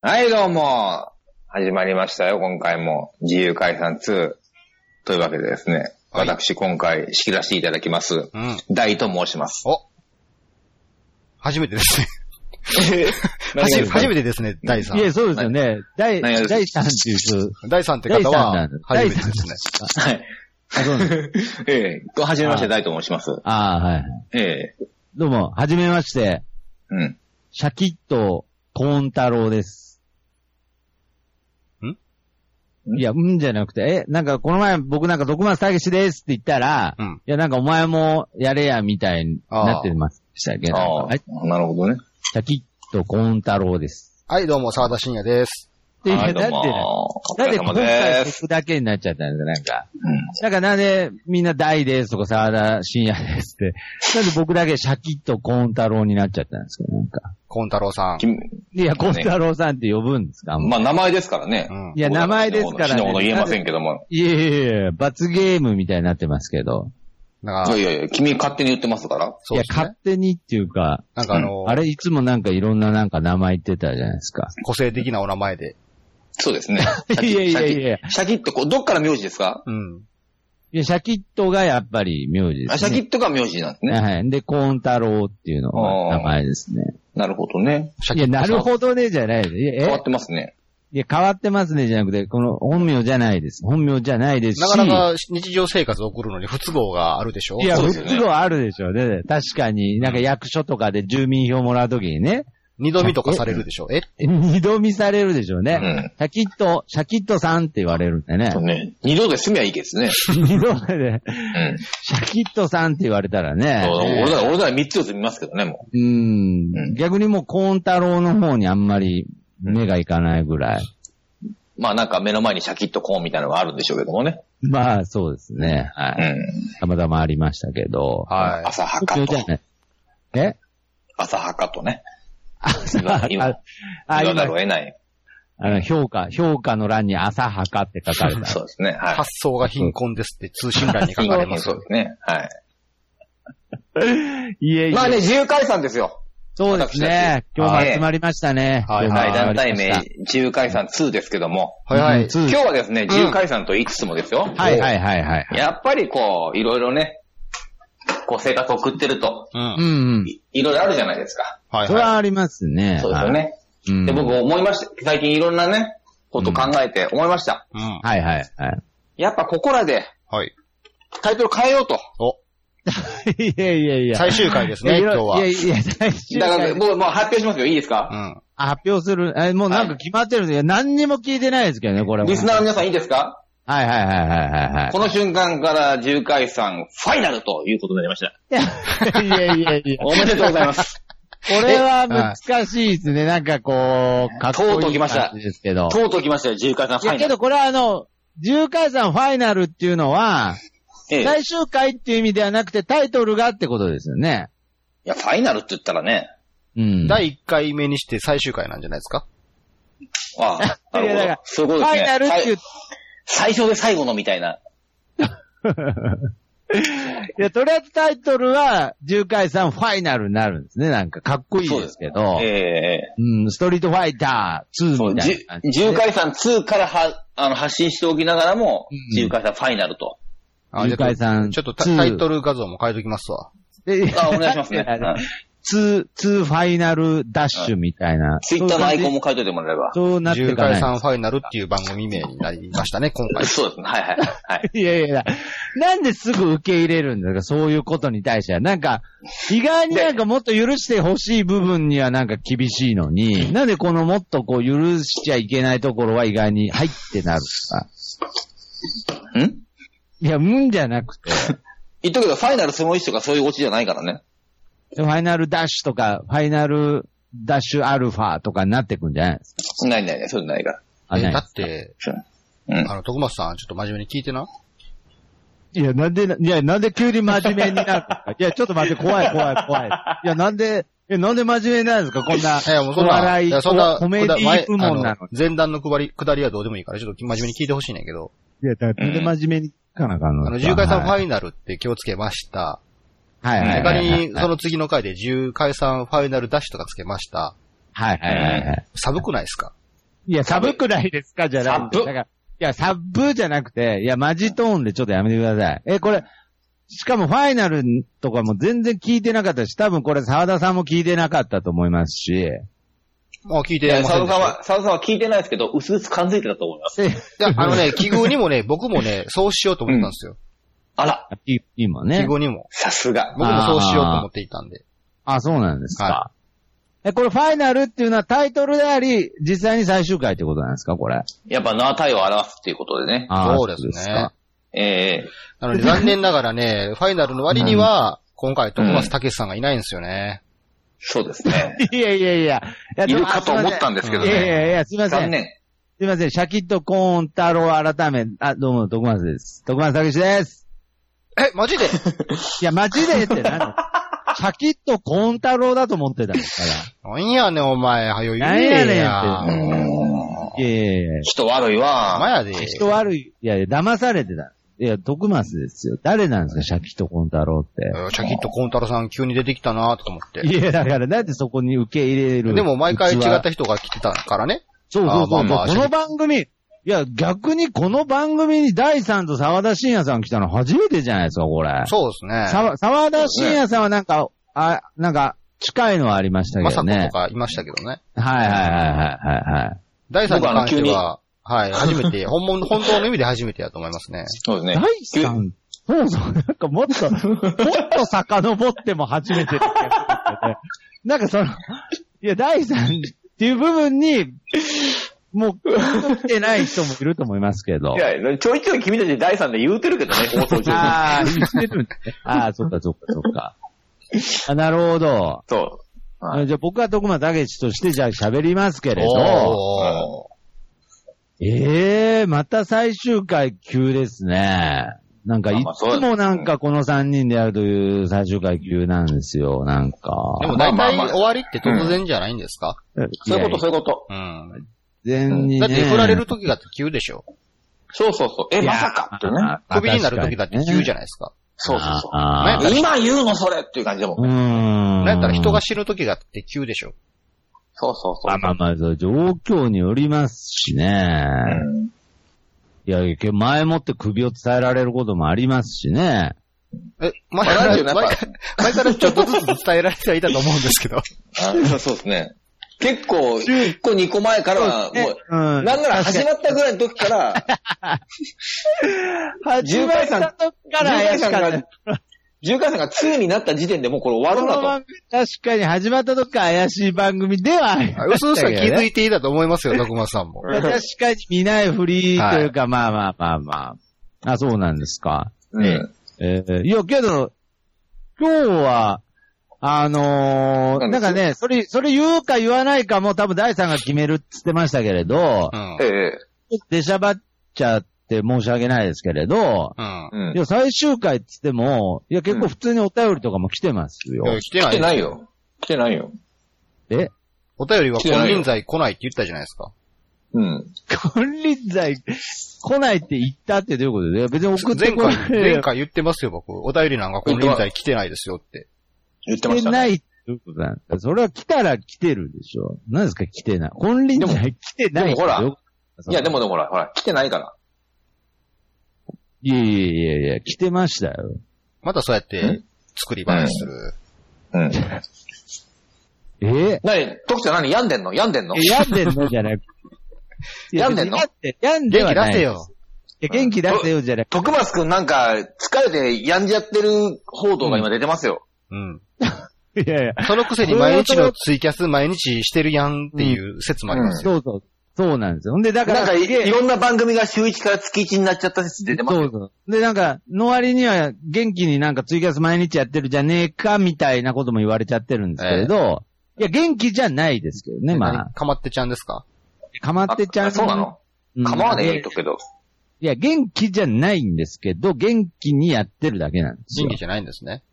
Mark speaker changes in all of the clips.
Speaker 1: はい、どうも。始まりましたよ、今回も。自由解散2。というわけでですね。
Speaker 2: はい
Speaker 1: 私、今回、仕切らせていただきます。
Speaker 2: うん。
Speaker 1: 大と申します。
Speaker 2: お初めてですね。
Speaker 1: 何
Speaker 2: 初め
Speaker 1: が
Speaker 2: 初めてですね、第
Speaker 3: いや、
Speaker 2: 3。
Speaker 3: そうですよね。第、
Speaker 1: 何がです
Speaker 3: 第3です。
Speaker 2: 第3って方は
Speaker 3: 第三なん、
Speaker 2: 初めてですね。
Speaker 1: はい。
Speaker 3: あ、そうなんです。
Speaker 1: ええ、はじめまして、大と申します。
Speaker 3: あーはい。
Speaker 1: ええ、
Speaker 3: どうも、はじめまして。
Speaker 1: うん。
Speaker 3: シャキッと、コーン太郎です。
Speaker 2: ん
Speaker 3: いや、うんじゃなくて、え、なんかこの前僕なんか毒松たけしですって言ったら、
Speaker 2: うん
Speaker 3: いや、なんかお前もやれや、みたいになってましたけど、
Speaker 1: ああ
Speaker 3: はい、、
Speaker 1: なるほどね。
Speaker 3: シャキッとコーン太郎です。
Speaker 2: はい、どうも、沢田信也です。
Speaker 3: っていう
Speaker 1: はい、どう
Speaker 3: なんで、
Speaker 1: も。お
Speaker 3: なん
Speaker 1: 疲
Speaker 3: で
Speaker 1: れ
Speaker 3: 今
Speaker 1: 様
Speaker 3: 回
Speaker 1: です。
Speaker 3: 僕だけになっちゃったんですなんか。
Speaker 1: うん
Speaker 3: だからなんで、みんな大ですとか沢田信也ですって。なんで僕だけシャキッとコーン太郎になっちゃったんですかなんか。
Speaker 2: コン太郎さん。
Speaker 1: 君
Speaker 3: いや、コーン太郎さんって呼ぶんですか、あんま
Speaker 1: まあ、名前ですからね
Speaker 2: う。ん
Speaker 3: いや、名前ですから
Speaker 1: ね。
Speaker 3: ね。
Speaker 1: の言えませんけども。
Speaker 3: いやいやいや、罰ゲームみたいになってますけど。
Speaker 2: なん
Speaker 1: いや
Speaker 2: か、
Speaker 1: いやいや、君勝手に言ってますから。
Speaker 2: そうで
Speaker 3: いや、
Speaker 2: すね
Speaker 3: 勝。手にっていうか、
Speaker 2: なんかあの
Speaker 3: あ、れいつもなんかいろんななんか名前言ってたじゃないですか。
Speaker 2: 個性的なお名前で。
Speaker 1: そうですね。
Speaker 3: いやいやい
Speaker 1: シ
Speaker 3: や
Speaker 1: ャキッシャキッと、こう、どっから名字ですか
Speaker 2: うん。
Speaker 3: いや、シャキットがやっぱり名字です、ね。
Speaker 1: あ、シャキッとが名字なんですね。
Speaker 3: はい。で、コーン太郎っていうのが名前ですね。
Speaker 1: なるほどね。
Speaker 2: シャ
Speaker 3: い
Speaker 2: キ
Speaker 3: や、
Speaker 2: ッ
Speaker 3: なるほどね、じゃないです。い
Speaker 1: 変
Speaker 3: や、
Speaker 1: わ
Speaker 3: え
Speaker 1: ってますね。
Speaker 3: いや変わってますね、じゃなくて、この本名じゃないです。本名じゃないですし。
Speaker 2: なかなか日常生活を送るのに不都合があるでしょ
Speaker 3: いや、
Speaker 1: そうで
Speaker 3: 不
Speaker 1: すよね
Speaker 3: 都合あるでしょうね。確かに、なんか役所とかで住民票もらうときにね、
Speaker 2: 二度見とかされるでしょえ
Speaker 3: 二度見されるでしょう
Speaker 1: う
Speaker 3: ね。
Speaker 1: ん。
Speaker 3: シャキッと、シャキッとさんって言われるんでね
Speaker 1: そう。ね。二度で済みゃいいけどね。
Speaker 3: 二度目で、
Speaker 1: うん。
Speaker 3: シャキッとさんって言われたら
Speaker 1: そう
Speaker 3: ね、
Speaker 1: 俺ら、俺ら三つで済みますけどね、も
Speaker 3: う、
Speaker 1: うんん
Speaker 3: 逆にもうコーン太郎の方にあんまり目がいかないぐらい。
Speaker 1: う。まあなんか目の前にシャキッとこうみたいなのがあるんでしょうけどもね。
Speaker 3: まあ、そうですね。は
Speaker 1: う
Speaker 3: い。
Speaker 1: ん。
Speaker 3: たまたまありましたけど。
Speaker 2: は
Speaker 1: 朝はか
Speaker 3: 不調
Speaker 1: と
Speaker 3: じ。ゃないえ
Speaker 1: 朝はかとね。
Speaker 3: あ、 さ
Speaker 1: 今
Speaker 3: あ、あ、
Speaker 1: 言わ
Speaker 3: 今
Speaker 1: ざるを、得ない。
Speaker 3: あの、評価、評価の欄に浅はかって書かれた。
Speaker 1: そうですね。
Speaker 2: い。
Speaker 1: はい
Speaker 2: 発。想が貧困ですって通信欄に書かれます
Speaker 1: そう。ですね。はい
Speaker 3: えい
Speaker 1: い。
Speaker 3: え。
Speaker 1: まあね、自由解散ですよ。
Speaker 3: そうですね。
Speaker 1: 私たち
Speaker 3: 今日も集まりましたね。
Speaker 2: はい
Speaker 3: 今
Speaker 1: は
Speaker 3: 日
Speaker 1: い、
Speaker 3: も集ま
Speaker 1: 団
Speaker 3: りま
Speaker 1: 体
Speaker 3: した
Speaker 1: 名、自由解散2ですけども、
Speaker 2: はいはい。
Speaker 3: ツー
Speaker 1: 今日はですね、自由解散と言いつつもですよ。
Speaker 3: はいはいはいはい。
Speaker 1: やっぱりこう、いろいろね、こう生活を送ってると、
Speaker 2: うん
Speaker 3: う。んうん。
Speaker 1: いいろいろあるじゃないですか。
Speaker 2: はい
Speaker 3: それ
Speaker 2: は
Speaker 3: はありますね。
Speaker 1: そうですよね。
Speaker 3: はい。うん
Speaker 1: で、僕思いました。最近いろんなね、こと考えて思いました。
Speaker 2: い。うん。
Speaker 3: はい はいは
Speaker 1: やっぱここらで
Speaker 2: はい。
Speaker 1: タイトル変えようと。
Speaker 2: お、
Speaker 3: い。いやいやいや。
Speaker 2: 最終回ですね、
Speaker 3: いや
Speaker 2: 今日は。
Speaker 3: いやいや、最終
Speaker 1: だから
Speaker 3: 回。
Speaker 1: 僕もう発表しますよ。いいです
Speaker 2: う
Speaker 1: か
Speaker 2: ん。
Speaker 3: あ発表する。え、もうなんか決まってるんで、いや何にも聞いてないですけどね、これも。
Speaker 1: リスナーの皆さんいいですか
Speaker 3: はいはいはいはいはいはい。
Speaker 1: この瞬間から自由解散ファイナルということになりました。
Speaker 3: いやいやいや。
Speaker 1: おめでとうござい ます。
Speaker 3: これは難しいですね。なんかこう、かっこいい
Speaker 1: とうとう来ました
Speaker 3: 感じですけど。
Speaker 1: とうとう来ましたよ、自由解散
Speaker 3: い
Speaker 1: ファ
Speaker 3: や
Speaker 1: イナ
Speaker 3: け
Speaker 1: ル。
Speaker 3: どこれはあの、重解散ファイナルっていうのは、
Speaker 1: ええい
Speaker 3: 最終回っていう意味ではなくてタイトルがってことですよね。
Speaker 1: や、ファイナルって言ったらね、
Speaker 3: うん。
Speaker 2: 第1回目にして最終回なんじゃないですか
Speaker 1: ああ、ない
Speaker 3: やだか
Speaker 1: るほど
Speaker 3: ら。
Speaker 1: そういうこ
Speaker 3: フ
Speaker 1: とで
Speaker 3: ァ
Speaker 1: すね。
Speaker 3: イナルっていう、い
Speaker 1: 最初で最後のみたいな。
Speaker 3: や、とりあえずタイトルは、重解散ファイナルになるんですね。なんかかっこいいですけど、
Speaker 1: ええ
Speaker 3: うん、ストリートファイター2
Speaker 1: そう、
Speaker 3: みたい
Speaker 1: じ
Speaker 3: な感
Speaker 1: ゅ
Speaker 3: じ
Speaker 1: 自
Speaker 3: で
Speaker 1: 由解散2からは、あの、発信しておきながらも
Speaker 3: うん、
Speaker 1: 自由解散ファイナルと。
Speaker 2: あじゃ
Speaker 3: 重
Speaker 2: あ
Speaker 3: 解散
Speaker 2: ちょっとタ
Speaker 3: ツー
Speaker 2: タイトル画像も変えときますわ。
Speaker 3: で
Speaker 1: あ、お願いします ね。
Speaker 3: なんか
Speaker 1: うん
Speaker 3: ツー、ツーファイナルダッシュみたいな。
Speaker 1: ツイッターのアイコンも書いといてもらえれば。
Speaker 3: そうなって
Speaker 2: 10
Speaker 3: か
Speaker 2: 回
Speaker 3: ない。
Speaker 2: 3ファイナルっていう番組名になりましたね、今回。
Speaker 1: そうですね。はいはい。はい。
Speaker 3: いやいや、なんですぐ受け入れるんだかそういうことに対しては。なんか、意外になんかもっと許してほしい部分にはなんか厳しいのに、なんでこのもっとこう許しちゃいけないところは意外に、はいってなるか。
Speaker 1: ん
Speaker 3: いや、うんじゃなくて、
Speaker 1: 言っとくけど、ファイナルすごい人がそういうオチじゃないからね。
Speaker 3: ファイナルダッシュとか、ファイナルダッシュアルファとかになってくんじゃないですか。
Speaker 1: ないないない、そういうのないから。
Speaker 3: あ
Speaker 2: え
Speaker 3: ない
Speaker 2: だって、
Speaker 1: うん。
Speaker 2: あの、徳松さん、ちょっと真面目に聞いてな。
Speaker 3: い や、なんでな、いや、なんで急に真面目になるのか。いや、ちょっと待って、怖い、怖い、怖い。いや、なんで、え、なんで真面目なんですかこんな。
Speaker 2: いや、もうそんな、
Speaker 3: お笑い
Speaker 2: いやそんな、
Speaker 3: コメディ
Speaker 2: くだ前
Speaker 3: 部門なの
Speaker 2: あ前段のくばり、くだりはどうでもいいから、ちょっと真面目に聞いてほしいねんけど、
Speaker 3: いや、だからなんで真面目に聞かなあかんの
Speaker 2: あの、10回さんフ
Speaker 3: はい
Speaker 2: ァイナルって気をつけました。
Speaker 3: はいはいは
Speaker 2: 他
Speaker 3: いはい
Speaker 2: に、その次の回で10回さんファイナルダッシュとかつけました。
Speaker 3: はいはいはいはい。
Speaker 2: 寒くないですか
Speaker 3: いや、寒くないですかじゃなくて。
Speaker 4: 寒っ
Speaker 3: だからいや、サブじゃなくて、いや、マジトーンでちょっとやめてください。え、これ、しかもファイナルとかも全然聞いてなかったし、多分これ沢田さんも聞いてなかったと思いますし。
Speaker 2: もう聞い
Speaker 1: い
Speaker 2: て
Speaker 1: や、
Speaker 2: ませ
Speaker 1: サ
Speaker 2: ん
Speaker 1: ウ
Speaker 2: でし
Speaker 1: さ
Speaker 2: た
Speaker 1: んは、サウさんは聞いてないですけど、うすうす感づいてたと思います。
Speaker 3: え、
Speaker 2: いや、あのね、奇遇にもね、僕もね、そうしようと思ったんですよ。
Speaker 1: あら、
Speaker 3: 今
Speaker 2: 奇
Speaker 3: ね。
Speaker 2: 遇にも。
Speaker 4: さすが。
Speaker 2: 僕もそうしようと思っていたんで。
Speaker 3: あ、そうなんですか。
Speaker 2: は
Speaker 3: え、これファイナルっていうのはタイトルであり、実際に最終回ってことなんですかこれ。
Speaker 1: やっぱナータイを表すっていうことでね。
Speaker 3: あー
Speaker 2: そうですね
Speaker 3: か
Speaker 1: ええ
Speaker 2: なので、残念ながらね、 ファイナルの割には、今回、トーマス・タケシさんがいないんですよね。
Speaker 1: そうですね。
Speaker 3: いやいや いや。や
Speaker 4: いるかと思ったんですけど
Speaker 3: いやい
Speaker 4: ね。
Speaker 3: やいや、すいませ
Speaker 4: 残
Speaker 3: ん。
Speaker 4: 念。
Speaker 3: すいません。シャキッとコーン太郎改め、あ、どうも、徳松です。徳松たけしです。
Speaker 2: え、マジで
Speaker 3: いや、マジでってなん だシャキッとコーン太郎だと思ってたんですか
Speaker 2: なんやねん、お前。はよ言
Speaker 3: なん
Speaker 2: え
Speaker 3: やねんって
Speaker 2: や。
Speaker 3: ら。いやいやいや。
Speaker 4: 人悪い
Speaker 2: お
Speaker 4: わ。
Speaker 2: 前やで。
Speaker 3: 人悪い。いやいや、騙されてた。いや、徳松ですよ。誰なんですか、シャキッとコーン太郎って。
Speaker 2: えーシャキッとコンタロさん急に出てきたなと思って。
Speaker 3: いや、だから、なんでそこに受け入れる
Speaker 2: でも毎回違っ
Speaker 3: 器
Speaker 2: た人が来てたからね。
Speaker 3: そうそうそう。
Speaker 2: あまあまあ
Speaker 3: この番組、いや、逆にこの番組に第三と沢田信也さん来たの初めてじゃないですか、これ。
Speaker 2: そうですね。
Speaker 3: 沢沢田信也さんはなんか、あ、なんか、近いのはありました
Speaker 2: ま
Speaker 3: け
Speaker 2: さ
Speaker 3: ど
Speaker 2: こ
Speaker 3: ね
Speaker 2: と。かいましたけどね。
Speaker 3: はいはいはいはいはいはい。
Speaker 2: 第3に
Speaker 1: 僕あの
Speaker 2: 関しては、はい、初めて、 本物、本当の意味で初めてやと思いますね。
Speaker 4: そうですね。
Speaker 3: 第三そうそう、なんかもっと、もっと遡っても初めてってやつだよねなんかその、いや、第三っていう部分に、もう、来てない人もいると思いますけど。
Speaker 1: いや、ちょいちょい君たち第3で言うてるけどね、放送中に。
Speaker 3: ああ、言ってるんですね。ああ、そっかそっかそっか。あなるほど。
Speaker 1: そう。は
Speaker 3: じゃあ僕は徳間武史としてじゃあ喋りますけれど。
Speaker 2: お
Speaker 3: ええまた最終回急ですね。なんか
Speaker 4: まあ
Speaker 3: い
Speaker 4: まあそう
Speaker 3: つもなんかこの3人でやるという最終回急なんですよ、なんか
Speaker 2: ー。でも
Speaker 4: まあ
Speaker 2: 大
Speaker 4: まあ
Speaker 2: 体
Speaker 4: まあ
Speaker 2: 終わりって突然じゃないんですか
Speaker 1: そういうこと、
Speaker 3: や
Speaker 1: そういうこと。
Speaker 2: うん。
Speaker 3: 全然
Speaker 2: だって振られる時だって急でしょ。
Speaker 1: そうそうそう。え、
Speaker 3: いや
Speaker 1: まさかってね。
Speaker 2: クビになる時だって急じゃ
Speaker 3: ん。
Speaker 2: ないですか。
Speaker 1: そうそうそ
Speaker 3: あー
Speaker 1: う。今言うのそれっていう感じだもん。
Speaker 3: うーん。
Speaker 2: なんやったら人が死ぬ時だって急でしょ。
Speaker 1: そうそうそう。
Speaker 3: まあまあまあ、そう状況によりますしね。
Speaker 4: うん
Speaker 3: いや、け前もって首を伝えられることもありますしね。
Speaker 2: え、前か
Speaker 1: まあラ
Speaker 2: ら、
Speaker 1: ジオ
Speaker 2: 前
Speaker 1: の
Speaker 2: か
Speaker 1: やっ
Speaker 2: ら、前からちょっとずつ伝えられてはいたと思うんです けど。
Speaker 4: あ
Speaker 1: そうですね。結構、1個2個前からは、もう、
Speaker 3: うん
Speaker 1: なんなら始まったぐらいの時から、
Speaker 3: 始まった時から怪
Speaker 1: 回
Speaker 3: し
Speaker 1: さ
Speaker 3: か
Speaker 1: ん
Speaker 3: った
Speaker 1: が。、重回さんが2になった時点でもうこれ終わ
Speaker 3: こ
Speaker 1: る
Speaker 3: の
Speaker 1: なと。
Speaker 3: 番組、確かに始まった時から怪しい番組ではありま
Speaker 2: うすう
Speaker 3: し
Speaker 2: す
Speaker 3: た
Speaker 2: は
Speaker 3: けど
Speaker 2: 気
Speaker 3: ね
Speaker 2: づいていたと思い ますよ、徳松さんも。
Speaker 3: 確かに見ないふりというか、まあまあまあまあ。あ、そうなんですか。
Speaker 4: うん。
Speaker 3: えーいや、けど、今日は、あのー
Speaker 4: なん
Speaker 3: な
Speaker 4: で
Speaker 3: ん
Speaker 4: す
Speaker 3: かね、それ、それ言うか言わないかも多分第三が決めるって言ってましたけれど
Speaker 2: う、ん
Speaker 4: え。え、
Speaker 3: 出しゃばっちゃって申し訳ないですけれど、
Speaker 2: うん。
Speaker 4: うん
Speaker 3: い。や、最終回って言っても、いや、結構普通にお便りとかも来てますよ。
Speaker 2: いや来て
Speaker 4: 来
Speaker 2: な
Speaker 4: て
Speaker 2: い。
Speaker 4: ないよ。来てないよ。
Speaker 3: え
Speaker 2: お便りは金輪際来ないって言ったじゃないですか。
Speaker 4: うん。
Speaker 3: 金輪際来ないって言ったってどういうことでいや別に送って
Speaker 2: 前
Speaker 3: こ
Speaker 2: 回
Speaker 3: ない。、
Speaker 2: 前回言ってますよ、僕。お便りなんか金輪際来てないですよって。
Speaker 4: 言ってま
Speaker 3: 来
Speaker 4: してた
Speaker 3: な
Speaker 4: ね。
Speaker 3: いってどういうことなんですかそれは来たら来てるでしょ。何ですか来てない。金輪際来てない
Speaker 4: でもほら
Speaker 3: どういうこと
Speaker 4: いや、でもでもほら、ほら、来てないから。
Speaker 3: いやいやいやいや、来てましたよ。
Speaker 2: またそうやって
Speaker 4: ん、
Speaker 2: 作り話する。
Speaker 4: うん。
Speaker 3: え
Speaker 4: なに、徳ちゃん何病んでんの病んでんの
Speaker 3: え病んでんのじゃなくて。
Speaker 4: 病んでんの
Speaker 3: いや別に病んで
Speaker 2: 元
Speaker 3: は
Speaker 2: 気
Speaker 3: ない
Speaker 2: 出せ。よ。
Speaker 3: いや元気出せよじゃなくて。
Speaker 4: 徳松くんなんか、疲れて病んじゃってる報道が今出てますよ。
Speaker 2: うん。
Speaker 3: いやいや、
Speaker 2: そのくせに毎日のツイキャス毎日してるやんっていう説もありますよ。
Speaker 3: そうそう。そうなんですよ。ほんで、だから、
Speaker 4: なんかい、
Speaker 3: すげえ
Speaker 4: いろんな番組が週1から月1になっちゃった説出てます
Speaker 3: そ
Speaker 4: よ。
Speaker 3: うそう。で、なんか、の割には元気になんかツイキャス毎日やってるじゃねえか、みたいなことも言われちゃってるんですけれど、いや、元気じゃないですけどね、まあ
Speaker 2: 何。かまってちゃんですか
Speaker 3: かまってちゃ
Speaker 4: あ
Speaker 3: ん。
Speaker 4: そうなの
Speaker 3: うん
Speaker 4: 構わねえ
Speaker 3: い
Speaker 4: とくけど。
Speaker 3: や、元気じゃないんですけど、元気にやってるだけなんです
Speaker 2: 人
Speaker 3: よ
Speaker 2: 気。じゃないんですね。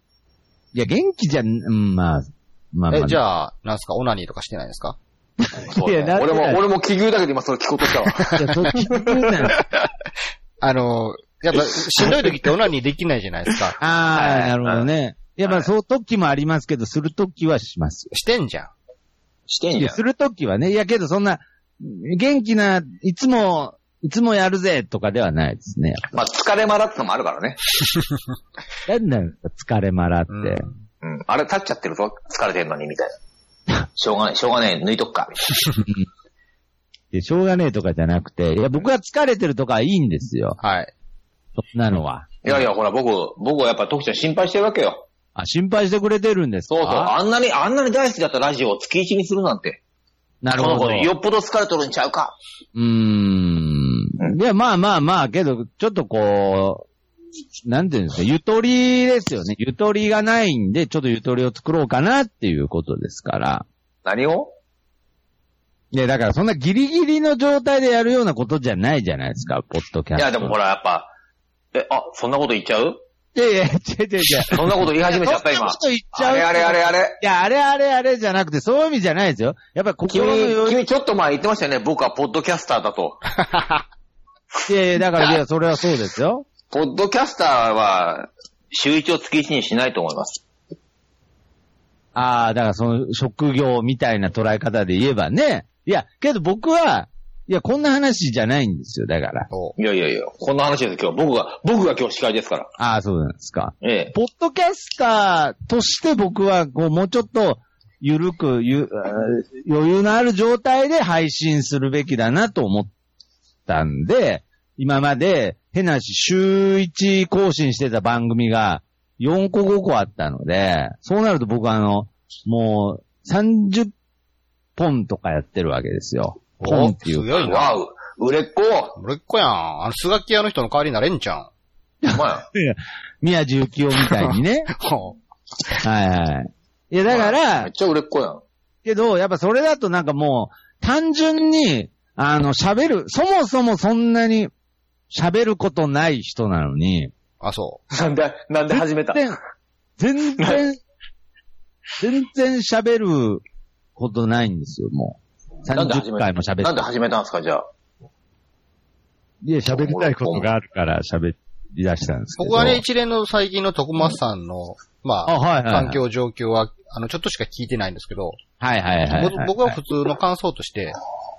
Speaker 3: いや、元気じゃん、うん、まあ、まあまあ、
Speaker 2: え、じゃあ、なんすか、オナニーとかしてないですか
Speaker 5: そう
Speaker 3: いやな
Speaker 5: ね
Speaker 3: んで
Speaker 5: 俺も、俺も奇遇だけど今それ聞こうと したわ。
Speaker 3: いやそっち行くな
Speaker 2: あの、やっぱ、しんどい時ってオナニーできないじゃないですか。
Speaker 3: あ
Speaker 1: は
Speaker 3: あ、
Speaker 1: い
Speaker 3: なるほどね。いや、ま
Speaker 1: は
Speaker 3: あ、
Speaker 1: い
Speaker 3: そう時もありますけど、する時はします。
Speaker 2: してんじゃん。
Speaker 1: してん
Speaker 3: い
Speaker 1: じ
Speaker 3: や、
Speaker 1: ゃん。
Speaker 3: するときはね、いやけどそんな、元気な、いつも、いつもやるぜとかではないですね。
Speaker 1: まあ、疲れ間だったのもあるからね。
Speaker 3: なんなんですか疲れまらって。
Speaker 2: うん
Speaker 1: うん。あれ立っちゃってるぞ。疲れてんのに、みたい な。しょうがない、しょうがない、抜いとくか。
Speaker 3: で、しょうがねえとかじゃなくて、いや、僕は疲れてるとかはいいんですよ。
Speaker 2: はい。
Speaker 3: そんなのは。
Speaker 1: いやいや、ほら、僕、僕はやっぱ徳ちゃん心配してるわけよ。
Speaker 3: あ、心配してくれてるんですか
Speaker 1: そうそう。あんなに、あんなに大好きだったラジオを月一にするなんて。
Speaker 3: なるほ
Speaker 1: こ
Speaker 3: ど。
Speaker 1: の子よっぽど疲れとるんちゃうか。
Speaker 3: うーん。いや、まあまあまあ、けど、ちょっとこう、なんていうんですか、ゆとりですよね。ゆとりがないんで、ちょっとゆとりを作ろうかなっていうことですから。
Speaker 1: 何を
Speaker 3: いや、だからそんなギリギリの状態でやるようなことじゃないじゃないですか、ポッドキャ
Speaker 1: い
Speaker 3: スト。
Speaker 1: や、でもほら、やっぱ、え、あ、そんなこと言っちゃう
Speaker 3: いやいや、違う違う違う。
Speaker 1: そんなこと言い始めちゃった、
Speaker 3: そんな
Speaker 1: 今
Speaker 3: こ。と言っちゃ
Speaker 1: あ
Speaker 3: う
Speaker 1: れあれあれあれ。
Speaker 3: いや、あれあれあれじゃなくて、そういう意味じゃないですよ。やっぱり
Speaker 1: 君
Speaker 3: 心の余裕。、
Speaker 1: 君ちょっと前言ってましたよね。僕はポッドキャスターだと。
Speaker 3: いやいや、だから、いや、それはそうですよ。
Speaker 1: ポッドキャスターは、週一を月一にしないと思います。
Speaker 3: ああ、だからその職業みたいな捉え方で言えばね。いや、けど僕は、いや、こんな話じゃないんですよ、だから。
Speaker 2: お
Speaker 1: いやいやいや、こんな話です今日。僕が、僕が今日司会ですから。
Speaker 3: ああ、そうなんですか。
Speaker 1: ええ。
Speaker 3: ポッドキャスターとして僕は、こう、もうちょっと、ゆるく、ゆ、あー余裕のある状態で配信するべきだなと思ったんで、今まで、変な話、週1更新してた番組が、4個5個あったので、そうなると僕はあの、もう、30本とかやってるわけですよ。
Speaker 2: お
Speaker 3: 本っていうか。
Speaker 2: 強いな。
Speaker 1: わう、売れっ子。お
Speaker 2: 俺っ子やん。あの、スガキ屋の人の代わりになれんじゃん。
Speaker 1: 前。
Speaker 3: 宮地幸雄みたいに ね。
Speaker 2: お
Speaker 3: はいはい。い や、だから
Speaker 1: めっ、ちゃ売れっ子やん。
Speaker 3: けど、やっぱそれだとなんかもう、単純に、あの、喋る、そもそもそんなに喋ることない人なのに、
Speaker 2: あ、そ
Speaker 1: なんで、なんで始めた
Speaker 3: 全然、全然、全然喋ることないんですよ、もう。
Speaker 1: なんで始
Speaker 3: 30
Speaker 1: め
Speaker 3: 回も喋って。
Speaker 1: なんで始めたんですか、じゃあ。
Speaker 3: いや、喋りたいことがあるから喋り出したんです
Speaker 2: う。
Speaker 3: けど。
Speaker 2: 僕はね、、一連の最近の徳松さんの、ま
Speaker 3: あ、
Speaker 2: あ、
Speaker 3: はいはい。
Speaker 2: 環。境状況は、あの、ちょっとしか聞いてないんですけど、
Speaker 3: はいはいはい、はい。
Speaker 2: ぼ僕は普通の感想として、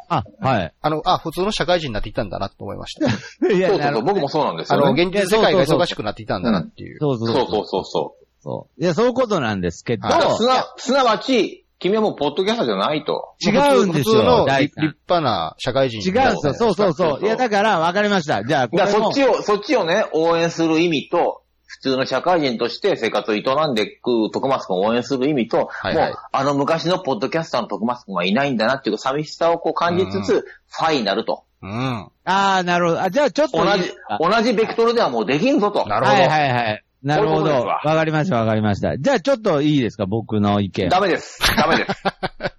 Speaker 3: あ、はい。
Speaker 2: あの、あ、普通の社会人になっていたんだなと思い ました。
Speaker 3: い
Speaker 1: そうそ
Speaker 3: なる
Speaker 1: うそう、
Speaker 3: ほど
Speaker 1: 僕もそうなんです
Speaker 2: あ
Speaker 1: よ
Speaker 2: の、
Speaker 1: ね。
Speaker 2: 現実世界が忙しくなっていたんだなっていう。
Speaker 3: そうそ
Speaker 1: そうう
Speaker 3: そう。
Speaker 1: そうそうそう。
Speaker 3: そういや、そういうことなんですけど、
Speaker 1: だからすな、すなわち、君はもうポッドキャスターじゃないと。
Speaker 3: 違うんです
Speaker 2: 普通
Speaker 3: よ。
Speaker 2: の
Speaker 3: 大
Speaker 2: 立
Speaker 3: さん
Speaker 2: 立派な社会人
Speaker 3: 違うんですよ。そうそう
Speaker 1: そう
Speaker 3: そ
Speaker 1: そう
Speaker 3: う。いや、だから、わかりました。じゃあ、こ
Speaker 1: だ
Speaker 3: れ
Speaker 1: から
Speaker 3: も
Speaker 1: そっちを、そっちをね、応援する意味と、普通の社会人として生活を営んでいく徳松くんを応援する意味と、
Speaker 2: はいはい
Speaker 1: もう、あの昔のポッドキャスターの徳松くんはいないんだなっていう寂しさをこう感じつつ、ファイになると。
Speaker 2: うん。
Speaker 3: ああ、なるほど。あ、じゃあ、ちょっとい
Speaker 1: 同
Speaker 3: いで
Speaker 1: じ
Speaker 3: すか。、
Speaker 1: 同じベクトルではもうできんぞと。
Speaker 2: なるほど
Speaker 3: はいはいはい。なるほ
Speaker 1: こういうことで
Speaker 3: ど。
Speaker 1: す
Speaker 3: わ
Speaker 1: わ
Speaker 3: かりました、わかりました。じゃあ、ちょっといいですか、僕の意見。
Speaker 1: ダメです。ダメです。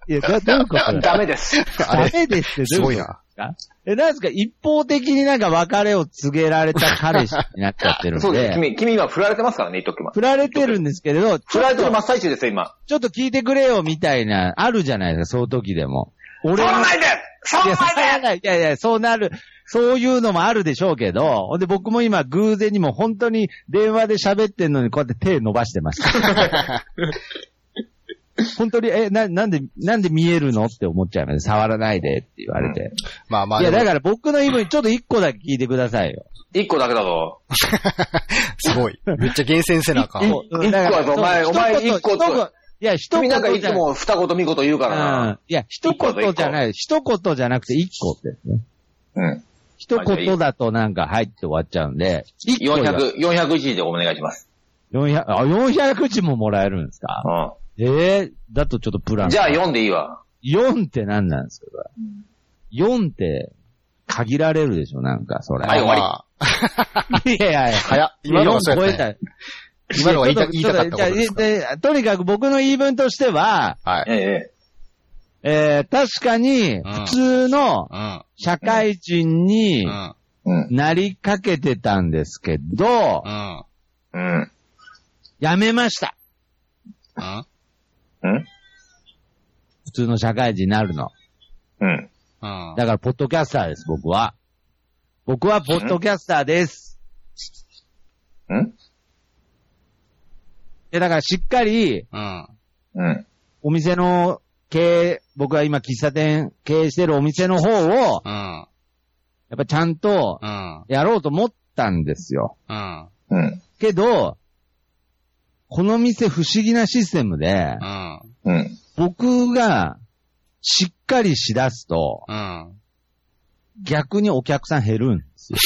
Speaker 3: いや、どどういうこと
Speaker 1: ダメです。
Speaker 2: あれ
Speaker 3: ダメですって、
Speaker 2: す
Speaker 3: どう
Speaker 2: ご
Speaker 3: い
Speaker 2: いう
Speaker 3: こ
Speaker 2: な。
Speaker 3: とですかえ、なんですか、一方的になんか別れを告げられた彼氏になっちゃってるん
Speaker 1: そうです。
Speaker 3: で、
Speaker 1: 君、君今振られてますからね、言っときます。
Speaker 3: 振られてるんですけれど、ち
Speaker 1: 振
Speaker 3: ょ
Speaker 1: ら
Speaker 3: っ
Speaker 1: れてる
Speaker 3: と
Speaker 1: 真っ最中ですよ、今。
Speaker 3: ちょっと聞いてくれよ、みたいな、あるじゃないですか、その時でも。俺
Speaker 1: 触ら
Speaker 3: の
Speaker 1: ないで触
Speaker 3: いや、
Speaker 1: ら
Speaker 3: そ
Speaker 1: な
Speaker 3: うない
Speaker 1: で
Speaker 3: い。いやいや、そうなる。そういうのもあるでしょうけど、ほんで僕も今偶然にも本当に電話で喋ってんのにこうやって手伸ばして ました。本当に、え、な、なんで、なんで見えるのって思っちゃいます。触らないでって言われて。
Speaker 2: まあまあ、
Speaker 3: いや、
Speaker 2: で
Speaker 3: だ
Speaker 2: も
Speaker 3: から僕の言い分、ちょっと一個だけ聞いてくださいよ。
Speaker 1: 一個だけだぞ。
Speaker 2: すごい。めっちゃ厳選せなあかん。
Speaker 3: そうだ
Speaker 1: 一個
Speaker 3: から
Speaker 1: だぞお前
Speaker 3: そう
Speaker 1: お前
Speaker 3: 一言
Speaker 1: 一個と
Speaker 3: 一言いや、一言
Speaker 1: 君なんかい
Speaker 3: じ
Speaker 1: つ
Speaker 3: ゃない
Speaker 1: も二言三言言うから
Speaker 3: うん
Speaker 1: な。
Speaker 3: いや、一言じゃない。一言じゃなくて一個ですね。
Speaker 1: うん。
Speaker 3: 一言だとなんか入って終わっちゃうんで、一個が
Speaker 1: 400、400字でお願いします。
Speaker 3: 400、あ、400字ももらえるんですか
Speaker 1: う
Speaker 3: ええだとちょっとプラ
Speaker 1: ん。
Speaker 3: ン。
Speaker 1: じゃあ4でいいわ。
Speaker 3: 4って何なんですかこれ ?4 って、限られるでしょなんか、それ。
Speaker 1: はい終わり
Speaker 2: ま
Speaker 3: いやいやいや。
Speaker 2: 早っ今のはそう
Speaker 3: 4
Speaker 2: や
Speaker 3: 超え
Speaker 2: った
Speaker 3: た。
Speaker 2: あ今のは言いた言いたかった
Speaker 3: ちょと
Speaker 2: こ
Speaker 3: じゃあ
Speaker 2: とですか。
Speaker 3: ええとにかく僕の言い分としては、
Speaker 2: はい。
Speaker 1: ええ。
Speaker 3: えー、確かに、普通の
Speaker 2: うん。
Speaker 3: 社会人に
Speaker 2: うん。
Speaker 1: うん。
Speaker 3: なりかけてたんですけど
Speaker 2: う、ん。
Speaker 1: うん。
Speaker 3: やめました。
Speaker 2: うん。
Speaker 1: うん
Speaker 3: 通の社会人になるの。
Speaker 4: うん。
Speaker 2: うん。
Speaker 3: だから、ポッドキャスターです、僕は。僕は、ポッドキャスターです。
Speaker 4: うん
Speaker 3: え、だから、しっかり、
Speaker 2: うん。
Speaker 4: うん。
Speaker 3: お店の経営、僕は今、喫茶店経営してるお店の方を、
Speaker 2: うん。
Speaker 3: やっぱちゃんと、
Speaker 2: うん。
Speaker 3: やろうと思ったんですよ。
Speaker 2: うん。
Speaker 4: うん。
Speaker 3: けど、この店不思議なシステムで、
Speaker 2: うん。
Speaker 4: うん。
Speaker 3: 僕がしっかりしだすと、
Speaker 2: うん。
Speaker 3: 逆にお客さん減るん ですよ。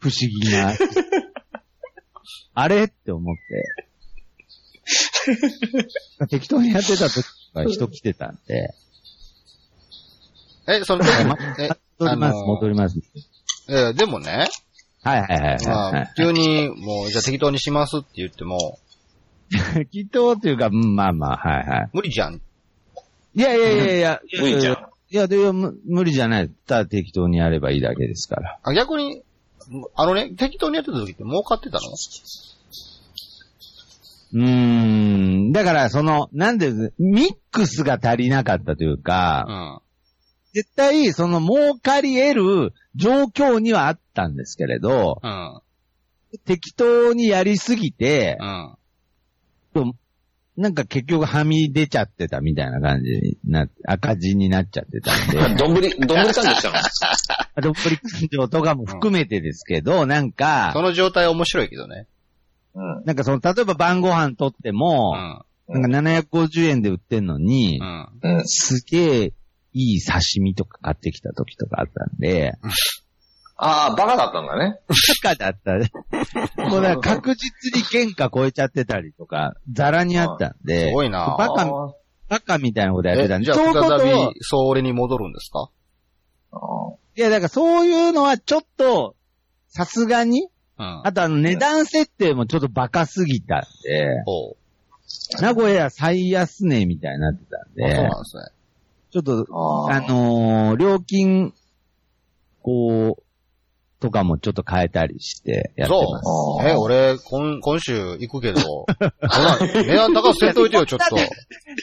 Speaker 3: 不思議な。あれって思 って。適当にやってた時は人来てたんで、
Speaker 2: え、その、え、
Speaker 3: 戻ります、
Speaker 2: あのー
Speaker 3: 戻ります。
Speaker 2: えでもね、
Speaker 3: はいはいはい
Speaker 2: ま
Speaker 3: は
Speaker 2: あ
Speaker 3: い、
Speaker 2: 急に、もう、じゃあ適当にしますって言っても、
Speaker 3: はい。 適当っていうか、うんまあまあ、はいはい。
Speaker 2: 無理じゃん。
Speaker 3: いやいやいやいや、
Speaker 4: 無理じゃん。
Speaker 3: いや、でむ無理じゃない。ただ適当にやればいいだけですから。
Speaker 2: あ逆に、あのね、適当にやってた時って儲かってたの
Speaker 3: うーん。だから、その、なんで、ミックスが足りなかったというか、
Speaker 2: うん。
Speaker 3: 絶対、その、儲かり得る状況にはあったんですけれど、
Speaker 2: うん。
Speaker 3: 適当にやりすぎて、
Speaker 2: うん。
Speaker 3: なんか結局はみ出ちゃってたみたいな感じになって、赤字になっちゃってたんで。
Speaker 1: どんぶり、どんぶり感じしたの
Speaker 3: どっぷり感情とかも含めてですけど、なん
Speaker 2: そ
Speaker 3: か、
Speaker 2: の状態は面白いけどね。
Speaker 4: うん。
Speaker 3: なんかその、例えば晩ご飯取って
Speaker 2: う
Speaker 3: も、
Speaker 2: ん。
Speaker 3: なんか750円で売ってんのに、
Speaker 2: うん。
Speaker 4: うん。
Speaker 3: すげえいい刺身とか買ってきた時とかあったんで、
Speaker 4: ああ、バカだったんだね。
Speaker 3: 高だったね。 もうだから確実に原価超えちゃってたりとか、ザラにあったん
Speaker 2: す
Speaker 3: で、
Speaker 2: ごいな
Speaker 3: バカ
Speaker 4: あー
Speaker 3: バカみたいなことやって
Speaker 2: え、
Speaker 3: たんで、
Speaker 2: じゃあ
Speaker 3: そういうこと
Speaker 2: 再び
Speaker 3: を、、
Speaker 2: それに戻るんですか
Speaker 4: あ
Speaker 3: いやだからそういうのはちょっと、さすがに、
Speaker 2: うん。
Speaker 3: あとあの値段設定もちょっとバカすぎたんで、
Speaker 2: おう
Speaker 3: 名古屋最安値みたいになってたん
Speaker 2: あそう
Speaker 3: で、
Speaker 2: なんですね。
Speaker 3: ちょっと、
Speaker 4: ー
Speaker 3: あのー料金、こう、とかもちょっと変えたりしてやってます。
Speaker 4: あー
Speaker 2: え、俺、今、今週行くけど、値段値段高くせんといてよ、ちょっと。
Speaker 3: い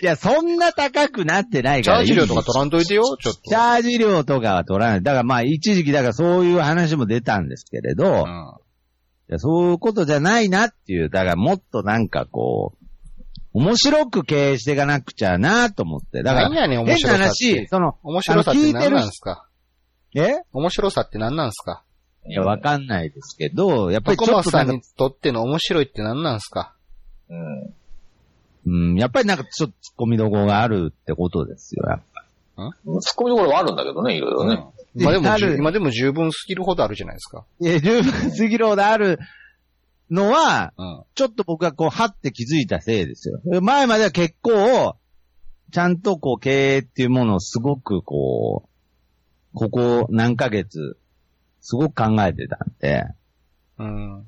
Speaker 3: や、そんな高くなってない
Speaker 2: チ
Speaker 3: か
Speaker 2: ャ
Speaker 3: らい
Speaker 2: ー
Speaker 3: い。
Speaker 2: ジ料とか取らんといてよ、ちょっと。
Speaker 3: チャージ料とかは取らない。だからまあ、一時期、だからそういう話も出たんですけれど、いやそういうことじゃないなっていう、だからもっとなんかこう、面白く経営していかなくちゃなと思って。だ
Speaker 2: だ
Speaker 3: か、
Speaker 2: からら、何やねん、面
Speaker 3: 変な
Speaker 2: 白さって
Speaker 3: 話、。その、
Speaker 2: 面白さって
Speaker 3: あの聞いて
Speaker 2: 何
Speaker 3: る
Speaker 2: なん
Speaker 3: 人
Speaker 2: すか
Speaker 3: え
Speaker 2: 面白さって何なんすか
Speaker 3: いや、わかんないですけど、やっぱり
Speaker 2: 徳
Speaker 3: ちょっ
Speaker 2: 松
Speaker 3: と
Speaker 2: さ
Speaker 3: なん
Speaker 2: ん
Speaker 3: か
Speaker 2: に、とっての面白いって何なんすか
Speaker 4: うん。
Speaker 3: うん、やっぱりなんかちょっと突っ込みどころがあるってことですよ。やっぱ
Speaker 4: 突っ込みどころはあるんだけどね、いろいろね。
Speaker 2: 今でも
Speaker 3: な
Speaker 2: じゅ、
Speaker 3: る
Speaker 2: 今でも十分スキルほどあるじゃないですか。
Speaker 3: いや、十分すぎるほどあるのは、
Speaker 2: うん。
Speaker 3: ちょっと僕がこう、はって気づいたせいですよ。前までは結構、ちゃんとこう、経営っていうものをすごくこう、ここ何ヶ月、すごく考えてたんで。
Speaker 2: うん。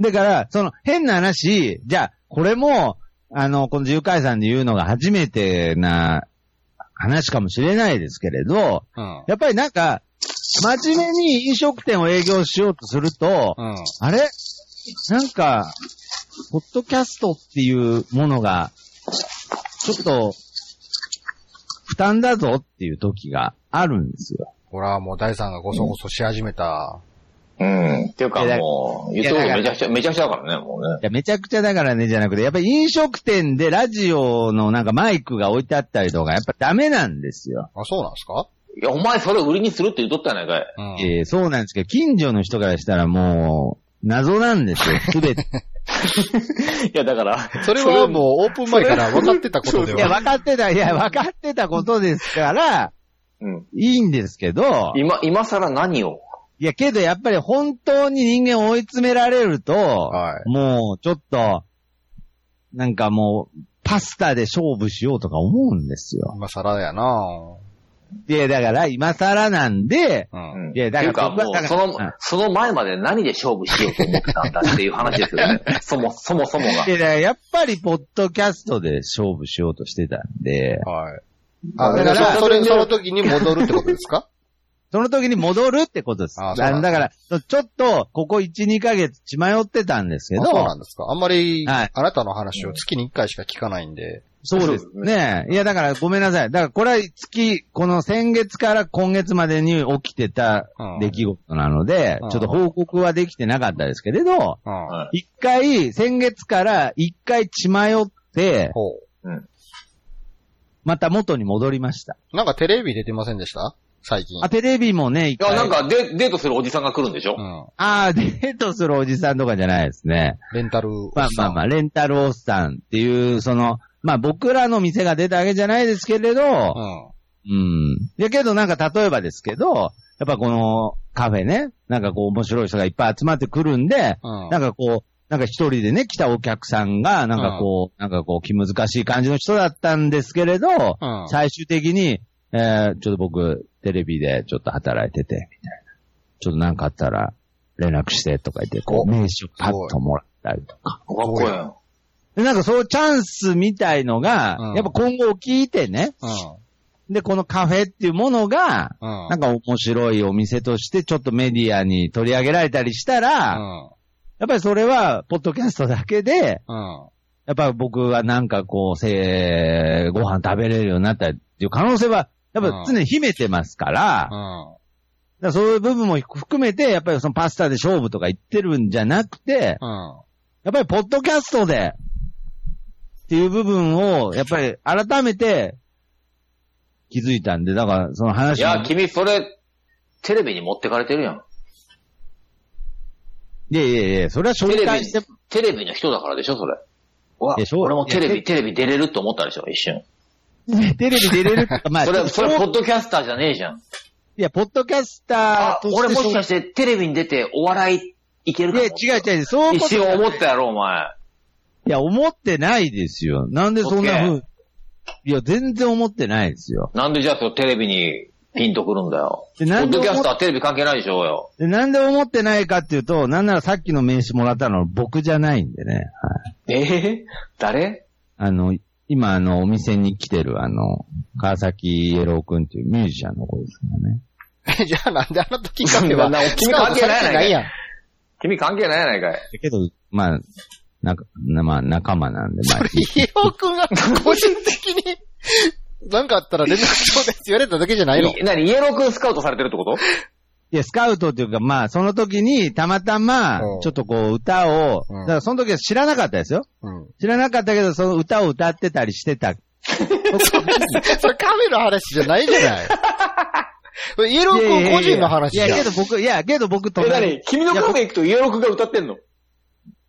Speaker 3: だから、その変な話、じゃあ、これも、あの、この自由解散で言うのが初めてな話かもしれないですけれど、
Speaker 2: うん。
Speaker 3: やっぱりなんか、真面目に飲食店を営業しようとすると、
Speaker 2: うん。
Speaker 3: あれなんか、ポッドキャストっていうものが、ちょっと、負担だぞっていう時があるんですよ。
Speaker 2: ほら、もう第三がごそごそし始めた。
Speaker 4: うん。っていうか
Speaker 3: いやだ
Speaker 4: もう、言って
Speaker 3: いやだから
Speaker 4: めちゃくちゃ、めちゃくちゃだからね、もう
Speaker 3: いや、めちゃくちゃだからね、じゃなくて、やっぱり飲食店でラジオのなんかマイクが置いてあったりとか、やっぱダメなんですよ。
Speaker 2: あ、そうなんすか
Speaker 4: ね。いや、お前それ売りにするって言っとったやないかい。
Speaker 2: うん。
Speaker 3: えーそうなんですけど、近所の人からしたらもう、謎なんですよ、す べて。
Speaker 4: いや、だから、
Speaker 2: それはもうオープン前から分かってたことで
Speaker 3: いや、
Speaker 2: は。
Speaker 3: 分かってた、いや、分かってたことですから、
Speaker 4: うん。
Speaker 3: いいんですけど、
Speaker 4: 今、今更何を
Speaker 3: いや、けどやっぱり本当に人間を追い詰められると、
Speaker 2: はい。
Speaker 3: もうちょっと、なんかもう、パスタで勝負しようとか思うんですよ。
Speaker 2: 今更やな
Speaker 3: でだから今更なんで、
Speaker 2: うん。
Speaker 4: うん
Speaker 3: いやだから
Speaker 4: っていう
Speaker 3: 僕は
Speaker 4: か、もう、そ
Speaker 3: だから
Speaker 4: の、その前まで何で勝負しようと思ってたんだっていう話ですよね。 そも、そもそもが
Speaker 3: で。だからやっぱりポッドキャストで勝負しようとしてたんで、
Speaker 2: はい。あ、
Speaker 3: だか
Speaker 2: だからら、それ、その時に戻るってことですか
Speaker 3: その時に戻るってことです。
Speaker 2: あ
Speaker 3: あ
Speaker 2: そうなん
Speaker 3: の
Speaker 2: です
Speaker 3: だ
Speaker 2: ね
Speaker 3: から、ちょっと、ここ1、2ヶ月血迷ってたんですけ
Speaker 2: あ
Speaker 3: ど、
Speaker 2: そうなんですか。あんまり、
Speaker 3: はい
Speaker 2: あなたの話を月に1回しか聞かないんで。
Speaker 3: そうですね。いや、だからごめんなさい。だからこれは月、この先月から今月までに起きてた
Speaker 2: うん
Speaker 3: 出来事なので、
Speaker 2: うん
Speaker 3: ちょっと報告はできてなかったですけれど、
Speaker 2: うん。
Speaker 4: はい
Speaker 3: 一回、先月から一回血迷って、
Speaker 2: ほ
Speaker 3: また元に戻りました。
Speaker 2: う。なんかテレビ出てませんでした最近。
Speaker 3: あ、テレビもね、一
Speaker 1: いや、
Speaker 3: 回。
Speaker 1: なんかデ、デートするおじさんが来るんでしょ
Speaker 2: うん。
Speaker 3: ああ、デートするおじさんとかじゃないですね。
Speaker 2: レンタルお
Speaker 3: まあ
Speaker 2: じ
Speaker 3: ま
Speaker 2: さ
Speaker 3: あ
Speaker 2: ん。
Speaker 3: まあ、レンタルおっさんっていう、その、まあ僕らの店が出たわけじゃないですけれど、うん。やけどなんか例えばですけど、やっぱこのカフェね、なんかこう面白い人がいっぱい集まってくるんで、
Speaker 2: うん。うん。
Speaker 3: なんかこう、なんか一人でね、来たお客さんが、なんかこう、なんかこう気難しい感じの人だったんですけれど、
Speaker 2: うん。
Speaker 3: 最終的に、えー、ちょっと僕、テレビでちょっと働いてて、みたいな。ちょっとなんかあったら、連絡してとか言って、こ
Speaker 2: お
Speaker 3: う、名刺をパッともらったりとか。
Speaker 1: かっこいいな。
Speaker 3: で、なんかそうチャンスみたいのが、
Speaker 2: うん
Speaker 3: やっぱ今後聞いてね、で、このカフェっていうものが、
Speaker 2: うん。
Speaker 3: なんか面白いお店としてちょっとメディアに取り上げられたりしたら、やっぱりそれは、ポッドキャストだけで、
Speaker 2: うん。うん。
Speaker 3: やっぱ僕はなんかこう、せーご飯食べれるようになったっていう可能性は、やっぱ常に秘めてますから、だか
Speaker 2: うん。
Speaker 3: らそういう部分も含めて、やっぱりそのパスタで勝負とか言ってるんじゃなくて、
Speaker 2: うん。
Speaker 3: やっぱりポッドキャストで、っていう部分を、やっぱり改めて気づいたんで、だからその
Speaker 1: い
Speaker 3: 話も
Speaker 1: や、君、それ、テレビに持ってかれてるやん。
Speaker 3: いやいやいや、それは
Speaker 1: テ
Speaker 3: 紹
Speaker 1: レビ
Speaker 3: 介し
Speaker 1: に
Speaker 3: て、
Speaker 1: テレビの人だからでしょ、それ。うわ
Speaker 3: いやしょう
Speaker 1: 俺もテレ
Speaker 3: い
Speaker 1: ビ、テレビ出れると思ったでしょ、一瞬。
Speaker 3: テレビ出れるか、まあ、
Speaker 1: それ、それ、
Speaker 3: ポ
Speaker 1: ポッドキャスターじゃねえじゃん。
Speaker 3: いや、ポッドキャスタ
Speaker 1: あ
Speaker 3: ー、と
Speaker 1: 俺もしか
Speaker 3: し
Speaker 1: してテレビに出てお笑いいける
Speaker 3: て
Speaker 1: か
Speaker 3: い
Speaker 1: も。
Speaker 3: や、違う違う、そういう
Speaker 1: 一
Speaker 3: ことじゃ
Speaker 1: 瞬
Speaker 3: ない。
Speaker 1: 思ったやろ、お前。
Speaker 3: いや、思ってないですよ。なんでそんなふう、いや、全然思ってないですよ。
Speaker 1: なんでじゃあそのテレビにピンとくるんだよ。
Speaker 3: で、
Speaker 1: ポ
Speaker 3: な
Speaker 1: ッ
Speaker 3: んで
Speaker 1: ドキャス
Speaker 3: 思
Speaker 1: ターはテレビ関係ないでしょうよ。
Speaker 3: でなんで思ってないかっていうと、なんならさっきの名刺もらったのは僕じゃないんでね。はい。
Speaker 1: ええ誰
Speaker 3: あの、今、あの、お店に来てる、あの、川崎イエロー君っていうミュージシャンの子ですからね。
Speaker 2: じゃあなんであなたきっかけは、
Speaker 1: なな
Speaker 2: スカウトされてないやん。
Speaker 1: 君関係ないやないかい。
Speaker 3: だけど、まあ、なんか、なまあ、仲間なんで、まあ、
Speaker 2: ひよくん が個人的に、なんかあったら連絡ちょうだいって言われただけじゃないの
Speaker 1: い何イエロー君スカウトされてるってこと
Speaker 3: いや、スカウトっていうか、まあ、その時に、たまたま
Speaker 2: うん、
Speaker 3: ちょっとこう、歌を、
Speaker 2: うん
Speaker 3: だからその時は知らなかったですよ。
Speaker 2: うん。
Speaker 3: 知らなかったけど、その歌を歌ってたりしてた。
Speaker 2: それカメの話じゃ ないじゃない。それイエロー君個人の
Speaker 3: い
Speaker 2: 話じ
Speaker 3: や
Speaker 2: ゃん。
Speaker 3: いやいや、いやけど僕、いや、けど僕と、
Speaker 1: 君のカフェ行くとイエロー君が歌ってんの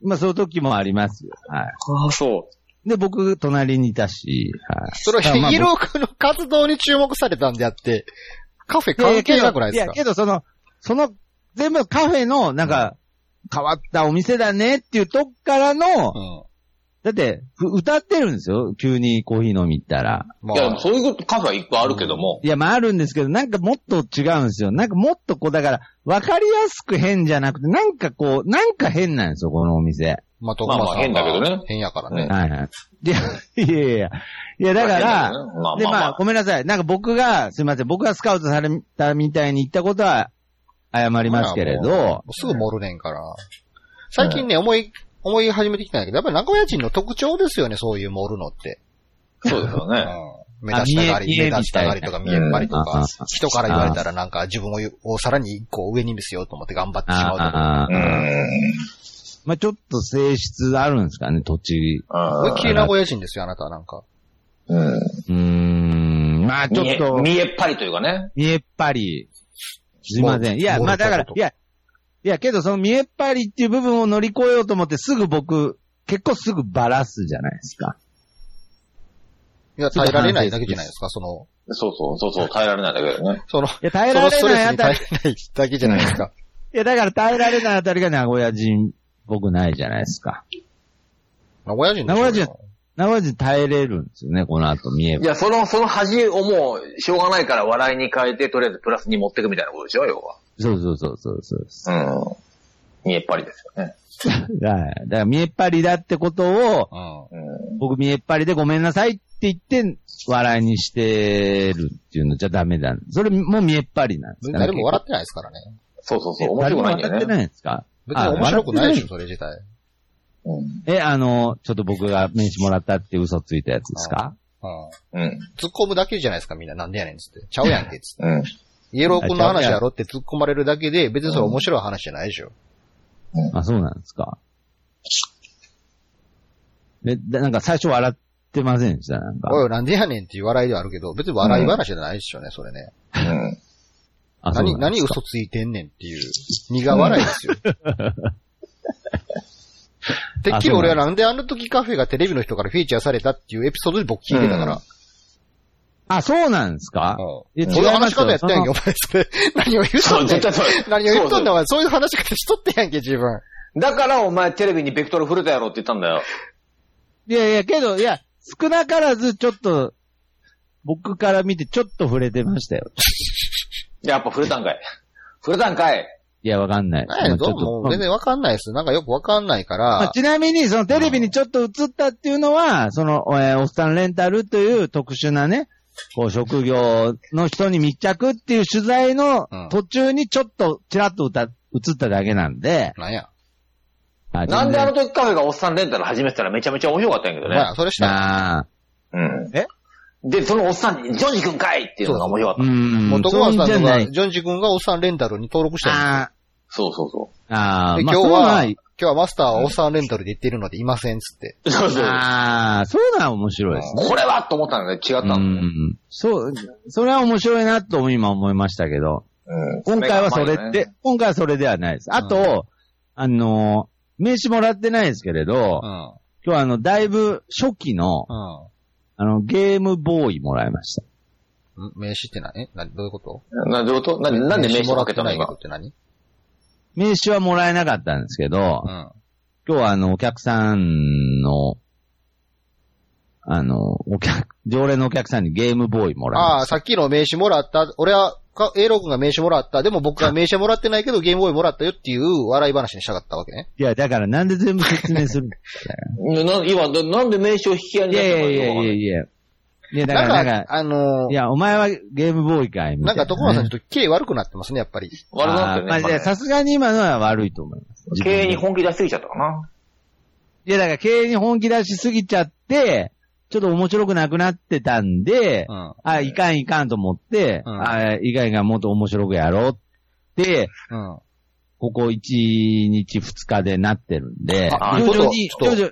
Speaker 3: まあ、その時もありますよ。は
Speaker 1: ああ、そ
Speaker 3: い。で、僕、隣にいたし、はい。
Speaker 2: それ
Speaker 3: いやま
Speaker 2: は
Speaker 3: あ
Speaker 2: イエロー君の活動に注目されたんであって、カフェ関係なくないですか
Speaker 3: いや、けどその、その、全部カフェの、なんか、変わったお店だねっていうとこからの、
Speaker 2: うん。
Speaker 3: だって、ふ歌ってるんですよ。急にコーヒー飲み行ったら。
Speaker 2: ま
Speaker 1: いや、で
Speaker 2: あ
Speaker 1: も、そういうカフェはいっぱいあるけども。
Speaker 3: いや、まああるんですけど、なんかもっと違うんですよ。なんかもっとこう、だから、わかりやすく変じゃなくて、なんかこう、なんか変なんですよ、このお店。
Speaker 2: まあ、徳間さん
Speaker 1: まあまあ変だけどね
Speaker 2: 変やから
Speaker 1: う
Speaker 2: ね
Speaker 1: ん。
Speaker 3: はいはい。いや、いやいや。いや、だか
Speaker 1: ま
Speaker 3: ら、
Speaker 1: あ
Speaker 3: で、
Speaker 1: まあ
Speaker 3: まあ、
Speaker 1: まあ。
Speaker 3: ごめんなさい。なんか僕が、すいません、僕がスカウトされたみたいに言ったことは、謝りますけれ
Speaker 2: まあもう
Speaker 3: ど
Speaker 2: も、うすぐ盛るねんから。最近ね、思い、思い始めてきたんだけど、やっぱり名古屋人の特徴ですよね、そういう盛るのって。
Speaker 1: そうですよ
Speaker 2: う
Speaker 1: ね。
Speaker 2: ん。目立ちたがり、
Speaker 3: 見
Speaker 2: 目
Speaker 3: え
Speaker 2: 立ちたがりとか、見えっ張りと
Speaker 3: うんあ
Speaker 2: か
Speaker 3: あ、
Speaker 2: 人から言われたらなんか自分をよをさらに一個上に見せようと思って頑張ってしまうとか。
Speaker 3: ああ
Speaker 1: う、ん。
Speaker 3: まあちょっと性質あるんですかね、土地。
Speaker 2: 思いっきり
Speaker 1: う
Speaker 2: 名古屋人ですよ、あなたはなんか。
Speaker 1: ん。
Speaker 3: うーん、まあちょっと、
Speaker 1: 見えっぱりというかね。
Speaker 3: 見えっぱり。すいません。いや、
Speaker 2: もう
Speaker 3: まあだから
Speaker 2: ちょっ、と
Speaker 3: いや、いや、けどその見えっぱりっていう部分を乗り越えようと思ってすぐ僕、結構すぐバラすじゃないですか。
Speaker 2: いや、耐えられないだけじゃないですか、その、
Speaker 1: そうそう、そうそう、耐えられないんだけどね。
Speaker 2: その、
Speaker 3: いや、耐え
Speaker 2: そ
Speaker 3: ら
Speaker 2: のス
Speaker 3: れ
Speaker 2: トレ
Speaker 3: ない
Speaker 2: ス
Speaker 3: あ
Speaker 2: に
Speaker 3: た
Speaker 2: 耐
Speaker 3: り、
Speaker 2: えれないだけじゃないですか。
Speaker 3: いや、だから耐えられないあたりが名古屋人、僕ないじゃないですか。
Speaker 2: 名古屋人でし
Speaker 3: 名
Speaker 2: ょ
Speaker 3: 古屋人名古屋人耐えれるんですよね、この後見え
Speaker 1: いや、その、その恥をもう、しょうがないから笑いに変えて、とりあえずプラスに持っていくみたいなことでしょ、要は。
Speaker 3: そうそうそうそうそうです。
Speaker 1: うん。
Speaker 4: 見えっぱりですよね。
Speaker 3: はい。だから、見えっぱりだってことを、
Speaker 2: うん。
Speaker 4: うん。
Speaker 3: 僕見えっぱりでごめんなさいって言って、笑いにしてるっていうのじゃダメだ。それも見えっぱりなんですかね。
Speaker 2: 誰も笑ってないですからね。
Speaker 4: そうそう
Speaker 3: え
Speaker 4: そう、面白くないん
Speaker 3: 誰
Speaker 4: だ
Speaker 3: も笑
Speaker 4: よ
Speaker 3: ってな
Speaker 4: ね。
Speaker 3: いんですか
Speaker 2: 別に面白くないでしょ、それ自体。
Speaker 4: うん。
Speaker 3: え、あの、ちょっと僕が名刺もらったって嘘ついたやつですか
Speaker 2: うん。
Speaker 4: うん。
Speaker 2: 突っ込むだけじゃないですか、みんな。なんでやねんっつって。ちゃうやんけっつって。
Speaker 4: うん。
Speaker 2: イエロー君の話やろって突っ込まれるだけで、別にそれ面白い話じゃないでしょ。
Speaker 3: あ、そうなんですか。え、だなんか最初笑ってませんでしたなん
Speaker 2: おい
Speaker 3: か。
Speaker 2: おい、なんでやねんっていう笑いではあるけど、別に笑い話じゃないでしょうね、それね。
Speaker 4: うん。
Speaker 3: あ、そう
Speaker 2: 何、
Speaker 3: なんで
Speaker 2: 何
Speaker 3: すか
Speaker 2: 嘘ついてんねんっていう、苦笑いですよ。てっきり俺はなんであの時カフェがテレビの人からフィーチャーされたっていうエピソードで僕聞いてたから。
Speaker 3: あ、そうなんですか
Speaker 2: う
Speaker 3: え
Speaker 2: ん。そういう話し方やったやんけ、お
Speaker 3: 違い
Speaker 2: 前それ。何を言う
Speaker 1: そ
Speaker 2: と
Speaker 1: う、
Speaker 2: んね
Speaker 1: 絶。
Speaker 2: ん
Speaker 1: 対そう。
Speaker 2: 何を言うとんねん、
Speaker 1: そう
Speaker 2: お前。そういう話し方しとったやんけ、自分。
Speaker 1: だからお前テレビにベクトル触れたやろって言ったんだよ。
Speaker 3: いやいや、けど、いや、少なからずちょっと、僕から見てちょっと触れてましたよ。
Speaker 1: やっぱ触れたんかい。触れたんかい。
Speaker 3: いや、わかんない。
Speaker 2: なんや
Speaker 3: まあち
Speaker 2: ど
Speaker 3: ょ
Speaker 2: う
Speaker 3: っと
Speaker 2: も、全然わかんないです。なんかよくわかんないか
Speaker 3: まあ
Speaker 2: ら、
Speaker 3: ちなみに、そのテレビにちょっと映ったっていうのは、その、えーおっさんレンタルという特殊なね、こう、職業の人に密着っていう取材の
Speaker 2: うん
Speaker 3: 途中にちょっとちらっと歌映っただけなんで、
Speaker 2: なんや。
Speaker 3: あ
Speaker 1: なんであの
Speaker 3: 全然
Speaker 1: 時カフェがおっさんレンタル始めてたらめちゃめちゃ面白かったんやけどね
Speaker 2: ま。あ、それしたら、
Speaker 3: ああ、
Speaker 4: うん。
Speaker 1: で、そのおっさんに、ジョニー君かいっていうのが面白かった。
Speaker 3: うん。
Speaker 2: 男は
Speaker 3: そう
Speaker 2: さ
Speaker 3: じゃ
Speaker 2: ん
Speaker 3: な
Speaker 2: が、
Speaker 3: い。
Speaker 2: ジョンジ君がおっさんレンタルに登録したんですよ
Speaker 3: あ
Speaker 1: そうそうそ
Speaker 3: あ、ああ、
Speaker 2: で、
Speaker 3: まあ
Speaker 2: 今日
Speaker 3: そう
Speaker 2: は、
Speaker 3: な
Speaker 2: 今
Speaker 3: ん
Speaker 2: 日はマスターはおっさんレンタルで行ってるのでいませんっつって。
Speaker 1: う。そうそう。
Speaker 3: ああ、そうなん面白いですね。
Speaker 1: これはと思ったんだけど違った
Speaker 3: う
Speaker 1: のね。
Speaker 3: ん。そう、それは面白いなと今思いましたけど。
Speaker 4: うん。
Speaker 3: 今回はそれ
Speaker 4: う
Speaker 3: っ
Speaker 4: ん
Speaker 3: て、。今回はそれではないです。あと、あのー、名刺もらってないですけれど、
Speaker 2: うん。うん。
Speaker 3: 今日はあの、だいぶ初期の、あの、ゲームボーイもらいました。
Speaker 2: 名刺って何えなどういうこと
Speaker 1: な、どういうことなんで、なんで名刺
Speaker 2: もら
Speaker 1: か
Speaker 2: っ
Speaker 1: け
Speaker 2: て
Speaker 1: たの
Speaker 2: ないけ
Speaker 1: 今
Speaker 2: ど。って何
Speaker 3: 名刺はもらえなかったんですけど、
Speaker 2: うん。
Speaker 3: 今日はあの、お客さんの、あの、お客、常連のお客さんにゲームボーイもらい
Speaker 2: あ
Speaker 3: ま
Speaker 2: あ、
Speaker 3: し
Speaker 2: さっきの名刺もらった。俺は、か、エイロー君が名刺もらった。でも僕が名刺もらってないけどゲームボーイもらったよっていう笑い話にしたかったわけね。
Speaker 3: た。いや、だからなんで全部説明するん ですか
Speaker 1: な今、ななんで名刺を引き合い
Speaker 3: い
Speaker 1: にな
Speaker 3: や
Speaker 1: っ
Speaker 3: いやい
Speaker 1: たのか
Speaker 3: やいや
Speaker 1: よ
Speaker 3: いや。いや、だか
Speaker 2: な
Speaker 3: ら
Speaker 2: ん
Speaker 3: なんか、
Speaker 2: か、あの
Speaker 3: い
Speaker 2: ー、
Speaker 3: や、お前はゲームボーイかいみた
Speaker 2: ないん
Speaker 3: な、
Speaker 2: か徳川さんちょっと気悪くなってますね、やっぱり。
Speaker 1: くわからん悪
Speaker 3: あ
Speaker 1: くなっ
Speaker 3: ーま
Speaker 1: た
Speaker 3: あ
Speaker 1: よね。
Speaker 3: さすがに今のは悪いと思います。
Speaker 4: 経営に本気出しすぎちゃったかな。
Speaker 3: いや、だから経営に本気出しすぎちゃって、ちょっと面白くなくなってたんで、
Speaker 2: うん。
Speaker 3: あ、いかんいかんと思って、
Speaker 2: うん
Speaker 3: あ、いかんいかんもっと面白くやろうって、
Speaker 2: うん。
Speaker 3: ここ1日2日でなってるんで、
Speaker 2: あ
Speaker 3: 徐々に、
Speaker 2: ちょ
Speaker 3: 徐
Speaker 2: っと
Speaker 3: 々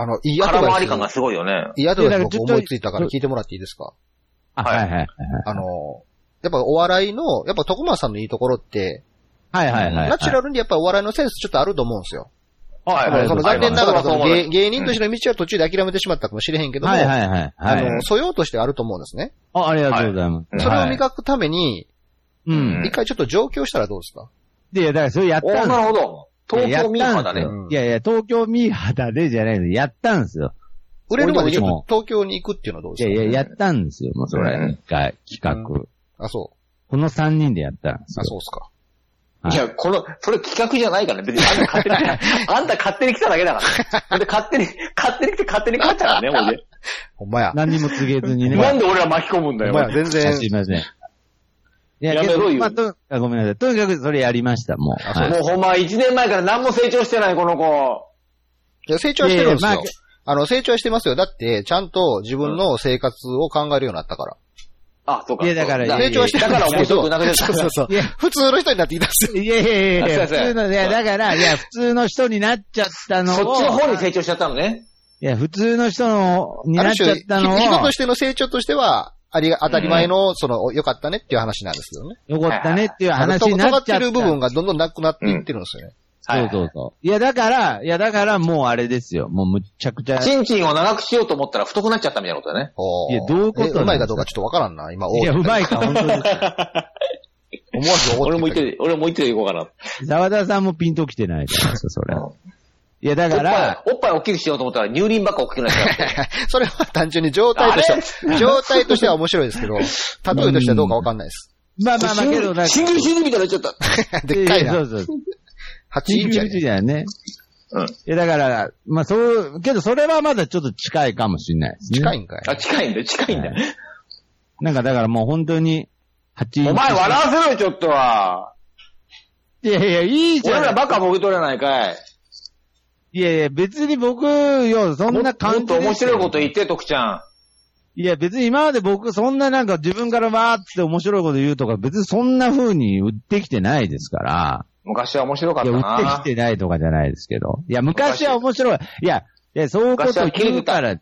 Speaker 2: あの、いいアド
Speaker 1: 空
Speaker 2: バ
Speaker 1: 回
Speaker 2: イ
Speaker 1: り
Speaker 2: ス
Speaker 1: 感。がすごいよね。
Speaker 2: いいアドバイス
Speaker 3: いやだからち
Speaker 2: 僕
Speaker 3: ょっと
Speaker 2: 思いついたから聞いてもらっていいですか
Speaker 3: あ、はいはいはい。
Speaker 2: あのー、やっぱお笑いの、やっぱ徳間さんのいいところって、
Speaker 3: はいはいはい。
Speaker 2: ナチュラルにやっぱお笑いのセンスちょっとあると思うんですよ。
Speaker 4: はい
Speaker 2: その残念ながらその芸
Speaker 4: 芸
Speaker 2: 芸人としての道は途中で諦めてしまったかもしれへんけども、
Speaker 3: はいはいはい。
Speaker 2: あ
Speaker 3: はい
Speaker 2: の、素養としてあると思うんですね。
Speaker 3: あありがとうございます。
Speaker 4: はい
Speaker 2: それを
Speaker 3: はい
Speaker 2: 磨くために、
Speaker 3: うん。
Speaker 2: 一回ちょっと上京したらどうですか
Speaker 3: で、だからそれやっ
Speaker 1: お
Speaker 3: たんです
Speaker 1: なるほど。東京ミーハーだね
Speaker 3: やった。ん
Speaker 2: う
Speaker 3: ですよ
Speaker 2: ん
Speaker 3: いやいや、東京ミーハーだねじゃないの。やったんですよ。
Speaker 2: 売れるまでちょっと東京に行くっていうのはどう
Speaker 3: い
Speaker 2: です
Speaker 3: や
Speaker 2: か
Speaker 3: いや、やったんですよ。もうそれ、一回、企画。
Speaker 2: あ、そう。
Speaker 3: この三人でやったんです
Speaker 2: あ、
Speaker 3: よ。
Speaker 2: そうっすか。
Speaker 3: はい
Speaker 1: いや、この、それ企画じゃないからね。別にあんた勝手 に、あんた勝手に来ただけだから。で、勝手に、勝手に来て勝手に勝っちゃうからね、ほい
Speaker 2: ほんまや。
Speaker 3: 何にも告げずに
Speaker 1: で。
Speaker 3: ね。
Speaker 1: なんで俺ら巻き込むんだ
Speaker 2: ほ
Speaker 1: よ。
Speaker 2: んまや、全然。
Speaker 3: すいません。いや、
Speaker 1: やめろよ
Speaker 3: けどまあとあごめんなさい。とにかくそれやりました、もう。
Speaker 2: あそう
Speaker 3: はい
Speaker 1: もうほんま一年前から何も成長してない、この子。
Speaker 2: いや、成長はしてるんです
Speaker 3: いやい
Speaker 2: よ
Speaker 3: やま。
Speaker 2: あの、成長はしてますよ。だって、ちゃんと自分の生活を考えるようになったから。
Speaker 1: あ、そうか。
Speaker 3: いやだから
Speaker 1: そ
Speaker 3: い
Speaker 1: う
Speaker 3: や
Speaker 2: 成長はしてる
Speaker 1: だ
Speaker 2: ん
Speaker 1: か
Speaker 2: で
Speaker 1: ら
Speaker 2: すけ
Speaker 1: 面白
Speaker 2: ど
Speaker 1: くなくなっちゃっ
Speaker 2: そ
Speaker 1: た
Speaker 2: う。そう
Speaker 3: いや
Speaker 2: そう。普通の人になっていたんですよ。
Speaker 3: いやいやいやいや、
Speaker 1: あすい
Speaker 3: 普
Speaker 1: ません
Speaker 3: 通の、いや、だから、いや、普通の人になっちゃったのを、
Speaker 1: そっちの方に成長しちゃったのね。
Speaker 3: いや、普通の人の、に
Speaker 2: あ
Speaker 3: なっ
Speaker 2: る
Speaker 3: ちゃ
Speaker 2: 種、
Speaker 3: ったのを、
Speaker 2: 人としての成長としては、ありが、当たり前の、その、良かったねっていう話なんですけどね。
Speaker 3: よかったねっていう
Speaker 2: あの
Speaker 3: 話
Speaker 2: と
Speaker 3: になっち
Speaker 2: 尖
Speaker 3: ゃ
Speaker 2: っ
Speaker 3: ってた。
Speaker 2: る部分がどんどんなくなっていってるんですよね。
Speaker 3: そうそうそう。いや、だから、いや、だからもうあれですよ。もうむっちゃくちゃ。い
Speaker 1: チンチンを長くしようと思ったら太くなっちゃったみたいなこ とだね。
Speaker 2: おー
Speaker 3: いやどういうことなんですか
Speaker 2: えうまいかどうかちょっとわからんな、今、
Speaker 3: や、うまいか、本当ですよ。
Speaker 2: 思わず思
Speaker 1: 俺も言
Speaker 2: っ
Speaker 1: ってて、俺も言っていこうかな。
Speaker 3: 沢田さんもピンときてないじゃないですか、それ
Speaker 4: う。
Speaker 3: いや、だ
Speaker 1: おっ
Speaker 3: から、
Speaker 1: ぱい、おっぱい大きくしようと思ったら乳輪ばっか大きくなっちゃった。
Speaker 2: た。 それは単純に状態としては、状態としては面白いですけど、例えとしてはどうかわかんないです。
Speaker 3: まあまあまあ、けど、なんか
Speaker 1: シングルシングルみたいになっちゃった。
Speaker 2: でっかい
Speaker 3: やや
Speaker 2: な。
Speaker 3: そうそう。
Speaker 2: 8インチやね
Speaker 3: 21だよね。
Speaker 1: うん
Speaker 3: いや、だから、まあそう、けどそれはまだちょっと近いかもしれないですね。
Speaker 2: 近
Speaker 3: い。
Speaker 2: いんかい。
Speaker 1: あ、近いんだよ、近いんだよ。
Speaker 3: なんかだからもう本当に、8インチ。
Speaker 1: お前笑わせろよ、ちょっとは。
Speaker 3: いやいや、いいじ
Speaker 1: 俺
Speaker 3: ゃ
Speaker 1: ら
Speaker 3: ん。
Speaker 1: バカボケ取れないかい。
Speaker 3: いやいや、別に僕よ、そんな
Speaker 1: も
Speaker 3: 感
Speaker 1: っ
Speaker 3: じ
Speaker 1: と
Speaker 3: で。
Speaker 1: 面白いこと言って、徳ちゃん。
Speaker 3: いや、別に今まで僕、そんななんか自分からわーって面白いこと言うとか、別にそんな風に売ってきてないですから。
Speaker 1: 昔は面白かっ
Speaker 3: い
Speaker 1: た
Speaker 3: や、売って
Speaker 1: な
Speaker 3: き。てないとかじゃないですけど。いや、昔は面白い。いや、いや、そういうこと言うから、い
Speaker 2: い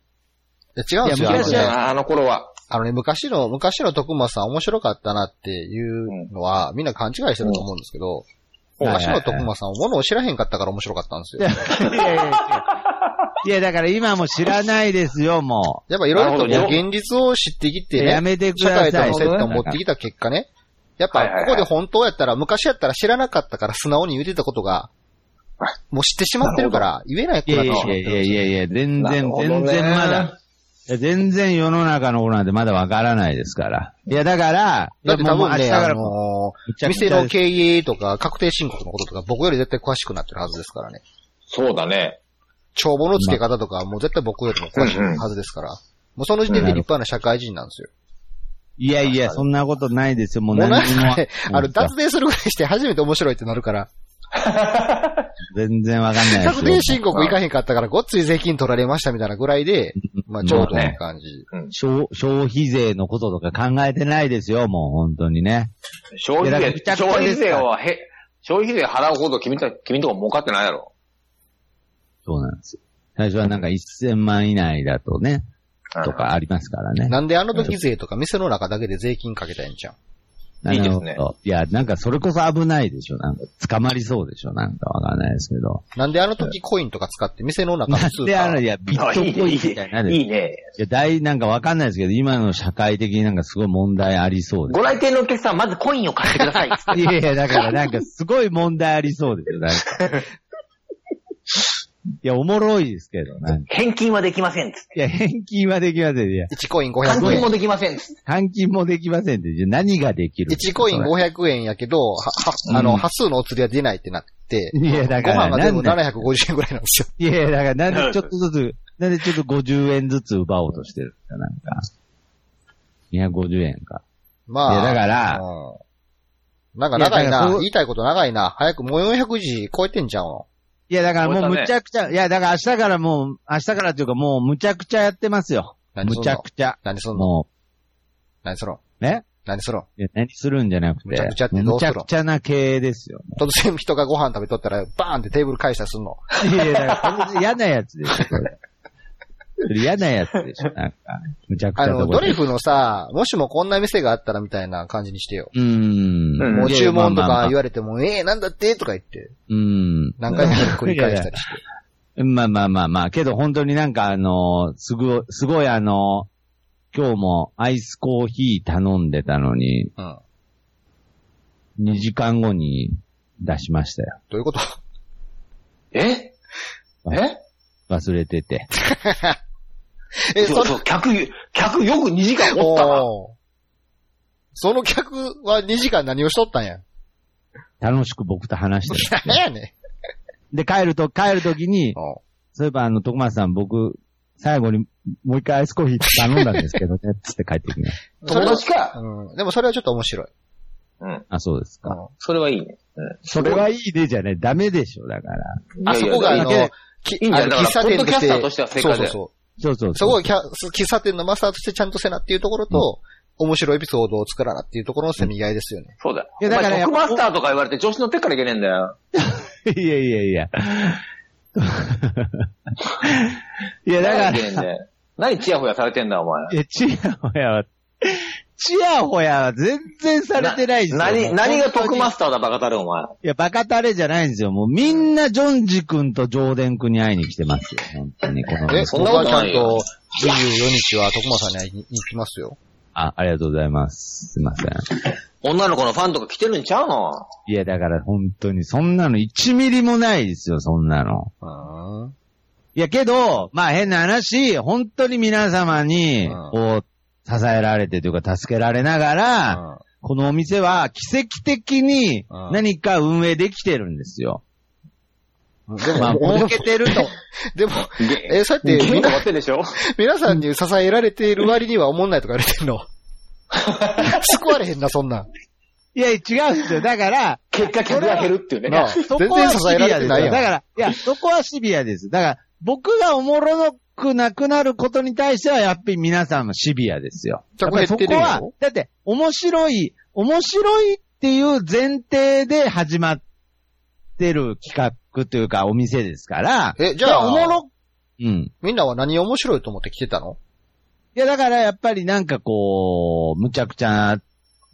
Speaker 2: や違うんですよ。
Speaker 3: いや
Speaker 2: あの
Speaker 3: 昔
Speaker 1: 昔
Speaker 2: ね
Speaker 3: は
Speaker 1: は、あの頃は。
Speaker 2: あのね、昔の、昔の徳間さん面白かったなっていうのは、みんな勘違いしてると思うんですけど、
Speaker 3: うん
Speaker 2: 昔の徳間さんは物を知らへんかったから面白かったんですよ。
Speaker 3: ややいやいや。いや、だから今もう知らないですよ、も
Speaker 2: やっぱいろいろと
Speaker 1: なる
Speaker 2: こ
Speaker 1: ほ
Speaker 2: う現実を知ってき
Speaker 3: う。
Speaker 2: て
Speaker 3: や
Speaker 2: ね、
Speaker 3: めてく
Speaker 2: 社
Speaker 3: だ
Speaker 2: 会と
Speaker 3: さい。
Speaker 2: の接点を持ってきた結果ね、やっぱ
Speaker 1: はいはいはい
Speaker 2: ここで本当やったら、昔やったら知らなかったから素直に言ってたこ とが、もう知ってしまってるから、言えないく
Speaker 3: い
Speaker 2: な
Speaker 3: やい
Speaker 2: ってしまって
Speaker 3: や
Speaker 2: る
Speaker 3: いや
Speaker 2: んです
Speaker 3: い
Speaker 2: よ
Speaker 3: やいや、全
Speaker 1: な
Speaker 3: 然
Speaker 1: る、ほどね
Speaker 3: 全然まだ。いや全然世の中のことなんてまだわからないですから。いや、だから、
Speaker 2: だって多
Speaker 3: いやもう
Speaker 2: 分
Speaker 3: 明日
Speaker 2: ね、
Speaker 3: か
Speaker 2: あ
Speaker 3: ら
Speaker 2: の
Speaker 3: むち
Speaker 2: ー、
Speaker 3: ゃくちゃ
Speaker 2: 店の経営とか確定申告のこととか僕より絶対詳しくなってるはずですからね。
Speaker 1: そうだね。
Speaker 2: 帳簿の付け方とかもう絶対僕よりも詳しいはずですから。もうその時点で立派な社会人なんですよ。
Speaker 3: いやいや、そんなことないですよ。もう
Speaker 2: もう
Speaker 3: 何
Speaker 2: なん
Speaker 3: にも
Speaker 2: かね。、あの、脱税するぐらいして初めて面白いってなるから、
Speaker 3: 全然わかんないです
Speaker 2: 確
Speaker 3: よ
Speaker 2: 定。申告いかへんかったからごっつい税金取られましたみたいなぐらいで、まあちょうどいい感じ。
Speaker 3: 消消費税のこととか考えてないですよ、もう本当にね。
Speaker 1: 消費
Speaker 3: いやだ
Speaker 1: 税
Speaker 3: からめち、ゃくちゃ
Speaker 1: 消費税
Speaker 3: です
Speaker 1: をへ、消費税払うほど君た、君んとこ儲かってないやろ。
Speaker 3: そうなんですよ。最初はなんか1000万以内だとね、とかありますからね。
Speaker 2: なんであの時税とか店の中だけで税金かけたいんじゃん。
Speaker 3: なる
Speaker 1: いいで
Speaker 3: ほど
Speaker 1: すね
Speaker 3: いや、なんかそれこそ危ないでしょ。なんか捕まりそうでしょ。なんかわかんないですけど。
Speaker 2: なんであの時コインとか使って店の中の
Speaker 3: なん
Speaker 2: スー
Speaker 3: であ
Speaker 2: パ
Speaker 3: の、
Speaker 2: ー
Speaker 3: いや、ビットコインみたいなの
Speaker 1: い
Speaker 3: い
Speaker 1: いね。
Speaker 3: や、大、なんかわかんないですけど、今の社会的になんかすごい問題ありそう で
Speaker 1: ご来店のお客さん、まずコインを買ってく ださい。
Speaker 3: す。いやいや、だからなんかすごい問題ありそうですよ、なんか。 いや、おもろいですけど、なんか。
Speaker 1: 返金はできません。つって
Speaker 3: いや、返金はできません。いや、
Speaker 2: 1コイン
Speaker 1: 換
Speaker 2: 500
Speaker 1: 金
Speaker 2: 円。
Speaker 1: もできません。つって
Speaker 3: 換金もできませんって、じゃあ何ができる
Speaker 2: 1コイン500円やけど、は、は、あ
Speaker 3: う
Speaker 2: の、
Speaker 3: ん
Speaker 2: 端数のお釣りは出ないってなって、
Speaker 3: いや、だ
Speaker 2: ご
Speaker 3: から、
Speaker 2: 飯が
Speaker 3: な
Speaker 2: 全
Speaker 3: ん
Speaker 2: 部
Speaker 3: で、
Speaker 2: 750円ぐらいなんですよ。
Speaker 3: いや、だから、なんでちょっとずつ、なんでちょっと50円ずつ奪おうとしてるんですか、なんか。250円か。い
Speaker 2: まあ。
Speaker 3: やだから
Speaker 2: うん、なんか長い
Speaker 3: いやだから
Speaker 2: な。
Speaker 3: そう
Speaker 2: 言いたいこと長いな。早くもう400時超えてんじゃん。
Speaker 3: いや、だから
Speaker 1: そ
Speaker 3: も
Speaker 1: う
Speaker 3: う
Speaker 1: だね
Speaker 3: むちゃくちゃ、いや、だから明日からもう、明日からっていうかもうむちゃくちゃやってますよ。
Speaker 2: 何
Speaker 3: む
Speaker 2: すんの
Speaker 3: ちゃくちゃ。
Speaker 2: 何すんの
Speaker 3: も
Speaker 2: 何するの
Speaker 3: う、ね
Speaker 2: 何するの
Speaker 3: いや何するんじゃなくて。
Speaker 2: むちゃくちゃってどうするの
Speaker 3: むちゃくちゃな経営ですよ。
Speaker 2: 突然人がご飯食べとったら、バーンってテーブル返したりすんの。
Speaker 3: いやいや、だからそれ嫌なやつでしょ、それ。それ嫌なやつでしょ、なんか。むちゃくち
Speaker 2: あ
Speaker 3: ゃな
Speaker 2: の、
Speaker 3: とこ
Speaker 2: ド
Speaker 3: で
Speaker 2: リフのさ、もしもこんな店があったらみたいな感じにしてよ。
Speaker 3: うーん。
Speaker 1: うん
Speaker 2: もう注文と
Speaker 3: いやいやまあまあま
Speaker 2: か
Speaker 3: あ
Speaker 2: 言われても、ええー、なんだってとか言って、
Speaker 3: うん。
Speaker 2: 何回も繰り 返したりして。
Speaker 3: まあまあまあまあ、けど本当になんかあの、すごい、すごいあの、今日もアイスコーヒー頼んでたのに、
Speaker 2: うん。
Speaker 3: 2時間後に出しましたよ。
Speaker 2: どうい うこと
Speaker 1: ええ
Speaker 3: 忘れてて。
Speaker 2: え、
Speaker 1: そ
Speaker 2: そう
Speaker 1: そう、客、客よく2時間おったな。
Speaker 2: おーその客は2時間何をしとったんや。
Speaker 3: 楽しく僕と話してるんで
Speaker 2: 何
Speaker 3: すよ。
Speaker 2: やねん。
Speaker 3: で、帰ると、帰るときに、
Speaker 2: おう
Speaker 3: そういえばあの、徳松さん僕、最後にもう一回アイスコーヒー頼んだんですけどね、つって帰ってきました。
Speaker 2: そ
Speaker 1: 友
Speaker 2: れは
Speaker 1: 達か。
Speaker 2: うん。でもそれはちょっと面白い。
Speaker 3: あ、そうです
Speaker 2: う
Speaker 3: か。
Speaker 2: ん
Speaker 1: それはいいね。
Speaker 3: それはいいねじゃね、ダメでしょ、だから。
Speaker 2: あそこがあの
Speaker 1: いやいや、
Speaker 2: き
Speaker 1: いいんじゃない
Speaker 2: あの
Speaker 1: だからポッドキャスターとしては正解だよ
Speaker 2: そうそう
Speaker 3: そうそう
Speaker 2: そう。そこ
Speaker 3: そう。
Speaker 2: がキャ喫茶店のマスターとしてちゃんとせなっていうところと、面白いエピソードを作らなっていうところのせめぎ合いですよね。
Speaker 1: そうだ。
Speaker 3: いやだから
Speaker 1: お前
Speaker 3: やっ
Speaker 1: トッ
Speaker 3: ぱ
Speaker 1: プマスターとか言われて調子乗ってっからいけねえんだよ。
Speaker 3: いやいやいや。 いや、だから
Speaker 1: いけ、ねえんだよ。何チヤホヤされてんだ、お前。
Speaker 3: え、ちやほやは、ちやほやは全然されてないですよ。
Speaker 1: 何、何が
Speaker 3: 特
Speaker 1: 特マスターだ、バカタレ、お前。
Speaker 3: いや、バカタレじゃないんですよ。もうみんなジョンジ君とジョーデン君に会いに来てますよ。本当に。この、
Speaker 2: え、
Speaker 1: そんなこと
Speaker 2: 僕は
Speaker 1: ない
Speaker 2: ちゃん
Speaker 1: よ
Speaker 2: と24日は徳間さんに会いに行きますよ。
Speaker 3: あ、ありがとうございます。すいません。
Speaker 1: 女の子のファンとか来てるんちゃうの
Speaker 3: いや、だから本当に、そんなの1ミリもないですよ、そんなの。
Speaker 2: うん。
Speaker 3: いや、けど、まあ変な話、本当に皆様に
Speaker 2: うん、
Speaker 3: こう、支えられてというか、助けられながら、このお店は奇跡的に
Speaker 2: うん
Speaker 3: 何か運営できてるんですよ。
Speaker 2: でも、
Speaker 3: まあ、儲けてると。
Speaker 2: でも、
Speaker 4: で
Speaker 2: え、そうやっ
Speaker 1: ゲ
Speaker 2: て、
Speaker 1: ーム終
Speaker 2: みな
Speaker 1: わってんでしょ
Speaker 2: 皆さんに支えられている割には思んないとか言われてんの。救われへんな、そんなん。
Speaker 3: いや、違うんですよ。だから、
Speaker 1: 結果客が減るっていうね。
Speaker 2: なあ
Speaker 3: そ
Speaker 2: 全
Speaker 3: こ
Speaker 2: 然
Speaker 3: は
Speaker 2: 支
Speaker 3: シ
Speaker 2: えら
Speaker 3: ビア
Speaker 2: れ
Speaker 3: で
Speaker 2: て
Speaker 3: すよ。
Speaker 2: ない
Speaker 3: だ
Speaker 2: やん。
Speaker 3: から、いや、そこはシビアです。だから、僕がおもろくなくなることに対しては、やっぱり皆さんもシビアですよ。
Speaker 2: じゃあこ
Speaker 3: や
Speaker 2: れ
Speaker 3: っぱ
Speaker 2: 減っ
Speaker 3: り
Speaker 2: て
Speaker 3: そ
Speaker 2: る
Speaker 3: こ
Speaker 2: よ
Speaker 3: は、だって、面白い、面白いっていう前提で始まってる企画というか、お店ですから、
Speaker 2: え、じゃ
Speaker 3: いやおも
Speaker 2: あ、
Speaker 3: ろ、うん。
Speaker 2: みんなは何面白いと思って来てたの
Speaker 3: いや、だからやっぱりなんかこう、むちゃくちゃな、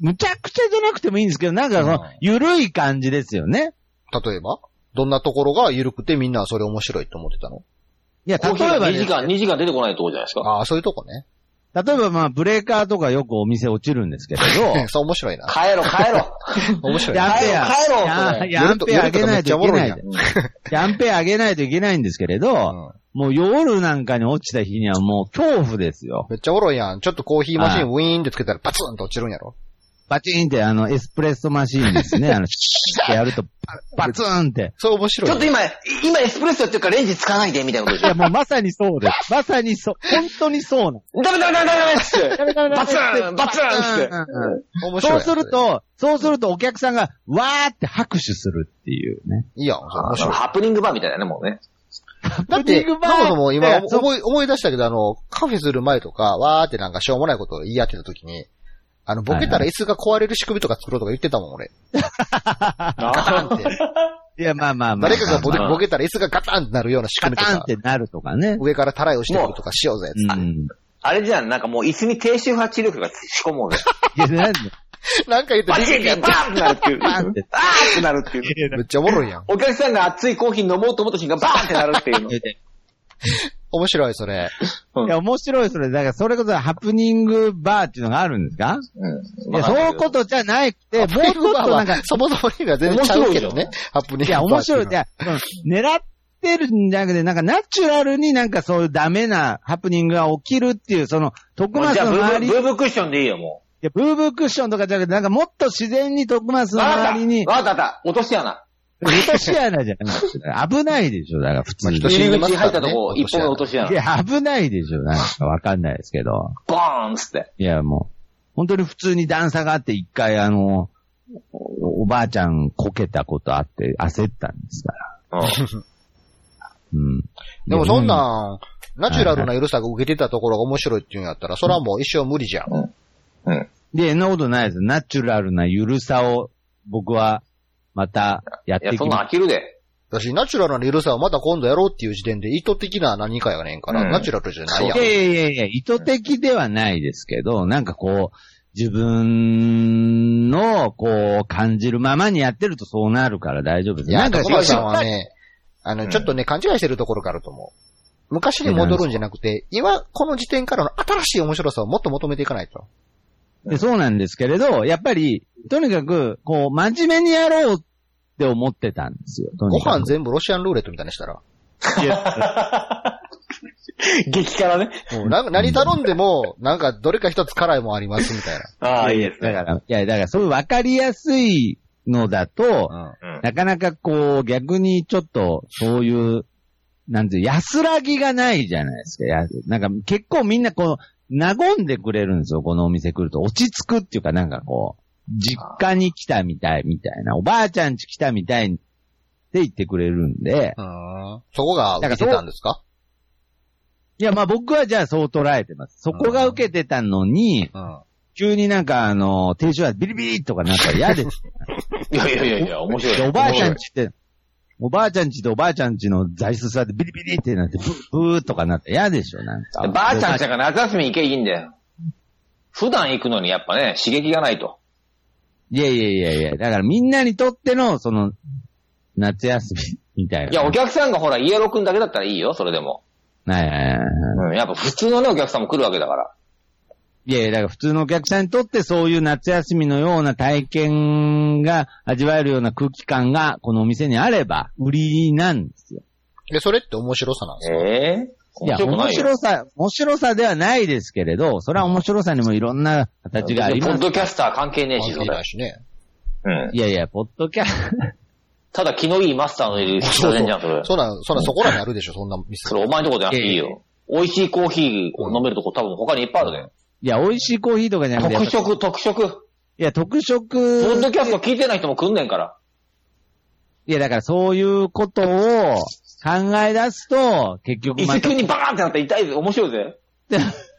Speaker 3: むちゃくちゃじゃなくてもいいんですけど、なんかその
Speaker 2: うん、
Speaker 3: ゆるい感じですよね。
Speaker 2: 例えばどんなところが緩くてみんなはそれ面白いと思ってたの
Speaker 3: いや、例
Speaker 1: コーヒー
Speaker 3: え
Speaker 1: が
Speaker 3: ば
Speaker 1: 2時
Speaker 3: ね、
Speaker 1: 間、2時間出てこないとこじゃないですか。
Speaker 2: ああ、そういうとこね。
Speaker 3: 例えばまあ、ブレーカーとかよくお店落ちるんですけれど、
Speaker 2: そう面白 いな。
Speaker 1: 帰ろ、帰ろ。
Speaker 2: 面白い
Speaker 3: や
Speaker 2: な。
Speaker 3: アンペア、
Speaker 1: 帰ろう帰ろう
Speaker 3: や
Speaker 1: こ
Speaker 2: れ
Speaker 3: いやアンペア上げないといけない
Speaker 2: やる
Speaker 3: で。いやアンペア上げないといけないんですけれど、
Speaker 2: うん
Speaker 3: もう夜なんかに落ちた日にはもう恐怖ですよ。
Speaker 2: めっちゃおもろいやん。ちょっとコーヒーマシンウィーンってつけたらパツンと落ちるんやろ。
Speaker 3: バチーンってあのエスプレッソマシーンですね。あの、シュッってやるとバ、バツーンって。
Speaker 2: それ面白
Speaker 1: ち
Speaker 2: いな。
Speaker 1: ょっと今、今エスプレッソやってるからレンジ使わないで、みたいなこ
Speaker 3: い
Speaker 1: とでしょ
Speaker 3: や、。もうまさにそうです。まさにそう。本当にそうなんです
Speaker 1: ダメダメダメダメダメっつって。バツンバツンっつって。
Speaker 2: 面白い
Speaker 3: そ
Speaker 2: な
Speaker 3: うする。と、そうするとお客さんが、わーって拍手するっていうね。
Speaker 2: いいやん、それ面白い。
Speaker 1: ハプニングバーみたいなね、もうね。
Speaker 2: だって、そもそも今
Speaker 3: そう
Speaker 2: 思い、思い出したけど、あの、カフェする前とか、わーってなんかしょうもないことを言い合ってた時に、あの、ボケたら椅子が壊れる仕組みとか作ろうとか言ってたもん、俺。ガタンって。
Speaker 3: いや、まあまあまあ。
Speaker 2: 誰かがボケ
Speaker 1: まあまあ
Speaker 2: ボケたら椅子がガタンってなるような仕組
Speaker 3: カ
Speaker 2: み
Speaker 3: タ
Speaker 2: と
Speaker 3: ン
Speaker 2: か
Speaker 3: っ、てなるとかね。
Speaker 2: 上からたらいをしていくとかしようぜ、つっ
Speaker 3: う
Speaker 2: て
Speaker 3: ん。
Speaker 1: あれじゃん、なんかもう椅子に低周波治療器が仕込もうぜ。
Speaker 3: いや、なんで、
Speaker 2: なんか言って
Speaker 1: バチンってバーンってなるっていう。
Speaker 3: バーンって
Speaker 1: バーンってなるっていう。
Speaker 2: めっちゃおもろいやん。
Speaker 1: お客さんが熱いコーヒー飲もうと思った瞬間バーンってなるって いうの。
Speaker 2: 面白い、それ。
Speaker 3: いや、面白いそれ。だから、それこそハプニングバーっていうのがあるんですか
Speaker 4: う
Speaker 3: い
Speaker 4: ん。
Speaker 3: や、そういうことじゃなくて、もうちょっとなん か、
Speaker 2: そもそもには全然ちゃうけどね。ハプニング
Speaker 3: いや、面白い。いや、その狙ってるんじゃなくて、なんかナチュラルになんかそういうダメなハプニングが起きるっていう、その、徳
Speaker 1: もう
Speaker 3: 松
Speaker 1: じゃあ
Speaker 3: の
Speaker 1: ブー
Speaker 3: 周
Speaker 1: ブ
Speaker 3: り
Speaker 1: ーブーブークッションでいいよ、も
Speaker 3: いや、ブーブークッションとかじゃなくて、なんかもっと自然に徳松
Speaker 1: う。
Speaker 3: の
Speaker 1: わかった。
Speaker 3: 周りに、
Speaker 1: わかったわかった。落とし穴。
Speaker 3: 落とし穴じゃなくて、危ないでしょ、だから普通に。
Speaker 2: まあ
Speaker 1: 入り口入ったとこ、一本目落とし穴
Speaker 3: い。や、危ないでしょ、なんかわかんないですけど。
Speaker 1: ボーンっつって。
Speaker 3: いや、もう、本当に普通に段差があって、一回あの、おおばあちゃんこけたことあって、焦ったんですから。うん。
Speaker 2: でもそんなん、ナチュラルな緩さが受けてたところが面白いっていうんやったら、それはもう一生無理じゃん。
Speaker 3: で、そんなことないです。ナチュラルなゆるさを、僕は、また、やっ
Speaker 1: いや、
Speaker 3: て
Speaker 1: そ
Speaker 3: き
Speaker 1: んな
Speaker 3: ま
Speaker 1: ん飽きる で。
Speaker 2: 私、ナチュラルな緩さをまた今度やろうっていう時点で意図的な何かやねんから、
Speaker 4: うん
Speaker 2: ナチュラルじゃな
Speaker 3: す。
Speaker 2: い
Speaker 3: い
Speaker 2: やん
Speaker 3: や。いやいや、意図的ではないですけど、なんかこう、自分の、こう、感じるままにやってるとそうなるから大丈夫です。
Speaker 2: いや、
Speaker 3: なんか
Speaker 2: 徳松さんは
Speaker 3: 失
Speaker 2: ね、あの、
Speaker 4: ん
Speaker 2: ちょっとね、勘違いしてるところがあると思う。昔に戻るんじゃなくて、今、この時点からの新しい面白さをもっと求めていかないと。
Speaker 3: 敗でそうなんですけれど、やっぱり、とにかく、こう、真面目にやろうって思ってたんですよ。と
Speaker 2: ご
Speaker 3: にか
Speaker 2: 飯
Speaker 3: く
Speaker 2: 全部ロシアンルーレットみたいにしたら。
Speaker 1: 激辛ね。
Speaker 2: もうな何頼んでも、なんかどれか一つ辛いもんありますみたい
Speaker 1: ああ、いいです
Speaker 3: だ
Speaker 1: ね。
Speaker 3: から、いや、だから、そういう分かりやすいのだと、
Speaker 2: な。うん。
Speaker 3: なかなかこう、逆にちょっと、そういう、なんていう、安らぎがないじゃないですか。やなんか結構みんなこう、和んでくれるんですよ、このお店来ると。落ち着くっていうか、なんかこう、実家に来たみたいみたいな、おばあちゃん家来たみたいって言ってくれるんで、
Speaker 2: うんそこが受けてたんですか
Speaker 3: いや、まあ僕はじゃあそう捉えてます。そこが受けてたのに、
Speaker 2: うん。
Speaker 3: 急になんかあの、停止はビリビリとかなんか嫌です。
Speaker 1: いやいやいやいや、面白い。
Speaker 3: でおばあちゃん
Speaker 1: 面
Speaker 3: ちって、おばあちゃんちでおばあちゃんちの座椅子座ってビリビリってなって、ブーブーとかなって嫌でしょ、なん
Speaker 1: 白
Speaker 3: か。
Speaker 1: いばあちゃんち
Speaker 3: で
Speaker 1: ゃんが夏休み行けばいいんだよ。普段行くのにやっぱね、刺激がないと。
Speaker 3: いやいやいやいや、だからみんなにとっての、その、夏休みみたいな。
Speaker 1: いや、お客さんがほら、イエロー君だけだったらいいよ、それでも。
Speaker 3: はいはいはいはい
Speaker 1: うん、やっぱ普通のね、お客さんも来るわけだから。
Speaker 3: いやいや、だから普通のお客さんにとってそういう夏休みのような体験が味わえるような空気感がこのお店にあれば売りなんですよ。
Speaker 2: で、それって面白さなんですか
Speaker 1: ええ
Speaker 3: いや、面白さ、面白さではないですけれど、それは面白さにもいろんな形があり
Speaker 1: ポ
Speaker 3: ま
Speaker 1: ッ
Speaker 3: す。
Speaker 1: ドキャスター関係ねえし、
Speaker 2: 関
Speaker 1: そ
Speaker 2: 係な
Speaker 1: れ
Speaker 2: い。しね。
Speaker 1: うん。
Speaker 3: いやいや、ポッドキャス
Speaker 1: ただ気のいいマスターのいる喫茶店じゃん、それ。
Speaker 2: そうなん、そんな、そこらにあるでしょ、そんな店。
Speaker 1: それお前のとこじゃなくていいよ。美味しいコーヒーを飲めるとこ多分他にいっぱいある
Speaker 3: いや、美味しいコーヒーとかじゃなくて。
Speaker 1: で。特色、特色。
Speaker 3: いや、特
Speaker 1: ポ
Speaker 3: 色。
Speaker 1: ッドキャスト聞いてない人も来んねんから。
Speaker 3: いや、だからそういうことを考え出すと、結局
Speaker 1: 一
Speaker 3: ま
Speaker 1: 時
Speaker 3: た
Speaker 1: 急、にバーンってなって痛いぜ、面白いぜ。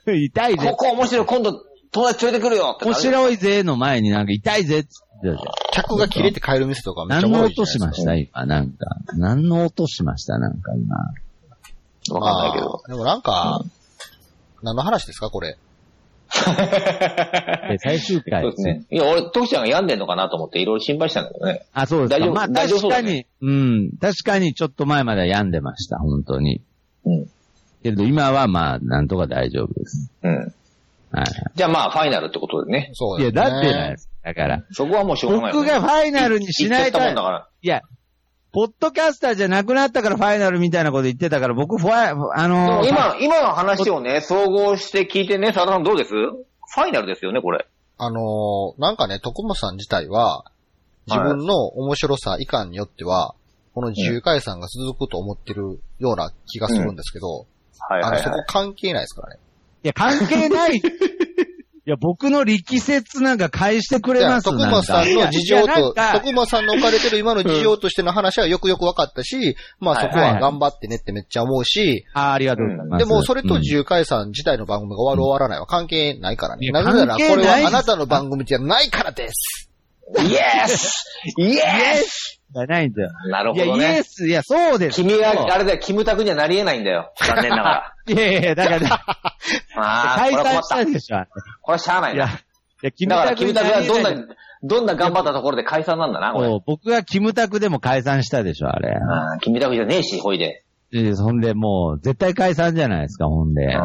Speaker 3: 痛いぜ
Speaker 1: こ。こ面白い、今度友達連れてくるよってな
Speaker 3: 面
Speaker 1: る。
Speaker 3: 白いぜの前になんか痛いぜっつってたじゃん
Speaker 2: 客が切れて帰る店とかめっちゃ
Speaker 3: 何
Speaker 2: おも
Speaker 3: の
Speaker 2: ろいじゃ
Speaker 3: 音
Speaker 2: ないです
Speaker 3: し
Speaker 2: か
Speaker 3: ました今、なんか。何の音しましたなんか今。
Speaker 1: わかんないけど
Speaker 2: ま。あでもなんか、何の話ですか、これ。
Speaker 3: え最終 回。
Speaker 1: そうですね。いや、俺、トキちゃんが病んでんのかなと思っていろいろ心配したんだけどね。
Speaker 3: あ、そうです
Speaker 1: 大
Speaker 3: か。
Speaker 1: 丈夫
Speaker 3: まあ
Speaker 1: 大丈
Speaker 3: 確
Speaker 1: 夫そう
Speaker 3: か
Speaker 1: だ
Speaker 3: に、
Speaker 1: ね
Speaker 3: うん。確かにちょっと前までは病んでました、本当に。
Speaker 1: うん。
Speaker 3: けれど今はまあ、なんとか大丈夫です。
Speaker 1: うん。
Speaker 3: はい。
Speaker 1: じゃあまあ、ファイナルってことでね。
Speaker 2: そう
Speaker 3: い
Speaker 2: で
Speaker 3: や、
Speaker 2: すね。
Speaker 3: だってないです。だから。
Speaker 1: そこはもうしょうがないよ
Speaker 3: 僕
Speaker 1: ね。
Speaker 3: がファイナルにしないと
Speaker 1: 言っちゃったもんだから。
Speaker 3: いや、ポッドキャスターじゃなくなったからファイナルみたいなこと言ってたから、僕、ファイ、あ
Speaker 1: で
Speaker 3: の
Speaker 1: も
Speaker 3: ー、
Speaker 1: 今、今の話をね、総合して聞いてね、佐田さんどうですファイナルですよね、これ。
Speaker 2: あのーなんかね、徳本さん自体は、自分の面白さいかんによっては、この自由解散が続くと思ってるような気がするんですけど、
Speaker 1: はい
Speaker 2: あ
Speaker 1: は
Speaker 2: の、
Speaker 1: い
Speaker 2: そ
Speaker 1: は
Speaker 2: こ
Speaker 1: い。
Speaker 2: 関係ないですからね。
Speaker 3: いや、関係ない。いや、僕の力説なんか返してくれ
Speaker 2: じゃあ
Speaker 3: ます
Speaker 2: 徳
Speaker 3: なんか
Speaker 2: 間さんの事情
Speaker 3: いやなん
Speaker 2: と、
Speaker 3: か
Speaker 2: 徳間さんの置かれてる今の事情としての話はよくよく分かったし、まあそこ
Speaker 3: はい
Speaker 2: は
Speaker 3: はい
Speaker 2: 頑張ってねってめっちゃ思うし、
Speaker 3: あーありがとうございます。
Speaker 2: でもそれと
Speaker 3: うん
Speaker 2: 自由解散自体の番組が終わる終わらないは関係ないから
Speaker 3: い
Speaker 2: ね。
Speaker 3: や
Speaker 2: なぜなら
Speaker 3: 関係
Speaker 2: こ
Speaker 3: ない
Speaker 2: れはあなたの番組じゃないからです。
Speaker 1: イエスイエス
Speaker 3: じゃないんだよ。
Speaker 1: なる
Speaker 3: い
Speaker 1: ほ
Speaker 3: や、イエ
Speaker 1: どね。
Speaker 3: ス、いや、そうです。
Speaker 1: 君は、あれだよ、キムタクにはなり得ないんだよ。残念ながら。
Speaker 3: いやいやいや、だから、
Speaker 1: ああ、
Speaker 3: 解
Speaker 1: これは困
Speaker 3: 散し
Speaker 1: っ。
Speaker 3: たたでしょ。
Speaker 1: これはしゃあない
Speaker 3: いや
Speaker 1: な。、
Speaker 3: いや、キ
Speaker 1: だから、キムタクはどん
Speaker 3: に
Speaker 1: な、どんな頑張ったところで解散なんだな、こ
Speaker 3: そう
Speaker 1: れ。
Speaker 3: 僕がキムタクでも解散したでしょ、あれ。
Speaker 1: あーキムタクじゃねえし、ほいで。
Speaker 3: でそんで、もう、絶対解散じゃないですか、ほんで。
Speaker 1: うん
Speaker 3: い。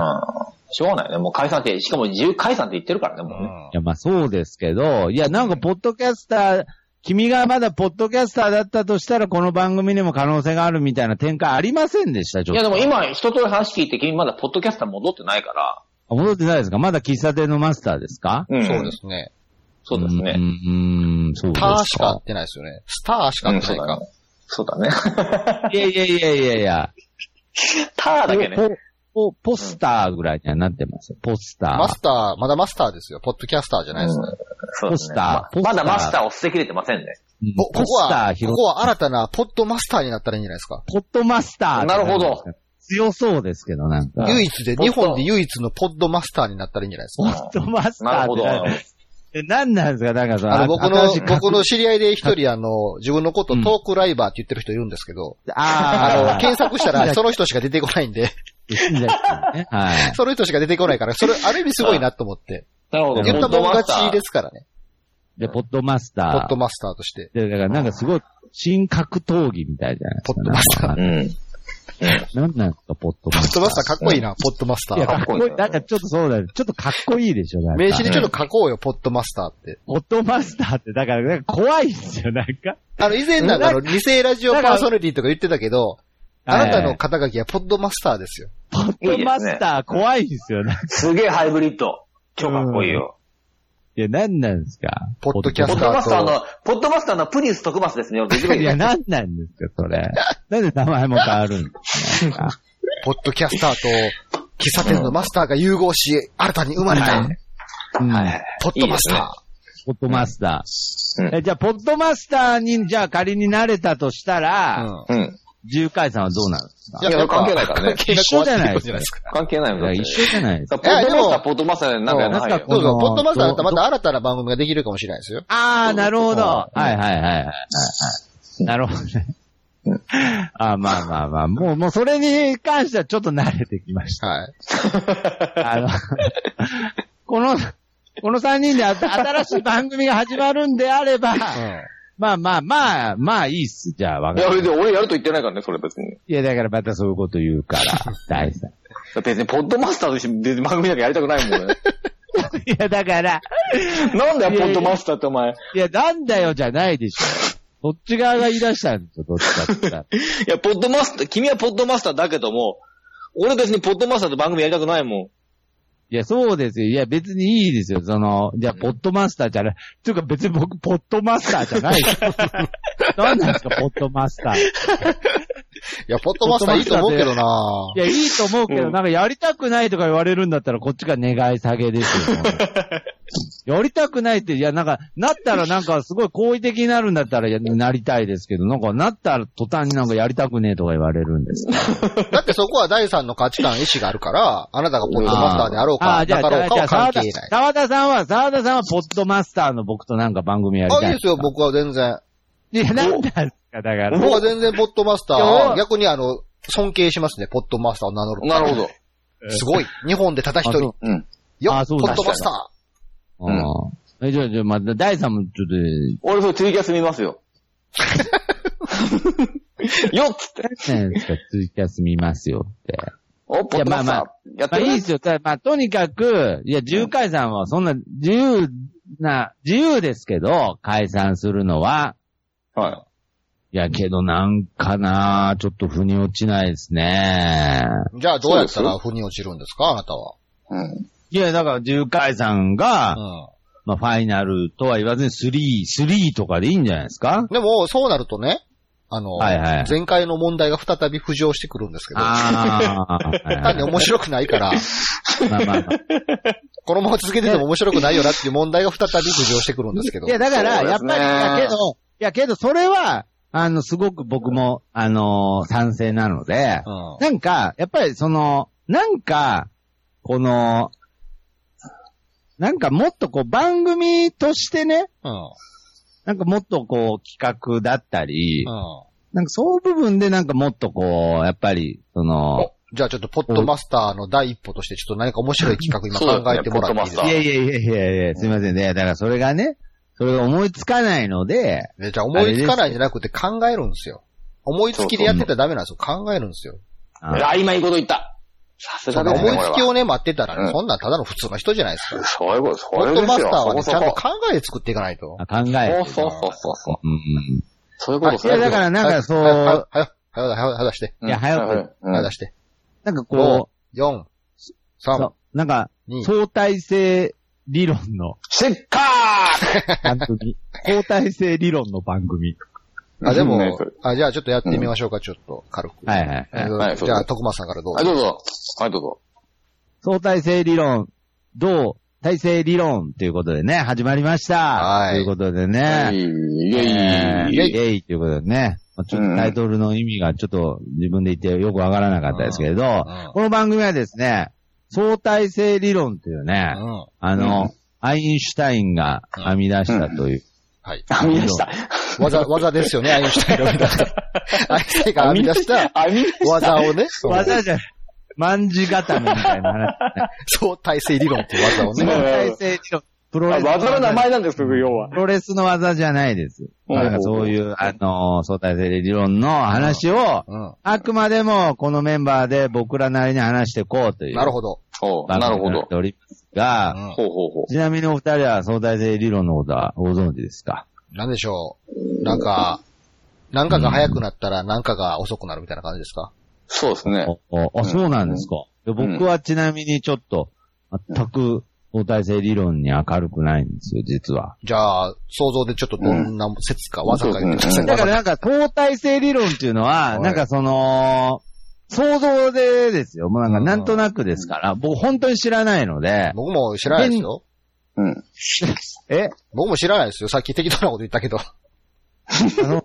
Speaker 1: しょうがないね。もう解散って、しかも自由解散って言ってるからね、もうね。
Speaker 3: や、まあそうですけど、いや、なんか、ポッドキャスター、君がまだポッドキャスターだったとしたら、この番組にも可能性があるみたいな展開ありませんでした、ちょ
Speaker 1: い
Speaker 3: っ
Speaker 1: や、
Speaker 3: と。
Speaker 1: でも今、一通り話聞いて、君まだポッドキャスター戻ってないから。
Speaker 3: あ戻ってないですかまだ喫茶店のマスターですか
Speaker 1: うん
Speaker 2: そうで。すね。
Speaker 1: そうですね
Speaker 3: う。ん、うんそうです
Speaker 2: タ
Speaker 3: か
Speaker 2: ーしか合ってないですよね。スターしか合ってないか。
Speaker 1: ね。そうだね。
Speaker 3: いやいやいやいやいや。
Speaker 1: ターだけね。
Speaker 3: ポ、ポ、ポスターぐらいにはなってますよ。ポスター。
Speaker 2: マスター、まだマスターですよ。ポッドキャスターじゃないですね。
Speaker 1: そうですね
Speaker 3: ポスター
Speaker 1: ま
Speaker 3: ポスタ
Speaker 1: まだ
Speaker 3: ー
Speaker 1: マスターを捨てきれてませんね。
Speaker 3: うん
Speaker 2: こ
Speaker 3: ポ
Speaker 2: ここ
Speaker 3: スタ
Speaker 2: は、
Speaker 3: ー拾
Speaker 2: こ
Speaker 3: っ
Speaker 2: こは新たなポッドマスターになったらいいんじゃないですか。
Speaker 3: ポットマスター。
Speaker 1: なるほど。
Speaker 3: 強そうですけど、なんか。
Speaker 2: 唯一で、
Speaker 1: ポッ
Speaker 2: 日
Speaker 1: ド
Speaker 2: 本で唯一のポッドマスターになったらいいんじゃないです
Speaker 3: ポ
Speaker 2: か。
Speaker 3: ットマスター
Speaker 1: なる
Speaker 3: っ
Speaker 1: ほ
Speaker 3: て
Speaker 1: ど。
Speaker 3: なえ何なんですかなんかそ
Speaker 2: あの、僕
Speaker 3: 新しい
Speaker 2: の、僕の
Speaker 3: 格
Speaker 2: 知り合いで一人、あの、自分のことトークライバーって言ってる人いるんですけど、あの、
Speaker 3: あ
Speaker 2: 検索したらその人しか出てこないん で、
Speaker 3: ー、信者ですからね。はい。
Speaker 2: その人しか出てこないから、それ、ある意味すごいなと思って、
Speaker 1: なるほど。
Speaker 2: 言ったもん
Speaker 1: ポッドマ
Speaker 2: 勝
Speaker 1: スター
Speaker 2: ちですからね。
Speaker 3: で、ポットマスタ
Speaker 2: ポ
Speaker 3: ー。
Speaker 2: ッドマスターとして。
Speaker 3: で、だからなんかすごい、新格闘技みたいじゃないですか。
Speaker 2: ポットマスター
Speaker 3: なんか何なんですか、ポットマ
Speaker 2: ポ
Speaker 3: ス
Speaker 2: ッド
Speaker 3: ター。
Speaker 2: マスターかっこいいな、ポッドマスタ
Speaker 3: いや、
Speaker 2: ー。
Speaker 3: かっこいい。なんかちょっとそうだね。ちょっとかっこいいでしょ、なんか。
Speaker 2: 名刺にちょっと書こうよ、ポッドマスターって。
Speaker 3: ポットマスターって、だから、なんか怖いんですよ、なんか。
Speaker 2: あの、以前なんかあの、偽ラジオパーソナリティとか言ってたけど、あなたの肩書きはポッドマスターですよ。
Speaker 3: ポットマスター怖いんですよ、なんか。
Speaker 1: すげえハイブリッド。超かっこいいよ。
Speaker 3: いや、なんなんですか
Speaker 2: ポッドキャ
Speaker 1: ポ
Speaker 2: ス
Speaker 1: ッ
Speaker 2: タ
Speaker 1: ドマ
Speaker 2: ー
Speaker 1: スター
Speaker 2: と、
Speaker 1: の、ポッドマスターのプリウス特バスですね。出てくる
Speaker 3: いや、なんなんですか、それ。なんで名前も変わるんですか
Speaker 2: ポッドキャスターと、喫茶店のマスターが融合し、新たに生まれた、
Speaker 3: うん
Speaker 2: ポッドマスタ
Speaker 3: ポッドマスタ
Speaker 1: うん
Speaker 3: ー。えじゃあ、ポッドマスターに、じゃあ仮に慣れたとした
Speaker 2: ー。
Speaker 3: ら、
Speaker 2: うん
Speaker 1: うん。
Speaker 3: 重解散はどうなるんですか
Speaker 1: いや関係ないからね
Speaker 2: 関係なく
Speaker 3: 一緒じゃない
Speaker 2: 終わってくるんじゃないですか。
Speaker 1: 関係な
Speaker 3: い
Speaker 1: いも
Speaker 3: や
Speaker 1: ん
Speaker 3: 一緒じゃないです
Speaker 1: だ
Speaker 3: か。
Speaker 1: からポッドマスター、
Speaker 2: いやでも
Speaker 1: ポッドマスターでなんかやらない
Speaker 3: なんか
Speaker 1: よ。
Speaker 3: こ
Speaker 2: そうそう、
Speaker 3: の
Speaker 2: ポッドマスターだったらまた新たな番組ができるかもしれないですよ。
Speaker 3: ああ、なるほど。は
Speaker 1: そ
Speaker 3: いはいはいはいはい。なるほどね。あーまあまあまあ、もう、もうそれに関してはちょっと慣れてきました。
Speaker 2: はい。
Speaker 3: あの、この、この3人であた新しい番組が始まるんであれば、まあまあまあ、まあいいっす。じゃあ、わ
Speaker 1: い
Speaker 3: か
Speaker 1: や、
Speaker 3: る。
Speaker 1: 俺で俺やると言ってないからね、それ別に。
Speaker 3: いや、だからまたそういうこと言うから、大事だ。
Speaker 1: 別にポッドマスターとして別に番組なんかやりたくないもんね。
Speaker 3: いや、だから、
Speaker 1: なんだよ、ポッドマスターってお前。い
Speaker 3: いや、なんだよじゃないでしょ。どっち側が言い出したんですよ、どっちかって言ったら。
Speaker 1: や、ポッドマスター、君はポッドマスターだけども、俺別にポッドマスターと番組やりたくないもん。
Speaker 3: いや、そうですよ。いや、別にいいですよ。 その、じゃあ、ポットマスターじゃない。というか、別に僕、ポットマスターじゃないです。何なんですか、ポットマスター。い
Speaker 2: いや、ポットマスターいいと思うけどな
Speaker 3: や、いいと思うけど、
Speaker 1: うん
Speaker 3: なんかやりたくないとか言われるんだったら、こっちが願い下げですよ。 やりたくないって、いや、なんか、なったらなんかすごい好意的になるんだったら、いやなりたいですけど、なんか、なったら途端になんかやりたくねえとか言われるんです。
Speaker 2: だってそこは第三の価値観、意思があるから、あなたがポットマスターであろう
Speaker 3: あ
Speaker 2: か、
Speaker 3: あ、じゃ
Speaker 2: な
Speaker 3: あ、じ
Speaker 2: か
Speaker 3: ゃ
Speaker 2: ろう
Speaker 3: あ、
Speaker 2: か
Speaker 3: じゃあ沢
Speaker 2: は関
Speaker 3: 田
Speaker 2: 係ない。
Speaker 3: 沢田さんは、沢田さんはポッドマスターの僕となんか番組やりたい
Speaker 2: あ、いいですよ、僕は全然。
Speaker 3: いや、なんなんですか、だから。
Speaker 2: 僕は全然ポットマスター
Speaker 3: いや
Speaker 2: は、逆にあの、尊敬しますね、ポットマスターを名乗る。
Speaker 1: なるほど。
Speaker 2: すごい。日本でただ一
Speaker 3: あそ
Speaker 2: 人
Speaker 3: う。
Speaker 1: うん。
Speaker 2: よ
Speaker 3: あ
Speaker 2: っ、
Speaker 3: そ
Speaker 2: ポ
Speaker 3: うだ
Speaker 2: ットマスタ
Speaker 3: うんえ、じゃあ、じゃあ、また、第3もちょっと、
Speaker 1: 俺それツイキャス見ますよ。よっつって。
Speaker 3: 何ですか、ツイキャス見ますよって。
Speaker 1: お、ポッドマスター。やっ
Speaker 3: ま
Speaker 1: て
Speaker 3: あ
Speaker 1: る
Speaker 3: いいですよ。ただまあ、とにかく、いや、自由解散はそんな自由な、自由ですけど、解散するのは。
Speaker 1: はい
Speaker 3: や、けどなんかなちょっと腑に落ちないですね。
Speaker 2: ー。じゃあ、どうやったら腑に落ちるんですか、あなたは。
Speaker 1: い。うん。
Speaker 3: いや、だから自由解散が、
Speaker 2: う
Speaker 3: まあ、ファイナルとは言わずに3、3とかでいいんじゃないですか
Speaker 2: ん。でも、そうなるとね、あの、
Speaker 3: はいはい
Speaker 2: 前回の問題が再び浮上してくるんですけど、
Speaker 3: ああ、はいは
Speaker 2: 単に
Speaker 3: い
Speaker 2: 面白くないから、
Speaker 3: まあまあまあ
Speaker 2: このまま続けてても面白くないよなっていう問題が再び浮上してくるんですけど
Speaker 3: い。や、だから、やっぱり、
Speaker 1: そう
Speaker 3: い
Speaker 1: ですね
Speaker 3: やけど、いやけど、それは、あの、すごく僕も、あのー賛成なので、
Speaker 2: うん
Speaker 3: なんか、やっぱりその、なんか、この、なんかもっとこう番組としてね、
Speaker 2: うん。
Speaker 3: なんかもっとこう企画だったり
Speaker 2: う、ん。
Speaker 3: なんかそういう部分でなんかもっとこう、やっぱり、その、
Speaker 2: じゃあちょっと、ポットマスターの第一歩として、ちょっと何か面白い企画今考えてもらっていいです
Speaker 1: そう
Speaker 2: か
Speaker 3: い
Speaker 1: だ
Speaker 3: やいやいやいやいや、すいませんね。だからそれがね、それが思いつかないので、
Speaker 2: えじゃあ思いつかないんじゃなくて考えるんですよ。思いつきでやってたらダメなんですよ。考えるんですよ。
Speaker 3: あ
Speaker 1: あ、今いいこと言った。さす
Speaker 2: そ
Speaker 1: が
Speaker 2: ん
Speaker 1: で
Speaker 2: な
Speaker 1: すね、
Speaker 2: 思いつきをね、待ってたら
Speaker 1: う
Speaker 2: ね、
Speaker 1: ん
Speaker 2: そんなんただの普通の人じゃないですか。
Speaker 1: これはそういうこと、そ
Speaker 2: ポ
Speaker 1: うい
Speaker 2: ッ
Speaker 1: うこ
Speaker 2: ト
Speaker 1: と
Speaker 2: マ
Speaker 1: で
Speaker 2: ス
Speaker 1: す
Speaker 2: タ
Speaker 1: よ。そ
Speaker 2: ーはね、ちゃんと
Speaker 1: こ
Speaker 2: 考えで作っていかないと。
Speaker 3: あ考え
Speaker 1: そ
Speaker 3: る
Speaker 1: こ。そうそうそうそう。
Speaker 3: うん。
Speaker 1: そういうこと
Speaker 3: いや、だからなんかそう、
Speaker 2: はよ、はよ、はよ、はよ、はよ出して。
Speaker 3: いや早く
Speaker 1: く。う
Speaker 2: はよ
Speaker 1: ん
Speaker 2: 出して。
Speaker 3: なんかこ
Speaker 2: 4、
Speaker 3: う、
Speaker 2: 3
Speaker 3: そ、うなんか、
Speaker 2: 2、
Speaker 3: 相対性理論の
Speaker 1: シェッカ
Speaker 3: 番組。相対性理論の番組。
Speaker 1: ー
Speaker 2: あ、でも
Speaker 1: ねそれ、
Speaker 2: あ、じゃあちょっとやってみましょうか、ちょっと、軽く。
Speaker 3: はいはい。
Speaker 2: えー
Speaker 1: はい
Speaker 2: じゃあ、徳間さんからどう
Speaker 1: はい、どうぞ。はい、どうぞ。
Speaker 3: 相対性理論、どう体制理論ということでね、始まりました。
Speaker 2: はい
Speaker 3: ということで
Speaker 1: はい、
Speaker 3: ね。
Speaker 1: イ
Speaker 3: えー
Speaker 1: ェイ。
Speaker 3: イェイということでね。まあちょっとタイトルの意味がちょっと自分で言ってよくわからなかったですけれど、この番組はですね、相対性理論というね、
Speaker 2: うん。うん。
Speaker 3: あ
Speaker 1: う
Speaker 3: の、アインシュタインが編み出したという。
Speaker 2: はい。
Speaker 1: 編み出した。
Speaker 2: 技、技ですよね、アイン シュタインが編み出した。アインシュタインが編み出した
Speaker 1: 編み出した。
Speaker 2: 技をね、
Speaker 3: 技じゃない、万字固めみたいな 話。
Speaker 2: 相対性理論っていう技を
Speaker 3: 相
Speaker 2: ね。
Speaker 3: 対性理論。プロレスの
Speaker 1: 技の名前なんですけど、要は
Speaker 3: プ。ロレスの技じゃないです。
Speaker 1: うん
Speaker 3: なんかそういう、あのー相対性理論の話を、
Speaker 2: うん。
Speaker 3: あくまでもこのメンバーで僕らなりに話していこうという。
Speaker 2: なるほど。
Speaker 1: ほう、
Speaker 3: 番
Speaker 1: なる
Speaker 3: 組
Speaker 1: ほ
Speaker 3: にな
Speaker 1: ど
Speaker 3: っ。ております
Speaker 2: う
Speaker 3: が、
Speaker 2: ん。
Speaker 1: ほうほうほう。
Speaker 3: ちなみにお二人は相対性理論のことはご存知ですか
Speaker 2: なんでしょう。なんか、なんかが早くなったら、なんかが遅くなるみたいな感じですか
Speaker 1: そうですね。
Speaker 3: おおあ、そうなんですか。で
Speaker 1: ん
Speaker 3: 僕はちなみにちょっと、全く相対性理論に明るくないんですよ、実は。
Speaker 2: じゃあ、想像でちょっとどんな説か、技か言ってください。
Speaker 3: だ からなんか相対性理論っていうのは、
Speaker 2: い
Speaker 3: なんかその、想像でですよ。もうなんか
Speaker 2: うん
Speaker 3: なんとなくですから、僕本当に知らないので、
Speaker 2: 僕も知らないですよ。
Speaker 1: うん。
Speaker 3: え
Speaker 2: 僕も知らないですよ。さっき適当なこと言ったけど。
Speaker 3: あ の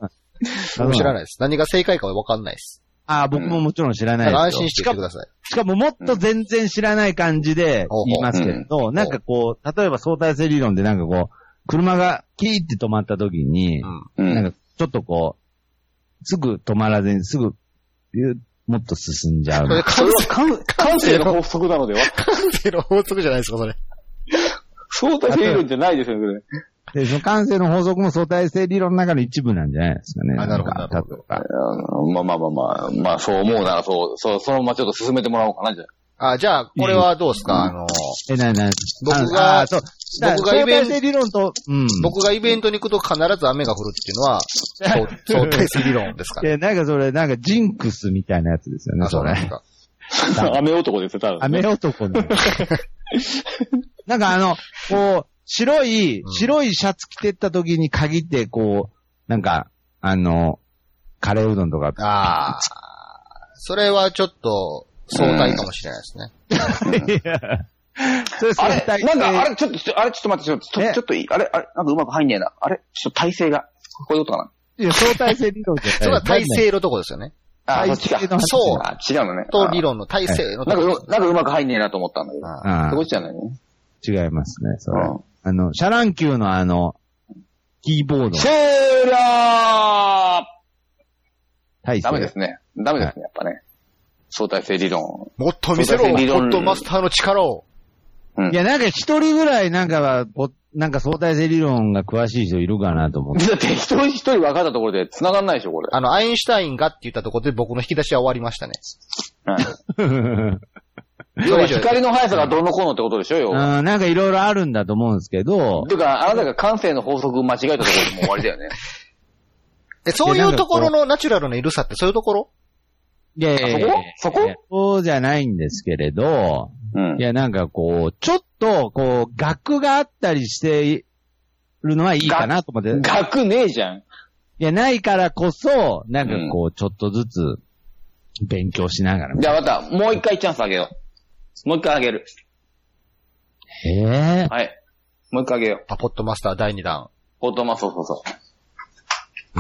Speaker 2: 僕も知ら
Speaker 3: い。
Speaker 2: ないです。何が正解かは分かんないです。
Speaker 3: あ、僕ももちろん知らな
Speaker 2: だ
Speaker 3: い
Speaker 2: から
Speaker 3: で
Speaker 2: 安
Speaker 3: すよ
Speaker 2: 心して
Speaker 3: し
Speaker 2: 言
Speaker 3: か
Speaker 2: ってく
Speaker 3: も、
Speaker 2: ださい。
Speaker 3: しかももっと全然知らない感じで言いますけれど、
Speaker 2: ん
Speaker 3: なんかこう、例えば相対性理論でなんかこう、車がキーって止まった時に、
Speaker 2: うん。
Speaker 1: う
Speaker 3: なん
Speaker 1: ん。
Speaker 3: か、ちょっとこう、すぐ止まらずに、すぐ、ビューもっと進んじゃう
Speaker 2: そ。れ
Speaker 1: そ
Speaker 2: 感
Speaker 1: れは感、感性の法則なのでは、
Speaker 2: 性の法則じゃないですか、それ。
Speaker 1: 相対性理論じゃないですよね、
Speaker 3: で、その感性の法則も相対性理論の中の一部なんじゃないですかね。
Speaker 2: あなるほど
Speaker 3: んか
Speaker 2: なるほど
Speaker 3: 例えば
Speaker 1: それ。まあまあまあまあ、まあそう思うなら、そう、そう、そのままちょっと進めてもらおうかな、じゃ
Speaker 2: あ、じゃあ、これはどうですかあの、
Speaker 3: え、なになに
Speaker 2: 僕
Speaker 3: あ
Speaker 2: が
Speaker 3: あそう。
Speaker 2: 僕がイ
Speaker 3: 相
Speaker 2: ベン
Speaker 3: 対性理論と、うん。
Speaker 2: 僕がイベントに行くと必ず雨が降るっていうのは、 そう相対性理論ですから。
Speaker 3: え、なんかそれ、なんかジンクスみたいなやつですよね、
Speaker 2: あ、そ
Speaker 3: そう
Speaker 2: なんです
Speaker 3: れ。
Speaker 2: か。
Speaker 1: あ。雨男ですよ、ただ。
Speaker 3: 雨男の。 なんかあの、こう、白い、
Speaker 2: うん
Speaker 3: 白いシャツ着てった時に限って、こう、なんか、あの、カレーうどんとか。
Speaker 2: ああ。それはちょっと、相対かもしれないですね。
Speaker 3: それ
Speaker 1: あ
Speaker 3: 相対
Speaker 1: れ
Speaker 3: 性
Speaker 1: なんか、あれ、ちょっと、ちょあれ、ちょっと待って、ちょっと、ちょ
Speaker 3: え
Speaker 1: ちょっといいあれ、あれ、なんかうまく入んねえな。あれ、ちょっと体勢が。こういうことか
Speaker 3: いや相対性理論じゃない。
Speaker 2: それは体制のとこですよね。
Speaker 1: な。あ、そっちか。
Speaker 3: 体制の話
Speaker 2: そう
Speaker 1: あ違うのね。
Speaker 2: と理論の体制の
Speaker 1: あ。な
Speaker 2: と
Speaker 1: んか
Speaker 2: こ。
Speaker 1: う、なんかうまく入んねえなと思ったんだけど。
Speaker 2: あ
Speaker 3: うん
Speaker 1: そこじゃないね。
Speaker 3: 違いますね、それ
Speaker 1: うん。
Speaker 3: あの、シャランキューのあの、キーボード。
Speaker 1: 終了
Speaker 3: 体制。
Speaker 1: ダメですね。ダメですね、やっぱね。相対性理論。
Speaker 2: もっと見せろ、ホ
Speaker 1: 相対性理論
Speaker 2: ットマスターの力を。
Speaker 1: うん。
Speaker 3: いや、なんか一人ぐらいなんかは、ぼなんか相対性理論が詳しい人いるかなと思って。
Speaker 1: だって一人一人分かったところで繋がんないでしょ、これ。
Speaker 2: あの、アインシュタインがって言ったところで僕の引き出しは終わりましたね。
Speaker 1: う
Speaker 2: そ
Speaker 1: ん要は
Speaker 2: れ以上
Speaker 1: 光の速さがどうのこうのってことでしょ、よ。
Speaker 3: うん、なんかいろいろあるんだと思うんですけど、
Speaker 1: てか、あなたが感性の法則間違えたところでもう終わりだよね。
Speaker 2: えそういうところのナチュラルの緩さってそういうところ
Speaker 3: いやいやいや
Speaker 1: そこそこ
Speaker 3: いやそうじゃないんですけれど、
Speaker 1: うん
Speaker 3: い。や、なんかこう、ちょっと、こう、額があったりしてるのはいいかなと思って。
Speaker 1: 学ねえじゃん。
Speaker 3: いや、ないからこそ、なんかこう、ちょっとずつ、勉強しながら。
Speaker 1: じゃあまた、もう一回チャンスあげよう。もう一回あげる。
Speaker 3: へえ。
Speaker 1: はい。もう一回あげよう。
Speaker 2: パポットマスター第2弾。
Speaker 1: ほうとうま、そうそうそ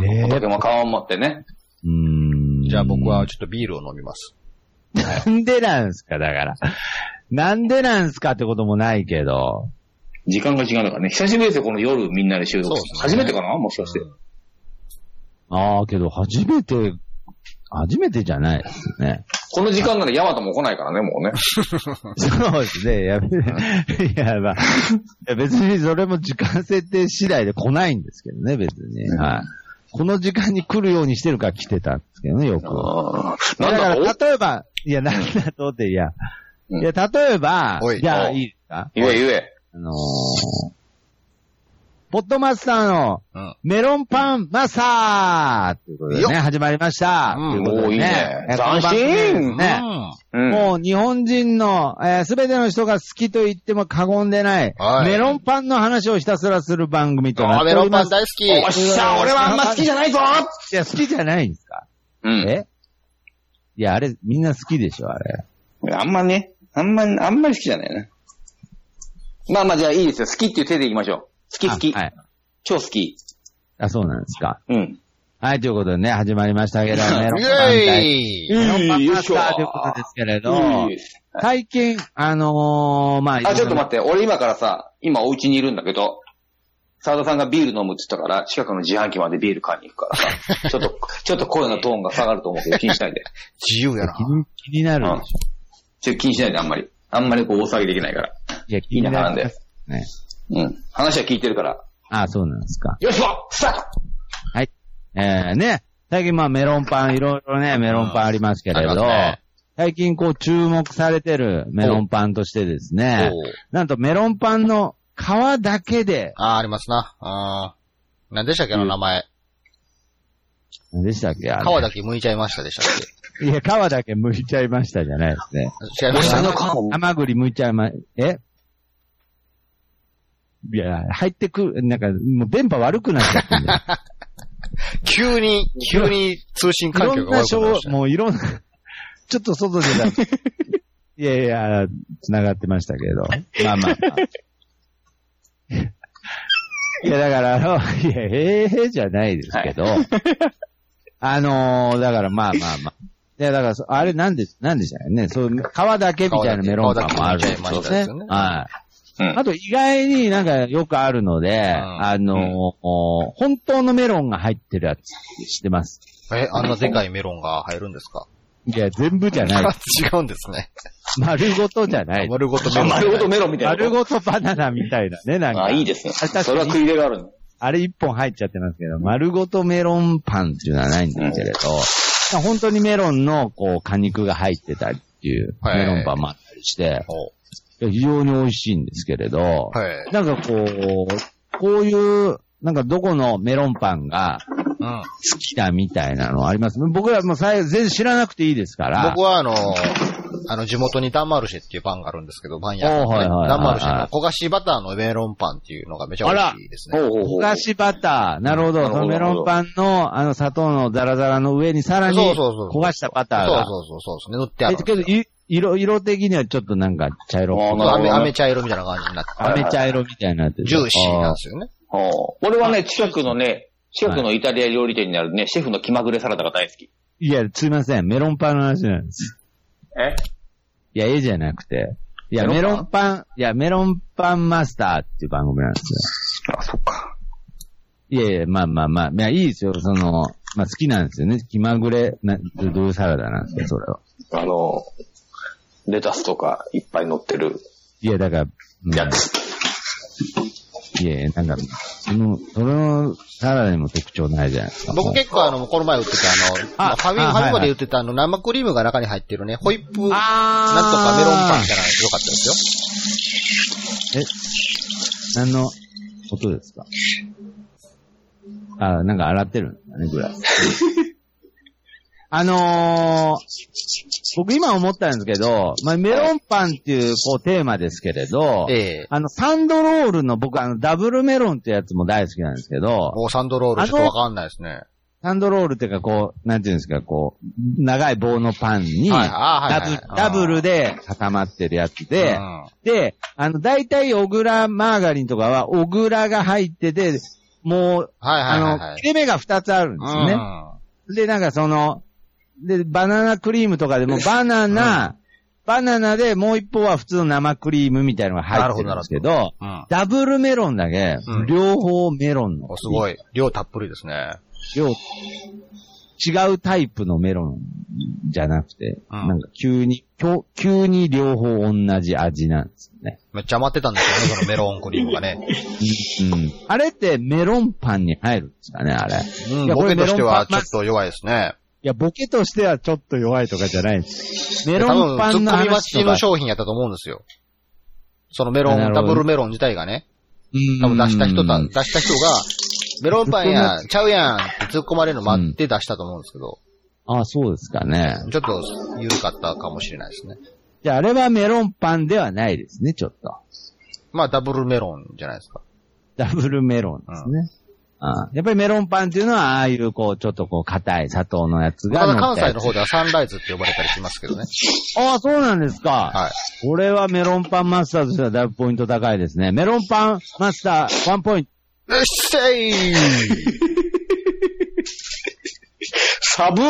Speaker 1: う。
Speaker 3: ええ
Speaker 1: おたけも顔を持ってね。
Speaker 3: うーん。
Speaker 2: じゃあ僕はちょっとビールを飲みます。
Speaker 3: なんでなんすか、だから。なんでなんすかってこともないけど。
Speaker 1: 時間が違うんだからね。久しぶりですよ、この夜みんなで収録
Speaker 2: そうですね
Speaker 1: 初めてかなもしかして。
Speaker 3: ああ、けど、初めて、初めてじゃないです ね。
Speaker 1: この時間ならヤマトも来ないからね、もうね。
Speaker 3: そうですね。やべ、いや、まあ、いや別にそれも時間設定次第で来ないんですけどね、別に。はい。この時間に来るようにしてるから来てたんですけどね、よく。
Speaker 1: あー
Speaker 3: だ
Speaker 1: な
Speaker 3: か
Speaker 1: んだ
Speaker 3: ら、
Speaker 1: ろ
Speaker 3: 例えば、いや、なんだとって、いや、
Speaker 1: うん
Speaker 3: いや、例えば
Speaker 2: おい、
Speaker 3: じゃあ、
Speaker 1: お
Speaker 3: いいですか
Speaker 1: ゆえゆえ。
Speaker 3: あのー、ポットマスターの
Speaker 2: うん
Speaker 3: メロンパンマスターということで
Speaker 2: よ
Speaker 3: ね、始まりました。
Speaker 2: うん
Speaker 3: ということでね。
Speaker 1: おーいいね
Speaker 3: この番組ですね。
Speaker 1: うん。
Speaker 3: もう日本人の、えーすべての人が好きと言っても過言でない、
Speaker 2: はい
Speaker 3: メロンパンの話をひたすらする番組と
Speaker 2: あ
Speaker 3: な
Speaker 2: ー
Speaker 3: っ
Speaker 2: メ
Speaker 3: てお
Speaker 2: ロ
Speaker 3: り
Speaker 2: ンパ
Speaker 3: ま
Speaker 2: ン
Speaker 3: す。
Speaker 2: 大好
Speaker 1: お
Speaker 2: き。
Speaker 1: っしゃ、俺はあんま好きじゃないぞ
Speaker 3: いや、好きじゃないんですか
Speaker 1: うん。
Speaker 3: えいや、あれ、みんな好きでしょ、あれ。
Speaker 1: あんまね、あんま、あんまり好きじゃないね。まあまあじゃあいいですよ。好きっていう手でいきましょう。好き好き。
Speaker 3: あはい。
Speaker 1: 超好き。
Speaker 3: あ、そうなんですか。
Speaker 1: うん。
Speaker 3: はい、ということでね、始まりま したけど、メロンパン
Speaker 2: イ
Speaker 3: 大
Speaker 2: ェーイ
Speaker 3: メロンパンマスタ
Speaker 1: よいし
Speaker 3: ー
Speaker 1: ょ
Speaker 3: ということですけれど、
Speaker 1: いい
Speaker 3: 最近、あのー、まあ、
Speaker 1: あ、ちょっと待
Speaker 3: っ
Speaker 1: って。俺今からさ、今お家にいるんだけど、沢田さんがビール飲むって言ったから、近くの自販機までビール買いに行くから さ、ちょっと、ちょっと声のトーンが下がると思うけど気にしないで。
Speaker 2: 自由やな。
Speaker 3: 気になるでしょ。
Speaker 1: ちょっと気にしないであんまり。あんまりこう大騒ぎできないから。
Speaker 3: いや、気
Speaker 1: いい
Speaker 3: に
Speaker 1: な
Speaker 3: な
Speaker 1: なん
Speaker 3: る
Speaker 1: で。
Speaker 3: ね。
Speaker 1: うん。話は聞いてるから。
Speaker 3: あ、そうなんですか。
Speaker 1: よしわスタート
Speaker 3: えー、ね、最近まあメロンパン、いろいろね、メロンパンありますけれ
Speaker 2: あり
Speaker 3: ど、
Speaker 2: ますね
Speaker 3: 最近こう注目されてるメロンパンとしてですね
Speaker 2: おう、
Speaker 3: なんとメロンパンの皮だけで、
Speaker 2: あー、ありますな。あー。何でしたっけ、あの名前。
Speaker 3: 何でしたっけあ
Speaker 2: 皮
Speaker 3: れ
Speaker 2: だけ剥いちゃいましたでしたっ
Speaker 3: いや、皮だけ剥いちゃいましたじゃないですね。
Speaker 2: け。違いました。
Speaker 1: 顔
Speaker 3: 甘栗剥いちゃいま、えいや、入ってくる、なんか、もう電波悪くなっちゃってんだよ
Speaker 2: 急に、急に通信
Speaker 3: い
Speaker 2: 環
Speaker 3: ろ
Speaker 2: 境
Speaker 3: ん
Speaker 2: が悪
Speaker 3: な
Speaker 2: くなりま
Speaker 3: 商
Speaker 2: し、たね。
Speaker 3: もういろんな、ちょっと外出た。いやいや、繋がってましたけど。まあま あ、まあ。いや、だから、あの、いや、へーへーじゃないですけど。 あのー、だからまあまあまあ。いや、だからそ、あれなんで、なんでしたっけね。そう、皮だけみたいなメロンパンもあるんです
Speaker 2: 皮だけみたいなやつ
Speaker 3: よ
Speaker 2: よね
Speaker 3: ね。はい。
Speaker 1: うん
Speaker 3: あと意外になんかよくあるので、あのー本当のメロンが入ってるやつ知ってます。
Speaker 2: え、あんなでかいメロンが入るんですか
Speaker 3: いや、全部じゃない。
Speaker 2: 違うんですね。
Speaker 3: 丸ごとじゃない。
Speaker 2: 丸ごとメロン。
Speaker 1: 丸ごとメロンみたいな。
Speaker 3: 丸ごとバナナみたいなね、なんか。
Speaker 1: あ、いいですね。
Speaker 3: あ確かに
Speaker 1: それは食い入れがあるね。
Speaker 3: あれ一本入っちゃってますけど、丸ごとメロンパンっていうのはないんですけれど、まあ本当にメロンのこう果肉が入ってたりっていう
Speaker 2: はい
Speaker 3: メロンパンもあったりして、
Speaker 2: おう
Speaker 3: 非常に美味しいんですけれど、
Speaker 2: はい。
Speaker 3: なんかこう、こういう、なんかどこのメロンパンが
Speaker 2: うん。
Speaker 3: 好きだみたいなのあります僕らもうさい全然知らなくていいですから。
Speaker 2: 僕はあの、あの、地元にダンマルシェっていうパンがあるんですけど、パン屋
Speaker 3: おーはいはいはいはい
Speaker 2: ダンマルシェの焦がしバターのメロンパンっていうのがめちゃ美味しいです
Speaker 1: ほう
Speaker 2: ね。
Speaker 1: ほうほ
Speaker 3: お
Speaker 1: う。
Speaker 3: 菓子バター。なるほど。
Speaker 1: なるほ
Speaker 3: そ
Speaker 1: ど
Speaker 3: のメロンパンの、あの、砂糖のザラザラの上にさらに、
Speaker 2: そうそうそう
Speaker 3: 焦がしたバターが。
Speaker 2: そうそうそうそうですね。塗ってあるんです
Speaker 3: え
Speaker 2: よ。
Speaker 3: けど、い色、色的にはちょっとなんか茶色っぽい
Speaker 1: あなるほど
Speaker 2: 飴、飴茶色みたいな感じになって
Speaker 1: はい
Speaker 3: 飴茶色みたいなやつで
Speaker 2: ジ
Speaker 3: しょ。
Speaker 2: ューシーなん
Speaker 3: あ
Speaker 2: ですよね。
Speaker 1: ほう俺はね、近くのね、近くのイタリア料理店にあるね、シェフの気まぐれサラダが大好き。
Speaker 3: いや、すいません。メロンパンの話なんです。
Speaker 1: え
Speaker 3: いや、絵じゃなくて。いや、メ
Speaker 1: メ
Speaker 3: ロ
Speaker 1: ロ
Speaker 3: ン
Speaker 1: ン
Speaker 3: パン、いや、メロンパンマスターっていう番組なんですよ。
Speaker 1: あ、そっか。
Speaker 3: いやいや、まあまあまあ、いや、いいですよ、その、まあ好きなんですよね。気まぐれ、な、どういうサラダなんですか、それは。
Speaker 1: あの、レタスとかいっぱい乗ってる
Speaker 3: いや、だから、うん
Speaker 1: やつ。
Speaker 3: いやいや、なんか、その、そのサラダにも特徴ないじゃないですか。
Speaker 2: 僕結構あの、この前売ってたあの、まあファミ、
Speaker 3: あ
Speaker 2: ファミマ
Speaker 3: はいはい
Speaker 2: で売ってたあの、生クリームが中に入ってるね、ホイップ、なんと
Speaker 3: あ
Speaker 2: かメロンパンみたいなの良かったですよ。
Speaker 3: 何の音ですかあーなんか洗ってるんだね、ぐらい。 あのー、僕今思ったんですけど、まあ、メロンパンっていう、こう、テーマですけれど、
Speaker 2: ええ
Speaker 3: あの、サンドロールの僕、あの、ダブルメロンってやつも大好きなんですけど、
Speaker 2: もうサンドロールちょっとわかんないですね。
Speaker 3: サンドロールっていうか、こう、なんていうんですか、こう、長い棒のパンに、
Speaker 2: はいあー
Speaker 3: ダ
Speaker 2: はいはい
Speaker 3: ブダブルで固まってるやつで
Speaker 2: う、ん
Speaker 3: で、あの、大体、小倉マーガリンとかは、小倉が入ってて、もう、
Speaker 2: はいは
Speaker 3: あ
Speaker 2: いは
Speaker 3: の
Speaker 2: い、はい。
Speaker 3: 切れ目が2つあるんですよね。で、なんかその、で、バナナクリームとかで も、バナナ、バナナでもう一方は普通の生クリームみたいなのが入ってるんですけど、
Speaker 2: うん。うん。
Speaker 3: ダブルメロンだけ、
Speaker 2: うん
Speaker 3: 両方メロンの。
Speaker 2: おすご
Speaker 3: い。
Speaker 2: い。量たっぷりですね。
Speaker 3: 両、違うタイプのメロンじゃなくて、
Speaker 2: うん
Speaker 3: なんか急に、きょ急に両方同じ味なんですよね。
Speaker 2: めっちゃ余ってたんです よね、そのメロンクリームがね。
Speaker 3: うん。あれってメロンパンに入るんですかね、あれ。
Speaker 2: うん、
Speaker 3: いやこ
Speaker 2: ボ
Speaker 3: れ
Speaker 2: ケとしては
Speaker 3: メロンパ
Speaker 2: ちょ
Speaker 3: ン
Speaker 2: っと弱いですね。
Speaker 3: いや、ボケとしてはちょっと弱いとかじゃないです。メ
Speaker 2: 多
Speaker 3: ロン
Speaker 2: 分、
Speaker 3: パ
Speaker 2: ツ
Speaker 3: ンの
Speaker 2: ッコミ
Speaker 3: 話
Speaker 2: 待ち
Speaker 3: とか
Speaker 2: の。商品やったと思うんですよ。そのメロ
Speaker 3: なる
Speaker 2: ン、
Speaker 3: ほど
Speaker 2: ダブルメロン自体がね、
Speaker 3: うん
Speaker 2: 多分出した人た、出した人が、メロンパンや、ちゃうやんって突っ込まれるの待って出したと思うんですけど、
Speaker 3: あ、そうですかね。
Speaker 2: ちょっと緩かったかもしれないですね。
Speaker 3: じゃあ、あれはメロンパンではないですね、ちょっと。
Speaker 2: まあ、ダブルメロンじゃないですか。
Speaker 3: ダブルメロンですね。あやっぱりメロンパンっていうのは、ああいう、こう、ちょっとこう、硬い砂糖のやつが
Speaker 2: ただ
Speaker 3: 乗
Speaker 2: 関
Speaker 3: ったや
Speaker 2: 西
Speaker 3: つ。
Speaker 2: の方ではサンライズって呼ばれたりしますけどね。
Speaker 3: ああ、そうなんですか。
Speaker 2: はい。
Speaker 3: これはメロンパンマスターとしてはだいぶポイント高いですね。メロンパンマスター、ワンポイント。
Speaker 2: うっ せい
Speaker 1: サブ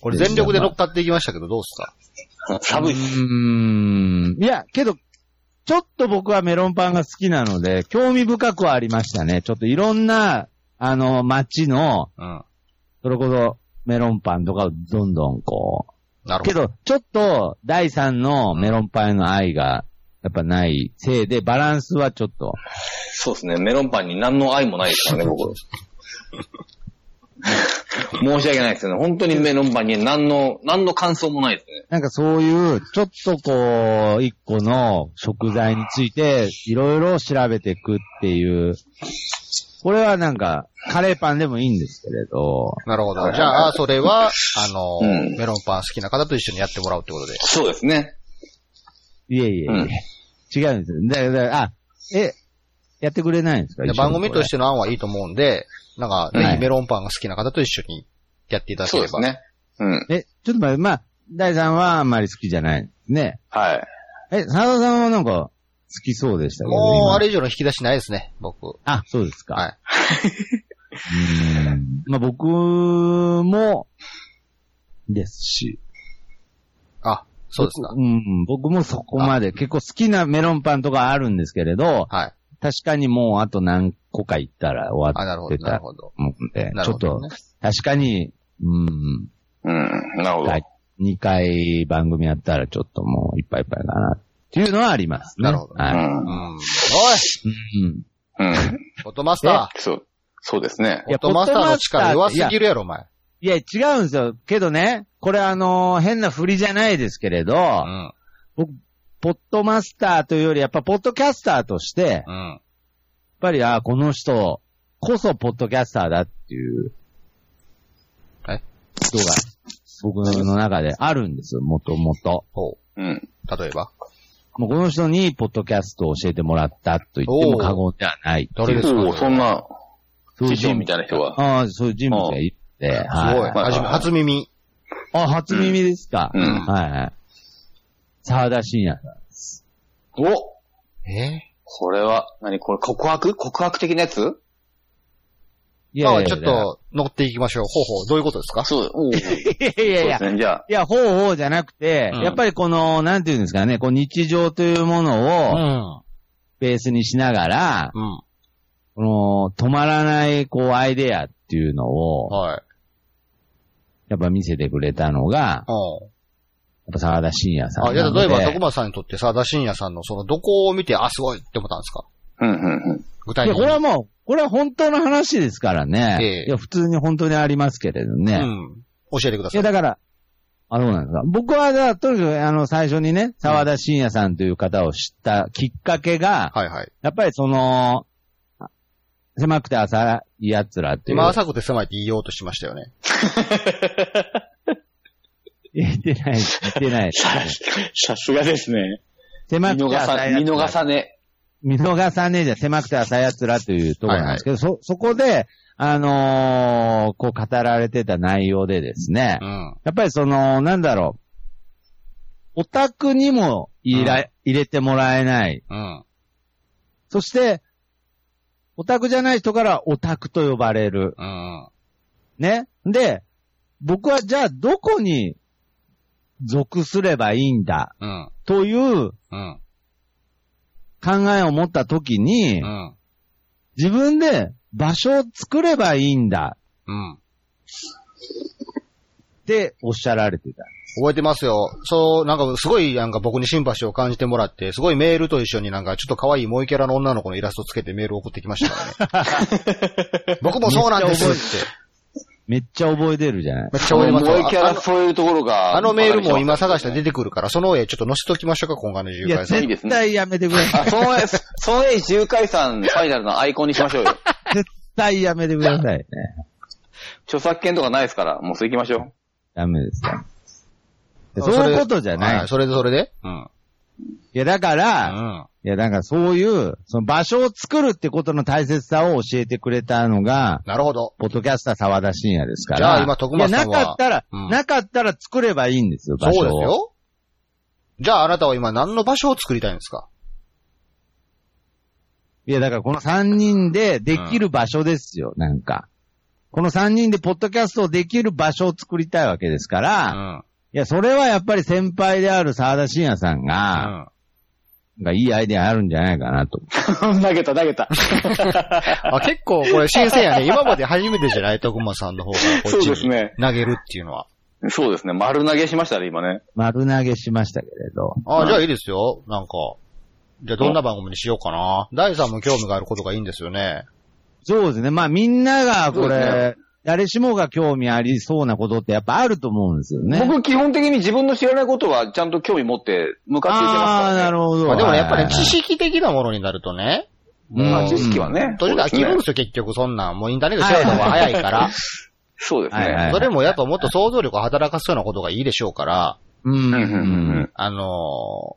Speaker 2: これ全力で乗っかっていきましたけど、どうですか
Speaker 1: サブ
Speaker 3: うーん。いや、けど、ちょっと僕はメロンパンが好きなので、興味深くはありましたね。ちょっといろんな、あの、街の、
Speaker 2: うん。
Speaker 3: それこそメロンパンとかをどんどんこ
Speaker 2: な
Speaker 3: う。
Speaker 2: る
Speaker 3: け
Speaker 2: ほど。
Speaker 3: ど、ちょっと第三のメロンパンへの愛が、やっぱないせいで、バランスはちょっと。
Speaker 1: そうですね。メロンパンに何の愛もないですからね、僕。 申し訳ないですね。本当にメロンパンに何の、何の感想もないですね。
Speaker 3: なんかそういう、ちょっとこう、一個の食材について、いろいろ調べていくっていう。これはなんか、カレーパンでもいいんですけれど。
Speaker 2: なるほど。じゃあ、それは、あの、
Speaker 1: うん
Speaker 2: メロンパン好きな方と一緒にやってもらうってことで。
Speaker 1: そうですね。
Speaker 3: いえいえいえ、
Speaker 1: うん
Speaker 3: 違うんですよ。だだあ、え、やってくれないんですか。
Speaker 2: で番組としてての案はいいと思うんで、なんか、ぜ
Speaker 3: は
Speaker 2: ひ
Speaker 3: い
Speaker 2: メロンパンが好きな方と一緒にやっていただけ
Speaker 1: そう
Speaker 2: れ
Speaker 1: です
Speaker 2: ば。
Speaker 1: ね。うん。
Speaker 3: え、ちょっと待って、まあ、大さんはあんまり好きじゃない。ね。
Speaker 1: はい。
Speaker 3: え、佐田さんはなんか、好きそうでしたけど。
Speaker 2: もう、
Speaker 3: 今
Speaker 2: あれ以上の引き出しないですね、僕。
Speaker 3: あ、そうですか。
Speaker 2: はい。
Speaker 3: うーんまあ僕も、ですし。
Speaker 2: あ、そうですか
Speaker 3: 僕。うん、僕もそこまで、結構好きなメロンパンとかあるんですけれど、
Speaker 2: はい。
Speaker 3: 確かにもうあと何個か行ったら終
Speaker 2: あ、なる
Speaker 3: わっ
Speaker 2: ほ
Speaker 3: て
Speaker 2: ど、なる
Speaker 3: た
Speaker 2: ほど。
Speaker 3: もんで、
Speaker 2: な
Speaker 3: ち
Speaker 2: る
Speaker 3: ょっ
Speaker 2: ほど
Speaker 3: と
Speaker 2: ね、
Speaker 3: 確かに、うん、
Speaker 1: うん。なるほど。
Speaker 3: はい2回番組やったらちょっともういっぱいいっぱいかなっていうのはありますね。
Speaker 2: なるほど
Speaker 1: う
Speaker 3: はい。
Speaker 1: ん
Speaker 2: う。ん。おい
Speaker 3: うん。
Speaker 1: うん。
Speaker 2: フォトマスタ
Speaker 1: そう。そうですね
Speaker 3: い
Speaker 2: ー。フ
Speaker 3: や
Speaker 2: ォトマスターの力
Speaker 3: フォトマ
Speaker 2: 弱
Speaker 3: スター
Speaker 2: すぎるやろ、お前。
Speaker 3: いや、違うんですよ。けどね、これあのー変な振りじゃないですけれど、
Speaker 2: うん。
Speaker 3: ポッドマスターというより、やっぱポッドキャスターとして、やっ
Speaker 2: うん。
Speaker 3: ぱり、あーこの人こそポッドキャスターだっていう、
Speaker 2: え
Speaker 3: 人が僕の中であるんですよ、もともと。
Speaker 2: ほ
Speaker 1: うん。
Speaker 2: う。例えば。
Speaker 3: もうこの人に、ポッドキャストを教えてもらったと言っても過言ではない。
Speaker 2: 誰ですか
Speaker 1: おおそんな、
Speaker 3: そういう
Speaker 1: 師匠
Speaker 3: 人物。
Speaker 1: みたいな人は。
Speaker 3: ああ、そういう人物がいて、
Speaker 2: すごい。
Speaker 3: は
Speaker 1: はい
Speaker 2: 初め初耳。
Speaker 3: い。あ、初耳ですか。
Speaker 1: うんうん
Speaker 3: はいはい。沢田信也さん。
Speaker 1: お
Speaker 2: え
Speaker 1: これは、何これ告白告白的なやつ
Speaker 3: い
Speaker 2: ま
Speaker 3: やい
Speaker 2: あ
Speaker 3: や
Speaker 2: ちょっ
Speaker 3: いや
Speaker 2: と乗っていきましょう。ほうほう。どういうことですか
Speaker 1: そう。おーそう
Speaker 3: いやいやい
Speaker 1: で
Speaker 3: や
Speaker 1: す、ね。じゃあ、
Speaker 3: いや、ほうほうじゃなくて、
Speaker 1: うん
Speaker 3: やっぱりこの、なんていうんですかね、こう日常というも
Speaker 2: う
Speaker 3: のを
Speaker 2: ん。
Speaker 3: ベースにしながら、
Speaker 2: うん。
Speaker 3: この、止まらない、こう、アイデアっていうのを、
Speaker 2: はい。
Speaker 3: やっぱ見せてくれたのが、
Speaker 2: うん。
Speaker 3: やっぱ沢田信也さん
Speaker 2: あ、じゃ
Speaker 3: な
Speaker 2: あ
Speaker 3: ので。
Speaker 2: 例えば、徳間さんにとってさ、田信也さんのその、どこを見て、あ、すごいって思ったんですか
Speaker 1: うんうんうん。
Speaker 2: 具
Speaker 3: い
Speaker 2: 体
Speaker 3: や、こ
Speaker 2: 的
Speaker 3: れ
Speaker 2: に。
Speaker 3: はもう、これは本当の話ですからね。
Speaker 2: ええ
Speaker 3: いや、普通に本当にありますけれどね。
Speaker 2: うん。教えてくだ
Speaker 3: い
Speaker 2: さい
Speaker 3: や、。だから、あ、どうなんですか。僕は、だからとにかく、あの、最初にね、沢田信也さんという方を知ったきっかけが、
Speaker 2: はいはい。
Speaker 3: やっぱりその、狭くて浅い奴らっていう。
Speaker 2: 今、浅くて狭いって言おうとしましたよね。
Speaker 3: 言ってない、言ってない。
Speaker 1: さすがですね。見
Speaker 3: 狭く
Speaker 1: 逃
Speaker 3: て
Speaker 1: さ
Speaker 3: 浅い、
Speaker 1: 見
Speaker 3: 奴ら
Speaker 1: 逃さね。
Speaker 3: 見逃さねえじゃん狭くて浅い奴らというところなんですけど、そ、 そこで、あのーこう語られてた内容でですね、
Speaker 2: うん。
Speaker 3: やっぱりその、なんだろう、オタクにも入れら、
Speaker 2: う
Speaker 3: 入れてもらえない。
Speaker 2: うん。
Speaker 3: そして、オタクじゃない人からオタクと呼ばれる。
Speaker 2: うん。
Speaker 3: ね。で、僕はじゃあどこに属すればいいんだ
Speaker 2: うん。
Speaker 3: という
Speaker 2: うん。
Speaker 3: 考えを持った時に、
Speaker 2: うん。
Speaker 3: 自分で場所を作ればいいんだ
Speaker 2: うん。
Speaker 3: っておっしゃられてた。
Speaker 2: 覚えてますよ。そう、なんかすごいなんか僕にシンパシーを感じてもらって、すごいメールと一緒になんかちょっと可愛い萌えキャラの女の子のイラストつけてメール送ってきましたからね。僕もそうなんですって。
Speaker 3: めっちゃ覚えてるじゃない。
Speaker 2: めっちゃ
Speaker 1: も
Speaker 2: 覚
Speaker 1: う
Speaker 2: えてますよ
Speaker 1: 一キャ
Speaker 2: あ
Speaker 1: ラ、
Speaker 2: の
Speaker 1: そういうところが。
Speaker 2: あのメールも今探したら出てくるから、その絵ちょっと載せときましょうか、今回の
Speaker 3: い
Speaker 2: 誘
Speaker 3: や、
Speaker 2: 拐さん。
Speaker 1: いいで
Speaker 3: 絶
Speaker 1: すね
Speaker 3: 対やめてください。
Speaker 1: あ、その絵、その絵、重解散ファイナルのアイコンにしましょうよ。
Speaker 3: 絶対やめてくださいね。
Speaker 1: 著作権とかないですから、もうそれ行きましょ
Speaker 3: ダメですか。
Speaker 2: あ
Speaker 3: そういうことじゃない。
Speaker 2: はい
Speaker 3: い、
Speaker 2: それでそれでうん。
Speaker 3: や、だか
Speaker 2: う
Speaker 3: ら、
Speaker 2: ん。
Speaker 3: いや、なんかそういう、その場所を作るってことの大切さを教えてくれたのが、
Speaker 2: なるほど。
Speaker 3: ポッドキャスター沢田信也ですから。
Speaker 2: じゃあ今徳松さんは
Speaker 3: や
Speaker 2: い
Speaker 3: なかったら、
Speaker 2: うん
Speaker 3: なかったら作ればいいんですよ、
Speaker 2: そ
Speaker 3: 場
Speaker 2: う
Speaker 3: 所を。
Speaker 2: ですよ。じゃああなたは今何の場所を作りたいんですか
Speaker 3: いや、だからこの3人でできる場所ですよ、なんか。この3人でポッドキャストをできる場所を作りたいわけですか
Speaker 2: う
Speaker 3: ら、い
Speaker 2: ん。
Speaker 3: や、それはやっぱり先輩である沢田信也さんが、
Speaker 2: あ
Speaker 3: なんかいいアイデアあるんじゃないかなと。
Speaker 1: う。投げた、投げた。
Speaker 2: 結構これ新鮮やね。今まで初めてじゃない徳間さんの方がこ
Speaker 1: そう
Speaker 2: っち
Speaker 1: です
Speaker 2: に
Speaker 1: ね。
Speaker 2: 投げるっていうのは。
Speaker 1: そうですね。丸投げしましたね、今ね。
Speaker 3: 丸投げしましたけれど。
Speaker 2: あ
Speaker 1: う
Speaker 2: あ、
Speaker 1: ん
Speaker 2: じゃあいいですよ。なんか。じゃあどんな番組にしようかな。第3も興味があることがいいんですよね。
Speaker 3: そうですね。まあみんながこ
Speaker 1: そうです
Speaker 3: れ、誰しもが興味ありそうなことってやっぱあると思うんですよね。
Speaker 1: 僕、基本的に自分の知らないことは、ちゃんと興味持って、向かっていてます
Speaker 3: ああー、
Speaker 1: から
Speaker 3: な
Speaker 1: ね。
Speaker 3: るほど。
Speaker 2: まあでもね、やっぱ
Speaker 3: は
Speaker 2: り
Speaker 3: いはい
Speaker 2: 知識的なものになるとね、
Speaker 3: うん
Speaker 1: まあ、知識はね。
Speaker 2: 途中で飽きるんですよ、結局そんなん。もうインターネット調べた方が早いから。
Speaker 1: そうですね。
Speaker 3: はいはい
Speaker 2: それもやっぱもっと想像力を働かすようなことがいいでしょうから、
Speaker 3: うん
Speaker 1: うんうん
Speaker 2: あのー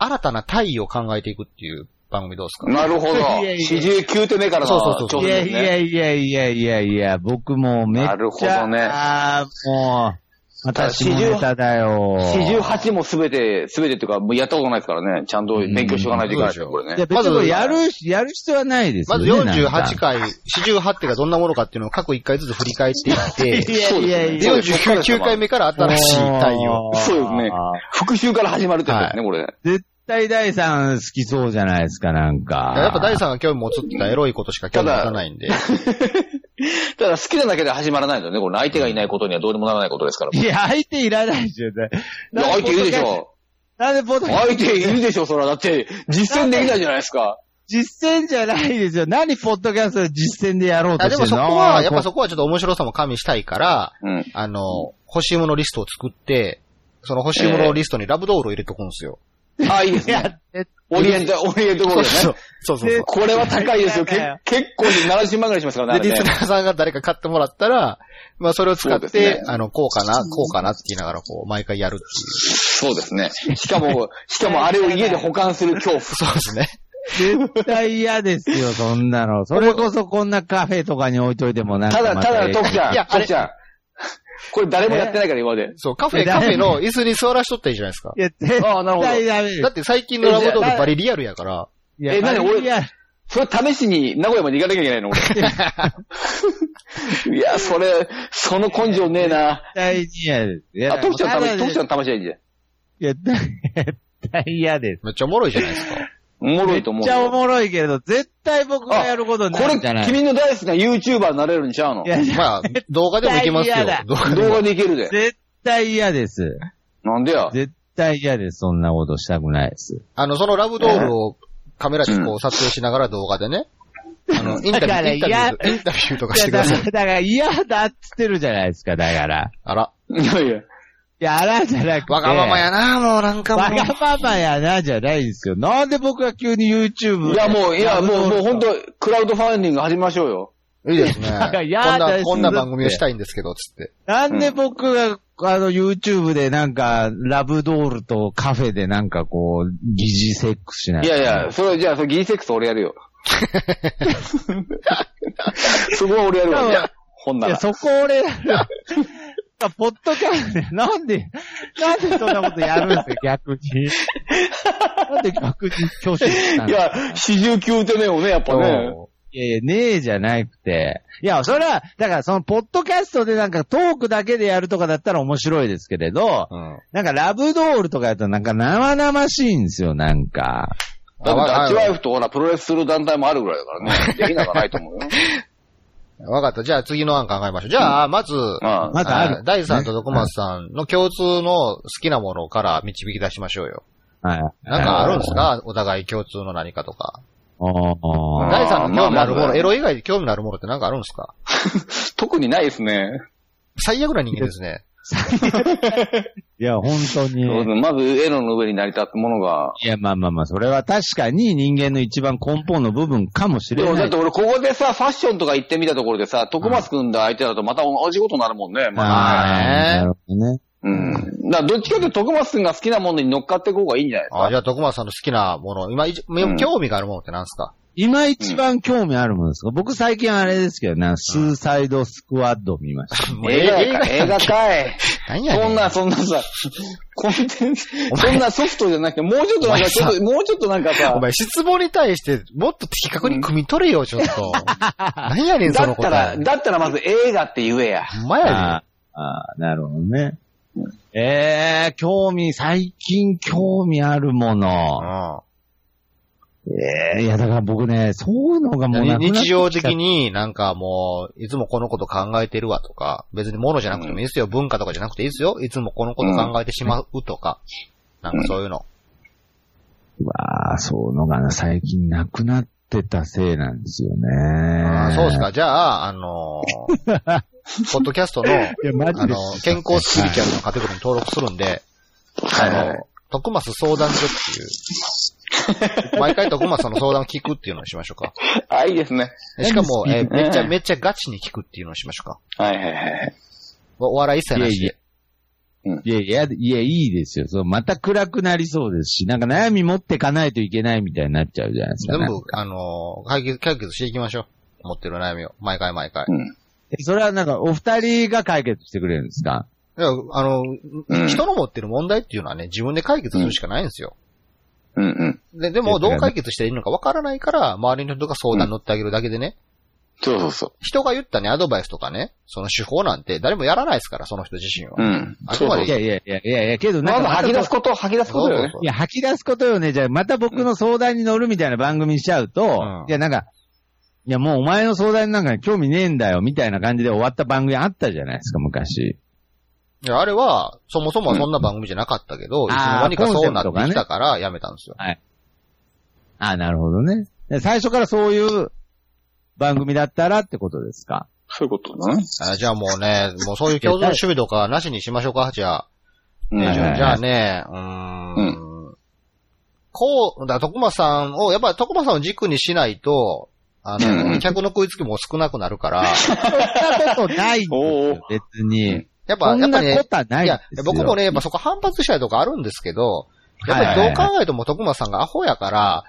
Speaker 2: 新たな体位を考えていくっていう番組どうです
Speaker 1: うん
Speaker 2: か
Speaker 1: なるほど。
Speaker 3: いやいや
Speaker 1: 四十九手目からの
Speaker 2: そうそうそう
Speaker 1: 挑
Speaker 3: いや
Speaker 1: 戦
Speaker 3: い
Speaker 1: ですね。
Speaker 3: やいやいやいやいや、僕もめっちゃ。
Speaker 1: なるほどね
Speaker 3: ああ、もう、私もネタだよ。
Speaker 1: 四十八もすべて、すべてっていうか、もうやったことないですからね。ちゃんと勉強しておかないといけないですよ、
Speaker 2: うん
Speaker 1: これ
Speaker 3: いや、
Speaker 1: ね。
Speaker 3: 別にこ
Speaker 2: まず
Speaker 3: れやるし、やる必要はないですよ
Speaker 2: まず
Speaker 3: ね。
Speaker 2: 48
Speaker 3: か。
Speaker 2: 回、48手がどんなものかっていうのを過去1回ずつ振り返っていって、
Speaker 3: いやいやいや。
Speaker 1: そうですね
Speaker 2: 49 9回目から新しい体位を。
Speaker 3: も
Speaker 1: そうですね復習から始まるってやつですね、これ。
Speaker 3: 絶対第三好きそうじゃないですか、なんか。
Speaker 2: やっぱ第3が興味持つって言ったらエロいことしか興味持たないんで。
Speaker 1: ただ、好きなだけで始まらないのね。これ、相手がいないことにはどうにもならないことですから。い
Speaker 3: いや、相手いらないでしょ、絶対
Speaker 1: や、相手いるでし。ょ。
Speaker 3: なんでポッドキャスト
Speaker 1: 相手いるでしょ、それは。だって、実践できないじゃないですか。
Speaker 3: 実践じゃないですよ。何ポッドキャストで実践でやろうと
Speaker 2: あ
Speaker 3: して
Speaker 2: で
Speaker 3: るの
Speaker 2: もそこは、やっぱそこはちょっと面白さも加味したいから、
Speaker 1: うん。
Speaker 2: あの、欲しいものリストを作って、その欲しいものリストにラブドールを入れとくんですよ。
Speaker 1: あ、いいです
Speaker 3: いや
Speaker 1: ね。、
Speaker 3: 絶
Speaker 1: オリエント、オリエントゴールドね。
Speaker 2: そうそうそうそう
Speaker 1: でこれは高いですよ。け結構で70万ぐらいしますからね。あ
Speaker 2: で、
Speaker 1: れ
Speaker 2: リ
Speaker 1: ね
Speaker 2: ス ナーさんが誰か買ってもらったら、まあそれを使っ
Speaker 1: そうです
Speaker 2: て、
Speaker 1: ね
Speaker 2: あの、こうかな、こうかなって言いながら、こう、毎回やるっていう。
Speaker 1: そうですね。しかも、しかもあれを家で保管する恐怖。
Speaker 2: そうですね。
Speaker 3: 絶対嫌ですよ、そんな の。それこそこんなカフェとかに置いといてもなんか
Speaker 1: ただ、
Speaker 3: ま
Speaker 1: ただ、徳ちゃん、
Speaker 2: いやあれ
Speaker 1: 徳ちゃん。これ誰もやってないから今まで。
Speaker 2: そう、カフェ、
Speaker 3: え
Speaker 2: カフ
Speaker 3: 誰
Speaker 2: ェの椅子に座らしとったらいいじゃないですか。
Speaker 3: いや、絶
Speaker 1: ああ、なるほど。
Speaker 3: 対ダメです
Speaker 2: だって最近のラブドールバリリアルやから、
Speaker 3: いや
Speaker 1: え何俺
Speaker 3: いや
Speaker 1: それ試しに名古屋まで行かなきゃいけな いの俺。いや、それ、その根性ねえな。
Speaker 3: 絶対に嫌です。いや
Speaker 1: あ、徳ちゃん試し、徳ちゃ
Speaker 3: ん。
Speaker 1: ん試しゃいいじ
Speaker 3: い
Speaker 1: ゃん。
Speaker 3: や、絶対嫌です。
Speaker 2: めっちゃおもろいじゃないですか。
Speaker 1: おもろいと
Speaker 3: め
Speaker 1: 思
Speaker 3: っ
Speaker 1: う
Speaker 3: ち
Speaker 1: よ。
Speaker 3: ゃおもろいけど、絶対僕がやることに
Speaker 1: こ
Speaker 3: なるんじゃな
Speaker 1: れ、
Speaker 3: い
Speaker 1: 君の大好きな YouTuber になれるんちゃうの
Speaker 3: いや、
Speaker 2: まあ、動画でもいけますよ
Speaker 3: 絶対嫌だ。
Speaker 2: 動画で
Speaker 1: 動
Speaker 2: も。
Speaker 1: 画でいけるで。
Speaker 3: 絶対嫌です。
Speaker 1: なんでや。
Speaker 3: 絶対嫌です。そんなことしたくないです。
Speaker 2: あの、そのラブドールをカメラでこう撮影しながら動画でね、あの、インタビ
Speaker 3: だから
Speaker 2: ュー、インタビュー、
Speaker 3: 嫌
Speaker 2: インタビューとか
Speaker 3: い
Speaker 2: し
Speaker 3: や、
Speaker 2: てくだ
Speaker 3: だ
Speaker 2: さ
Speaker 3: か
Speaker 2: い
Speaker 3: ら、。だから嫌だっつってるじゃないですか、だから。
Speaker 2: あら。
Speaker 1: いやいや。
Speaker 3: いや、あらじゃなくて。
Speaker 2: わがままやな、もうなんかも
Speaker 3: わ
Speaker 2: う。
Speaker 3: がままやな、じゃないんですよ。なんで僕が急に YouTube。
Speaker 1: いや、もう、いや、もう、もう本
Speaker 3: 当
Speaker 1: 当クラウドファンディング始めましょうよ。
Speaker 2: いいですね。こ
Speaker 3: から
Speaker 2: ん
Speaker 3: やだ
Speaker 2: な、こんな
Speaker 3: するって
Speaker 2: 番組をしたいんですけど、つって。
Speaker 3: なんで僕が、あの、YouTube でなんか、ラブドールとカフェでなんかこう、疑似セックスしない
Speaker 1: いやいや、それ、じゃあ、それ、ギーセックス俺やるよ。そこは俺やる
Speaker 3: いや
Speaker 1: わ。ほん
Speaker 3: い
Speaker 1: な
Speaker 3: や、
Speaker 1: ら。
Speaker 3: そこ俺ら、ポッドキャストで、なんで、なんでそんなことやるんですか、逆に。なんで逆に拒否したん
Speaker 1: い
Speaker 3: ですか
Speaker 1: や、四十九手目をね、やっぱね。
Speaker 3: いやいや、ねえじゃなくて。いや、それは、だからその、ポッドキャストでなんかトークだけでやるとかだったら面白いですけれど、
Speaker 2: うん。
Speaker 3: なんかラブドールとかやったらなんか生々しいんですよ、なんか。
Speaker 1: だって、ダッチワイ
Speaker 2: わ
Speaker 1: フとほら、プロレスする団体もあるぐらいだからね。できなくはないと思うよ。
Speaker 2: わかった。じゃあ次の案考えましょう。じゃあ、まず、
Speaker 1: あ
Speaker 3: まずあ
Speaker 2: ー
Speaker 3: る。
Speaker 2: ダイさんとドコマスさんの共通の好きなものから導き出しましょうよ。
Speaker 3: はい。
Speaker 2: なんかあるんですかお互い共通の何かとか。
Speaker 3: おー
Speaker 1: あー
Speaker 2: ダイさんの興味のあるも
Speaker 1: まあま
Speaker 2: の、
Speaker 1: あ
Speaker 2: エロ以外で興味のあるものって何かあるんですか
Speaker 1: 特にないですね。
Speaker 2: 最悪な人間ですね。
Speaker 3: いや、本当に。
Speaker 1: まず、エロの上に成り立つものが。
Speaker 3: いや、まあまあまあ、それは確かに人間の一番根本の部分かもし
Speaker 1: で
Speaker 3: れ
Speaker 1: も
Speaker 3: な
Speaker 1: だっ
Speaker 3: い
Speaker 1: て。俺ここでさ、ファッションとか行ってみたところでさ、徳松くんだ相手だとまた同じことになるもんね。まあ、
Speaker 3: あーなるほどね。
Speaker 1: うん。だからどっちかっていうと徳松くんが好きなものに乗っかっていこうがいいんじゃないですか。
Speaker 2: あじゃあ、徳松さんの好きなもの、今、い
Speaker 1: うん
Speaker 2: 興味があるものって何ですか
Speaker 3: 今一番興味あるものですか、僕最近あれですけどね、スーサイドスクワッド見ました。
Speaker 2: もう
Speaker 1: 映画やか、映画かい。
Speaker 2: 何やね
Speaker 1: そんな、そんなさ、コンテンツ、そんなソフトじゃなくて、もうちょっとなんか、ちょっと、もうちょっとなんかさ
Speaker 2: お、前、質問に対して、もっと的確に汲み取れよ、ちょっ と。何やねん、そ
Speaker 1: だ
Speaker 2: の
Speaker 1: ったら、
Speaker 2: 答え。
Speaker 1: だったらまず映画って言えや。
Speaker 2: ほんまや
Speaker 3: あーあー、なるほどね。ええー、興味、最近興味あるも
Speaker 2: で。
Speaker 3: の。ええー、いや、だから僕ね、そういうのがもうな
Speaker 2: うん
Speaker 3: くなってきた
Speaker 2: 日常的になんかもう、いつもこのこと考えてるわとか、別に物じゃなくてもいいですよ、文化とかじゃなくていいですよ、いつもこのこと考えてしまうとか、なんかそういうの。
Speaker 3: うわあ、そうのがな最近なくなってたせいなんですよね。
Speaker 2: あーそうですか、じゃあ、あのー、ポッドキャストの、
Speaker 3: いや、マ
Speaker 2: あ
Speaker 3: ジで
Speaker 2: の。、健康スピリチュアルのカテゴリーに登録するんで、
Speaker 1: はいはい
Speaker 2: あの、徳松相談所っていう、毎回徳松さんの相談聞くっていうのにしましょうか。
Speaker 1: あ、いいですね。
Speaker 2: でしかも、え
Speaker 1: ね
Speaker 2: ーめっちゃめっちゃガチに聞くっていうのにしましょうか。
Speaker 1: はいはいはい。
Speaker 2: おお笑い一切なし
Speaker 3: いやいや
Speaker 2: で。
Speaker 3: いや、いや、いや、いいですよ。そう、また暗くなりそうですし、なんか悩み持ってかないといけないみたいになっちゃうじゃないですか。
Speaker 2: 全部、あのー解決、解決していきましょう。持ってる悩みを。毎回毎回。
Speaker 1: うん。
Speaker 3: えそれはなんか、お二人が解決してくれるんですか
Speaker 2: いやあの、
Speaker 1: うん
Speaker 2: 人の持ってる問題っていうのはね、自分で解決するしかないんですよ。
Speaker 1: うんうん。
Speaker 2: で、でも、どう解決していいのかわからないから、周りの人が相談乗ってあげるだけでね、
Speaker 1: そうそうそ
Speaker 2: 人が言ったね、アドバイスとかね、その手法なんて誰もやらないですから、その人自身は。
Speaker 1: う。うん。
Speaker 2: あく
Speaker 1: そう
Speaker 2: ま
Speaker 1: そ
Speaker 2: で
Speaker 1: う
Speaker 3: い。やいやいやいやいや、けどな
Speaker 1: ま
Speaker 3: ん
Speaker 1: ず
Speaker 3: か
Speaker 1: 吐き出す
Speaker 3: こ
Speaker 1: こと、吐き出すことよね。
Speaker 3: と。いや、吐き出すことよね。じゃあ、また僕の相談に乗るみたいな番組にしちゃうと、
Speaker 2: うん
Speaker 3: いや、なんか、いや、もうお前の相談なんかに興味ねえんだよ、みたいな感じで終わった番組あったじゃないですか、昔。
Speaker 2: いやあれは、そもそもはそんな番組じゃなかったけど、
Speaker 3: ん
Speaker 2: いつの間にか
Speaker 3: あー
Speaker 2: そうなってきたからやめたんですよ。
Speaker 3: ああ、なるほどね。で最初からそういう番組だったらってことですか
Speaker 1: そういうことね。
Speaker 2: あーじゃあもうね、もうそういう共通の趣味とかなしにしましょうか、じゃあ。
Speaker 1: うん
Speaker 3: はいはい
Speaker 2: じゃあね、うーん。こう、だ、徳間さんを、やっぱり徳間さんを軸にしないと、あ
Speaker 1: うんう
Speaker 2: の、
Speaker 1: ん
Speaker 2: 客の食いつきも少なくなる から、
Speaker 3: そんなことないんです
Speaker 1: おー。
Speaker 3: よ、別に。
Speaker 2: や
Speaker 3: そ
Speaker 2: っぱ、やっ
Speaker 3: ん
Speaker 2: ぱ
Speaker 3: な
Speaker 2: ね、
Speaker 3: ことはないい
Speaker 2: や
Speaker 3: で、すよ。
Speaker 2: 僕もね、やっぱそこ反発したりとかあるんですけど、やっぱりどう考えても徳間さんがアホやから、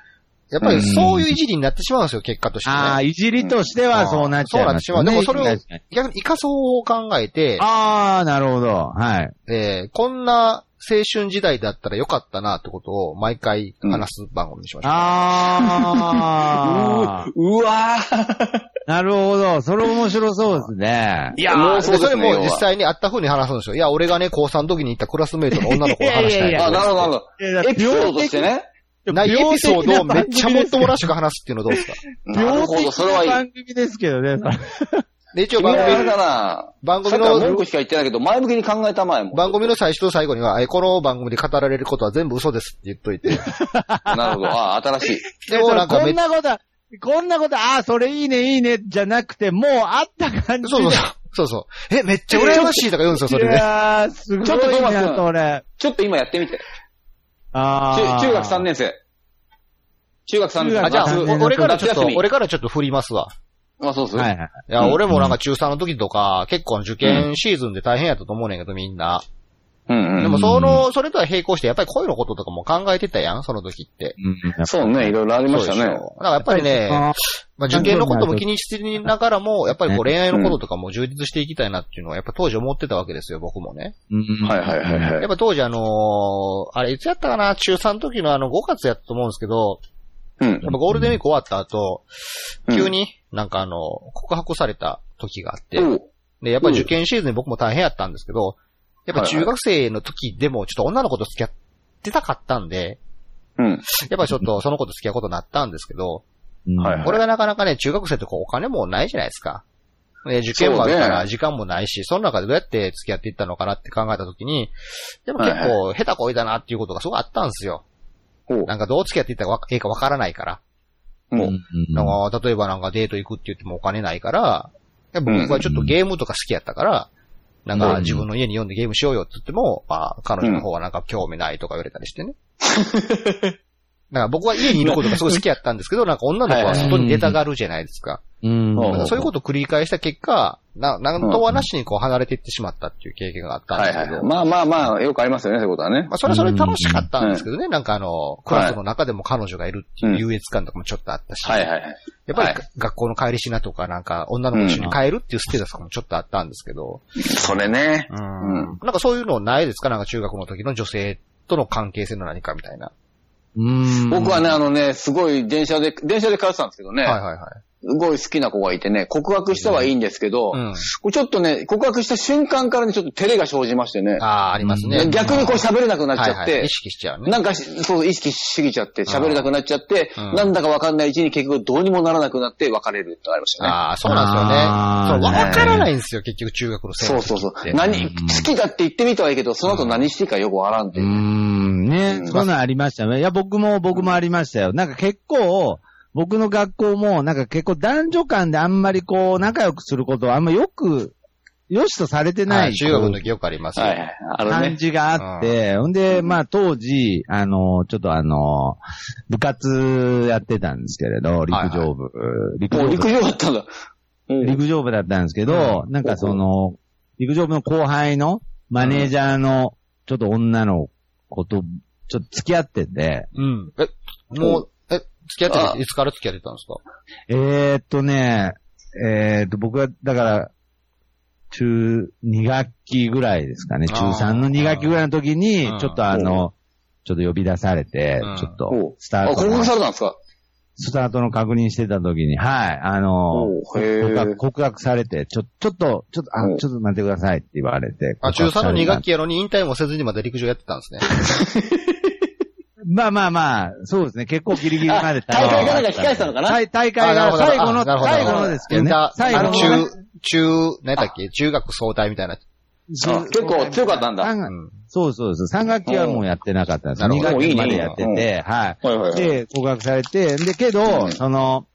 Speaker 2: やっぱりそういういじりになってしまうんですよ、結果として、
Speaker 3: ああ、
Speaker 2: ね。
Speaker 3: いじりとしてはそうなっちゃいますよね、
Speaker 2: うんそうなってしまうで
Speaker 3: 確か
Speaker 2: も
Speaker 3: に
Speaker 2: 逆にイカそうを考えて、
Speaker 3: ああ、なるほど。はい。
Speaker 2: えーこんな青春時代だったらよかったなってことを毎回話す番組にしました。
Speaker 3: ああ
Speaker 1: うわー
Speaker 3: なるほど。それ面白そうですね。
Speaker 1: いや
Speaker 2: も
Speaker 1: も
Speaker 2: う
Speaker 1: う
Speaker 2: そ
Speaker 1: そうですね。
Speaker 2: れも実
Speaker 1: 要は
Speaker 2: 際にあった風に話すんですよ。いや、俺がね、高3時に行ったクラスメイトの女の子の話したい
Speaker 3: いやいやいや
Speaker 1: あ、なるほど、なるほど。エピソードとしてね。
Speaker 2: ど。ないエピソードをめっちゃもっともらしく話すっていうのどうですか
Speaker 1: なるほど、それはいい。
Speaker 3: 番組ですけどね。
Speaker 2: で、一応
Speaker 1: 君は
Speaker 2: 番
Speaker 1: あれ
Speaker 2: 組、
Speaker 1: だな。
Speaker 2: 番
Speaker 1: さ
Speaker 2: 組
Speaker 1: っきは文
Speaker 2: の、
Speaker 1: 句しか言ってないけど、前向きに考えたまえ もん。
Speaker 2: 番組の最初と最後には、えこの番組で語られることは全部嘘ですって言っといて。
Speaker 1: なるほど。あ、新しい。
Speaker 2: でもなんか
Speaker 3: こ
Speaker 2: めっ
Speaker 3: んなことは、こんなこと、ああ、それいいね、いいね、じゃなくて、もうあった感じで。
Speaker 2: そうそうそう。そうそう。え、めっちゃ羨ましいとか言うんですよ、それ
Speaker 3: い
Speaker 2: ね。
Speaker 3: やー、すご
Speaker 1: ちょっと
Speaker 3: い
Speaker 1: トマ
Speaker 3: な、
Speaker 1: 君
Speaker 3: それ。
Speaker 1: ちょっと今やってみて。
Speaker 3: あ
Speaker 1: 中
Speaker 3: あ。
Speaker 1: 中学3。年生。中学3年
Speaker 3: 中
Speaker 1: 生。
Speaker 3: 学
Speaker 1: あ、じゃ
Speaker 3: 三
Speaker 1: あ、
Speaker 3: 年生
Speaker 1: お
Speaker 2: 俺からちょっ
Speaker 1: 夏
Speaker 2: と
Speaker 1: 休、み
Speaker 2: 俺からちょっと振りますわ。
Speaker 1: あ、そうっす。
Speaker 3: はいはい。
Speaker 2: いや、
Speaker 3: うん
Speaker 2: 俺もなんか中3の時とか、結構受験シーズンで大変やったと思うねんけど、みんな。
Speaker 1: うんう
Speaker 2: で
Speaker 1: ん。
Speaker 2: もその、それとは並行して、やっぱり恋のこととかも考えてたやん、その時って。
Speaker 1: そうね、いろいろありました
Speaker 2: そうで
Speaker 1: ね
Speaker 2: し。ょだからやっぱりね、
Speaker 3: あ
Speaker 2: まあ、受験のことも気にしながらも、やっぱりこう恋愛のこととかも充実していきたいなっていうのは、やっぱ当時思ってたわけですよ、僕もね。
Speaker 3: ー
Speaker 1: はいはいはい
Speaker 2: や
Speaker 1: は
Speaker 2: っぱ当時あのーあれいつやったかな、中3の時のあの5月やったと思うんですけど、
Speaker 1: い。うん
Speaker 2: やっ。ぱゴールデンウィーク終わった後、
Speaker 1: うん
Speaker 2: 急になんかあの、告白された時があって、
Speaker 1: おう
Speaker 2: で、やっぱ受験シーズンに僕も大変やったんですけど、やっぱ中学生の時でもちょっと女の子と付き合ってたかったんで、
Speaker 1: うん。
Speaker 2: やっぱちょっとその子と付き合うことになったんですけど、
Speaker 1: はいはい
Speaker 2: これがなかなかね、中学生ってこうお金もないじゃないですか。で受験もあるから時間もないし、その中でどうやって付き合っていったのかなって考えた時に、やっぱ結構下手こいだなっていうことがすごいあったんですよ。
Speaker 1: おう
Speaker 2: なんかどう付き合っていったらわええかわからないから。
Speaker 1: もう。
Speaker 2: なんか例えばなんかデート行くって言ってもお金ないから、やっぱ僕はちょっとゲームとか好きやったから、なん
Speaker 3: う
Speaker 2: か
Speaker 3: ん
Speaker 2: 自分の家に呼んでゲームしようよって言っても、まあ彼女の方はなんか興味ないとか言われたりし てね。なんか僕は家にいることがすごい好きやったんですけど、なんか女の子は外に出たがるじゃないですか。
Speaker 3: うん。
Speaker 1: うん
Speaker 2: なんかそういうことを繰り返した結果、な、なんとはなしにこう離れていってしまったっていう経験があったん
Speaker 1: は
Speaker 2: で
Speaker 1: い
Speaker 2: す
Speaker 1: はい
Speaker 2: け
Speaker 1: は
Speaker 2: ど
Speaker 1: い。。まあまあまあ、よくありますよね、そういうことはね
Speaker 2: ま。あ、それはそれで楽しかったんですけどね、なんかあの、クラスの中でも彼女がいるっていう優越感とかもちょっとあったし、
Speaker 1: はいはいはい。
Speaker 2: やっぱり
Speaker 1: はい
Speaker 2: が学校の帰りしなとか、なんか女の子と一緒に帰るっていうステータスとかもちょっとあったんですけど、
Speaker 1: それね。
Speaker 2: うん
Speaker 1: ん
Speaker 2: なんかそういうのないですかなんか中学の時の女性との関係性の何かみたいな。
Speaker 3: うん
Speaker 1: 僕はね、、あのね、すごい電車で、電車で通ってたんですけどね、
Speaker 2: はいはいはい。
Speaker 1: すごい好きな子がいてね、告白したはいいんですけど、
Speaker 2: うん。
Speaker 1: ちょっとね、告白した瞬間からね、ちょっと照れが生じましてね、
Speaker 2: ああ、ありますね。
Speaker 1: 逆にこう喋れなくなっちゃっ
Speaker 2: はいはい
Speaker 1: て
Speaker 2: 意、識しちゃうね。
Speaker 1: なんかし、そう、意識しすぎちゃって、喋れなくなっちゃって、
Speaker 2: うん
Speaker 1: なんだかわかんないうちに結局どうにもならなくなって別れるってなりましたね。
Speaker 2: ああ、そうなんですよね。
Speaker 3: あー
Speaker 2: そう、わからないんですよ、結局中学の生
Speaker 1: そう
Speaker 2: 活。
Speaker 1: そうそう。
Speaker 3: う
Speaker 1: 何、
Speaker 3: ん
Speaker 1: 好きだって言ってみたはいいけど、その後何していいかよくわからんって
Speaker 3: う
Speaker 1: い
Speaker 3: ー
Speaker 1: う。
Speaker 3: ん、
Speaker 1: う
Speaker 3: ね、
Speaker 1: ん
Speaker 3: そんなんありましたね。いや、僕も、僕もありましたよ。なんか結構、僕の学校も、なんか結構男女間であんまりこう、仲良くすることはあんまよく、良しとされて
Speaker 2: は
Speaker 3: ない
Speaker 2: い、中学の時よくありますよ。
Speaker 1: はいはい。ある
Speaker 3: 感
Speaker 1: ね。
Speaker 3: じがあって、ほんで、まあ当時、あの、ちょっとあの、部活やってたんですけれど、陸上部、陸
Speaker 1: も
Speaker 3: 上部
Speaker 1: う陸上だったんだ。うん
Speaker 3: 陸上部だったんですけど、なんかその、陸上部の後輩のマネージャーの、ちょっと女の子と、ちょっと付き合ってて、
Speaker 2: うん。え、もう、え、付き合ってたいつから付き合ってたんですか
Speaker 3: えー、っとね、えー、っと、僕は、だから、中、2学期ぐらいですかね、
Speaker 2: あ
Speaker 3: 中
Speaker 2: ー
Speaker 3: 3の2学期ぐらいの時に
Speaker 2: うん、
Speaker 3: ちょっとあの、ちょっと呼び出されて
Speaker 2: うん、
Speaker 3: ちょっ
Speaker 1: お
Speaker 3: と
Speaker 1: う、
Speaker 3: スタ
Speaker 1: あ、
Speaker 3: ート
Speaker 1: 告
Speaker 3: の
Speaker 1: 白、されたんですか
Speaker 3: スタートの確認してた時に、はい、あの、
Speaker 1: おうへ
Speaker 3: 告白
Speaker 1: ー
Speaker 3: 告白されて、ちょ、ちょっと、ちょっと、あ、
Speaker 1: おう
Speaker 3: ちょっと待ってくださいって言われて。
Speaker 2: あ、中3の2学
Speaker 3: 期。
Speaker 2: 期やのに引退もせずにまで陸上やってたんですね。
Speaker 3: まあまあまあ、そうですね、結構ギリギリまで
Speaker 1: 大会かなんか控えてたのかな
Speaker 3: 大大会
Speaker 2: あな
Speaker 3: が
Speaker 2: るほど
Speaker 3: 最後の、
Speaker 2: あなるほど
Speaker 3: 最後のですけどね
Speaker 2: インタ。ー
Speaker 3: 最
Speaker 2: あ
Speaker 3: 後
Speaker 2: の、
Speaker 3: の
Speaker 2: 中、中、何やったっけ中学総体みたいな。
Speaker 1: あ結構強かったんだ。
Speaker 3: 三
Speaker 2: うん
Speaker 3: そうそうそう。3学期はもうやってなかったんです。
Speaker 2: うん
Speaker 3: 2
Speaker 2: なる
Speaker 1: ほ
Speaker 3: 学
Speaker 1: ど
Speaker 3: 期までやって
Speaker 1: いいねいい
Speaker 3: て、は
Speaker 1: はいは
Speaker 3: い。
Speaker 1: いはい。
Speaker 3: で、告白されて、で、け
Speaker 1: う
Speaker 3: ど、
Speaker 1: ん
Speaker 3: その、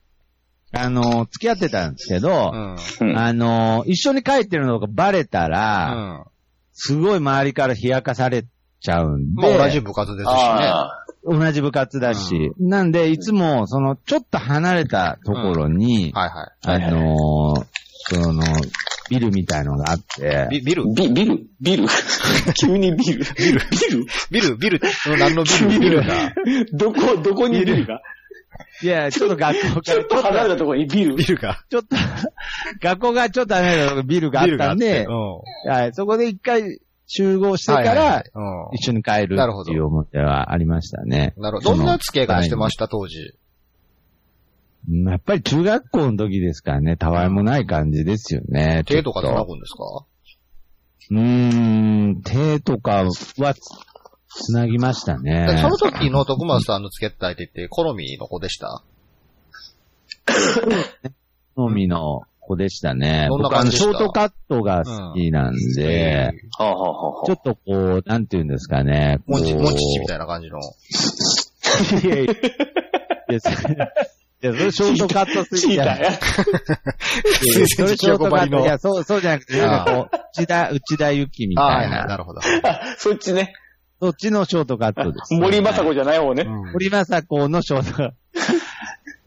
Speaker 3: あの、付き合ってたんですけど、
Speaker 2: うん。
Speaker 1: うん
Speaker 3: あの、一緒に帰ってるのがバレたら、
Speaker 2: う
Speaker 3: すごい周りから冷やかされちゃうんで、
Speaker 2: まあ同じ部活ですしね。
Speaker 1: あ
Speaker 3: 同じ部活だし、なんで、いつも、その、ちょっと離れたところに、
Speaker 2: はいは
Speaker 3: あのーその、ビルみたいのがあって
Speaker 2: い。、ビビル
Speaker 1: ービビルビ ル急にビルビル
Speaker 2: ビルビル何のビルビルだ。
Speaker 1: ビルどこ、どこにビルが
Speaker 3: いや、ちょっと学校
Speaker 1: ちょっと離れたところにビル
Speaker 2: ビルか。
Speaker 3: ちょっと、学校がちょっと離れたとこビルがあ
Speaker 2: ビ
Speaker 3: っ
Speaker 2: ルが
Speaker 3: た
Speaker 2: あっ
Speaker 3: ん
Speaker 2: て。
Speaker 3: で
Speaker 2: う、ん。
Speaker 3: はい、そこで一回集合してか
Speaker 2: はいはいは
Speaker 3: ら
Speaker 2: い、うん
Speaker 3: 一緒に帰る
Speaker 2: なるほ
Speaker 3: っ
Speaker 2: ど
Speaker 3: ていう思いはありましたね。
Speaker 2: なるほど。どんな付き合い方してま
Speaker 3: し
Speaker 2: した、当時。
Speaker 3: たやっぱり中学校の時ですからね、たわいもない感じですよね。
Speaker 2: 手とか
Speaker 3: ちょっ
Speaker 2: 繋ぐんですか
Speaker 3: うーん、手とかはつ、つなぎましたね。
Speaker 2: その時の徳松さんの付き合った相手って、好みの子でした
Speaker 3: 好みの子でしたね。
Speaker 2: どんな
Speaker 3: 僕あ
Speaker 2: 感
Speaker 3: の、
Speaker 2: じでし
Speaker 3: シ
Speaker 2: た
Speaker 3: ョートカットが好きなんで、
Speaker 1: はあはあはあ
Speaker 3: ちょっとこう、なんていうんですかね。
Speaker 2: もんち、
Speaker 3: こう
Speaker 2: もんちちみたいな感じの。
Speaker 3: いやいや。いや、それ、いやそれショートカットすぎじゃない。いやいやそれショートカット。いや、そう、そうじゃなくて、なんかこう、内田、内田ゆきみ
Speaker 2: ああ、は
Speaker 3: た
Speaker 2: い
Speaker 3: い
Speaker 2: はい、
Speaker 3: な。
Speaker 2: な るほど。
Speaker 1: そっちね。
Speaker 3: そっちのショートカットです。
Speaker 1: 森まさ子じゃない方ね。
Speaker 2: うん
Speaker 3: 森まさこのショートカット。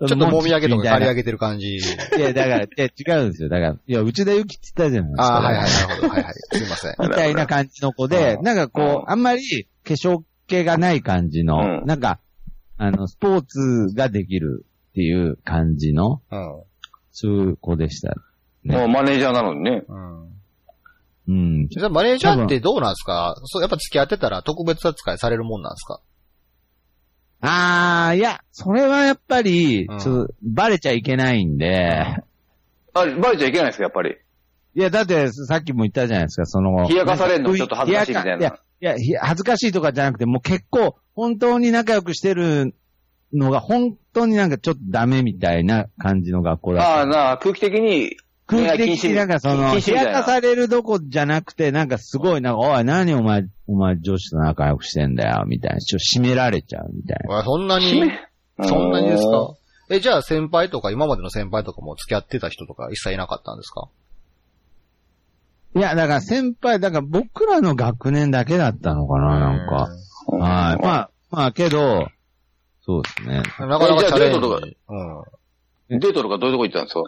Speaker 2: ちょっともみあげとか刈り上
Speaker 3: げ。
Speaker 2: げてる感じ。
Speaker 3: いや、だから、いや、違うんですよ。だから、いや、内田ゆきって言ったじゃないですか。
Speaker 2: ああ、はいはい、なるほど。はい はい。すいません。
Speaker 3: みたいな感じの子で、
Speaker 1: うん
Speaker 3: なんかこ
Speaker 1: う
Speaker 3: う、あんまり化粧気がない感じの、
Speaker 1: うん
Speaker 3: なんか、あの、スポーツができるっていう感じの、そういう子でした。
Speaker 1: もうマネージャーなのにね。
Speaker 2: うん。うん。
Speaker 3: うん。
Speaker 2: じゃあマネージャーってどうなんですかそう、やっぱ付き合ってたら特別扱いされるもんなんですか
Speaker 3: あー、いや、それはやっぱり、
Speaker 2: うん
Speaker 3: ちょっとバレちゃいけないんで、
Speaker 1: あれ、バレちゃいけないんですか、やっぱり。
Speaker 3: いや、だって、さっきも言ったじゃないですか、その、
Speaker 1: 冷やかされるの
Speaker 3: なん
Speaker 1: ちょっと恥ずかしいみたいな
Speaker 3: 冷やかいや、いや、ひ恥ずかしいとかじゃなくて、もう結構、本当に仲良くしてるのが、本当になんかちょっとダメみたいな感じの学校だったんで
Speaker 1: ああ、なあ、空気的に、
Speaker 3: 空気的になんかその、冷
Speaker 1: 禁止みたい
Speaker 3: やか
Speaker 1: な。
Speaker 3: されるどこじゃなくて、なんかすごい、なんか、おい、何お前、お前女子と仲良くしてんだよ、みたいな。ちょ、締められちゃう、みたいな。
Speaker 2: あそんなに、そんなにです
Speaker 1: う
Speaker 2: かえ、じゃあ先輩とか、今までの先輩とかも付き合ってた人とか一切いなかったんですか
Speaker 3: いや、だから先輩、だから僕らの学年だけだったのかな、なんか。
Speaker 1: ん
Speaker 3: はい。まあ、まあ、けど、そうですね。
Speaker 2: うん。なかなかチャレンジ。
Speaker 1: えじゃあデ
Speaker 2: うん。
Speaker 1: デートとかどういうとこ行ったんですか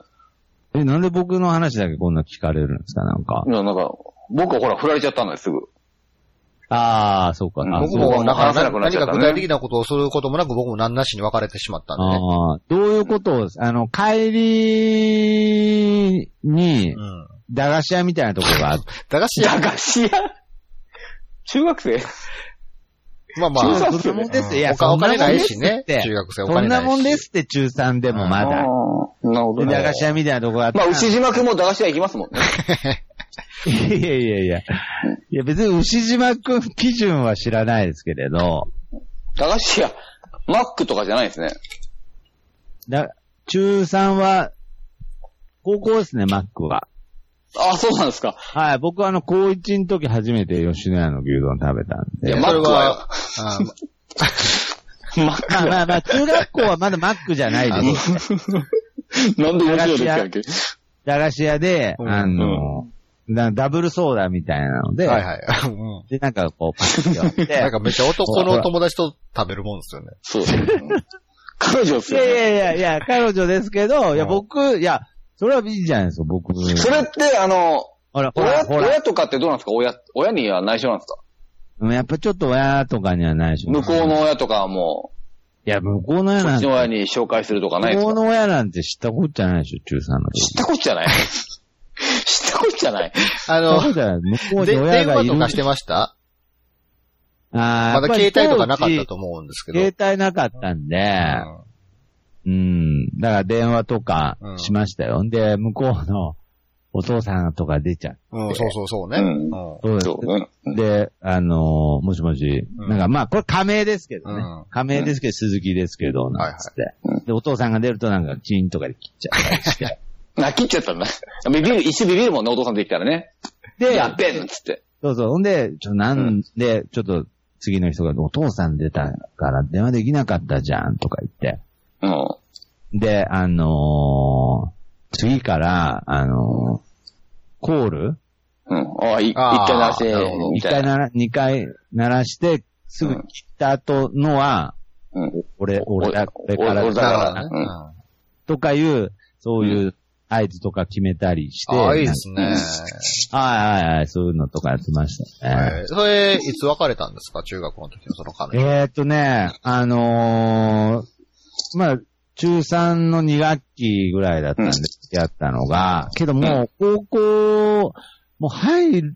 Speaker 3: え、なんで僕の話だけこんな聞かれるんですか、なんか
Speaker 1: い。や、なんか、僕はほら、振られちゃったんです、すぐ。
Speaker 3: ああ、そうか。あ
Speaker 1: うん
Speaker 3: そ
Speaker 2: 僕
Speaker 3: う
Speaker 2: も、
Speaker 1: そう
Speaker 2: だから
Speaker 1: 話せなくなっ
Speaker 2: 何
Speaker 1: ちゃ
Speaker 2: か
Speaker 1: ったね
Speaker 2: 具体的なことをすることもなく、僕も何なしに別れてしまったんでね。
Speaker 3: ああ、どういうことを、あの、帰りに
Speaker 2: う、ん。
Speaker 3: 駄菓子屋みたいなとこがあって、
Speaker 2: 駄菓子屋
Speaker 1: 駄、菓子屋中学生
Speaker 2: まあま
Speaker 1: 中
Speaker 2: あ
Speaker 1: 学、
Speaker 3: そんなもんですよ。い
Speaker 2: お
Speaker 3: や、
Speaker 2: 金お金ない
Speaker 3: そ
Speaker 2: し
Speaker 3: んなもん
Speaker 2: ね。
Speaker 3: ですって
Speaker 2: 中学生お
Speaker 3: そ
Speaker 2: 金
Speaker 3: ん
Speaker 2: ないし。
Speaker 3: なもんですって中3でもま
Speaker 1: ああ
Speaker 3: だ。
Speaker 1: なるほど
Speaker 3: で
Speaker 1: ね。
Speaker 3: 駄菓子屋みたいなとこがあって。
Speaker 1: まあ、牛島くんも駄菓子屋行きますもん ね。
Speaker 3: いやいやいや。いや別に牛島くん基準は知らないですけれど、
Speaker 1: 駄菓子屋、マックとかじゃないですね。
Speaker 3: だ中3は、高校ですね、マックは。
Speaker 1: ああ、そうなんですか。
Speaker 3: はい、僕はあの、高1の時初めて吉野家の牛丼食べたん
Speaker 1: い
Speaker 3: で。
Speaker 1: や、
Speaker 3: ま
Speaker 1: マ
Speaker 2: それ
Speaker 1: ック
Speaker 2: は
Speaker 1: は、
Speaker 2: あー
Speaker 1: よ。マック
Speaker 3: あまあまあ、中学校はまだマックじゃないです。
Speaker 1: なんで面白いですかっけ
Speaker 3: 駄菓子屋で、
Speaker 2: うん
Speaker 3: あの、なダブルソーダみたいなので、
Speaker 2: はいはい。うん
Speaker 3: で、なんかこう、パッて割って
Speaker 2: なんかめっちゃ男の友達と食べるもんですよね。
Speaker 1: そうですね。彼女っす
Speaker 3: い
Speaker 1: よ
Speaker 3: やい
Speaker 1: ね。
Speaker 3: やいやいや、彼女ですけど、いうや、
Speaker 2: ん
Speaker 3: 僕、いや、それはいいじゃないですか、僕。
Speaker 1: それって、あの、
Speaker 3: ほら、ほら、
Speaker 1: 親、
Speaker 3: ほら。
Speaker 1: 親とかってどうなんですか親、親には内緒なんですか
Speaker 3: うんやっぱちょっと親とかにはないし。
Speaker 1: 向こう。の親とかはも
Speaker 3: いや、向こうの
Speaker 1: う、
Speaker 3: 親
Speaker 1: こ
Speaker 3: な
Speaker 1: っ
Speaker 3: ん
Speaker 1: ち
Speaker 3: て、
Speaker 1: の親に紹介するとかないで
Speaker 3: 向
Speaker 1: す
Speaker 3: こ
Speaker 1: か
Speaker 3: うの親なんて知ったことじゃないでしょ、中3の時。
Speaker 1: 知ったこっちゃない。 知ったこっちゃない。
Speaker 2: あ
Speaker 3: 知ったこ
Speaker 2: の
Speaker 3: と、じゃない。向こう
Speaker 2: で
Speaker 3: に親
Speaker 2: 電
Speaker 3: が
Speaker 2: 話
Speaker 3: いる
Speaker 2: と。かしてました
Speaker 3: あ
Speaker 2: まだ携帯とかなかった
Speaker 3: と。
Speaker 2: と思うんですけど。
Speaker 3: 携帯なかったんで、うん。だから電話とかしましたよ。ん、で、向こうのお父さんとか出ちゃって。
Speaker 2: うん、うんそうそうそうね。
Speaker 1: う
Speaker 2: うんん。
Speaker 3: そうです
Speaker 1: そう。うん。
Speaker 3: で、あのーもしもし、
Speaker 2: うん
Speaker 3: なんかまあ、これ仮名ですけどね。
Speaker 2: うん
Speaker 3: 仮名ですけど、鈴木ですけど、なんつって、
Speaker 1: はい
Speaker 3: で、お父さんが出るとなんか、チーンとかで切っちゃったりして。
Speaker 1: 泣きっちゃったんだ。ビビる、一瞬ビビるもんね、お父さんできたらね。
Speaker 3: で、
Speaker 1: やっべえっつって。
Speaker 3: そうそう。ほんで、ちょ、なんで、ちょっと、次の人が、お父さん出たから電話できなかったじゃん、とか言って。
Speaker 1: うん。
Speaker 3: で、あのー次から、あのーコール
Speaker 1: うん。ああ、い一
Speaker 2: あー
Speaker 1: 回なして
Speaker 2: なるほど、
Speaker 1: み
Speaker 3: 一
Speaker 1: たい
Speaker 3: 回
Speaker 1: な。
Speaker 3: なら、二回鳴らして、すぐ切った後のは、
Speaker 1: うん
Speaker 3: 俺、俺だ、
Speaker 1: お
Speaker 3: 俺から
Speaker 1: 俺だ
Speaker 2: だか
Speaker 1: からら
Speaker 2: ね
Speaker 1: ね。
Speaker 2: うん
Speaker 3: とかいう、そういう合図とか決めたりして。
Speaker 2: ああ、いいです
Speaker 1: う
Speaker 2: ね
Speaker 3: は
Speaker 1: ん。
Speaker 3: いはいはい、そういうのとかやってましたね。
Speaker 2: はいそれ、いつ別れたんですか中学の時のその彼。
Speaker 3: えー、っとね、あのーまあ、中3の2学期ぐらいだったんで
Speaker 1: うん
Speaker 3: 付き合ったのが、けどもう高校、もう入る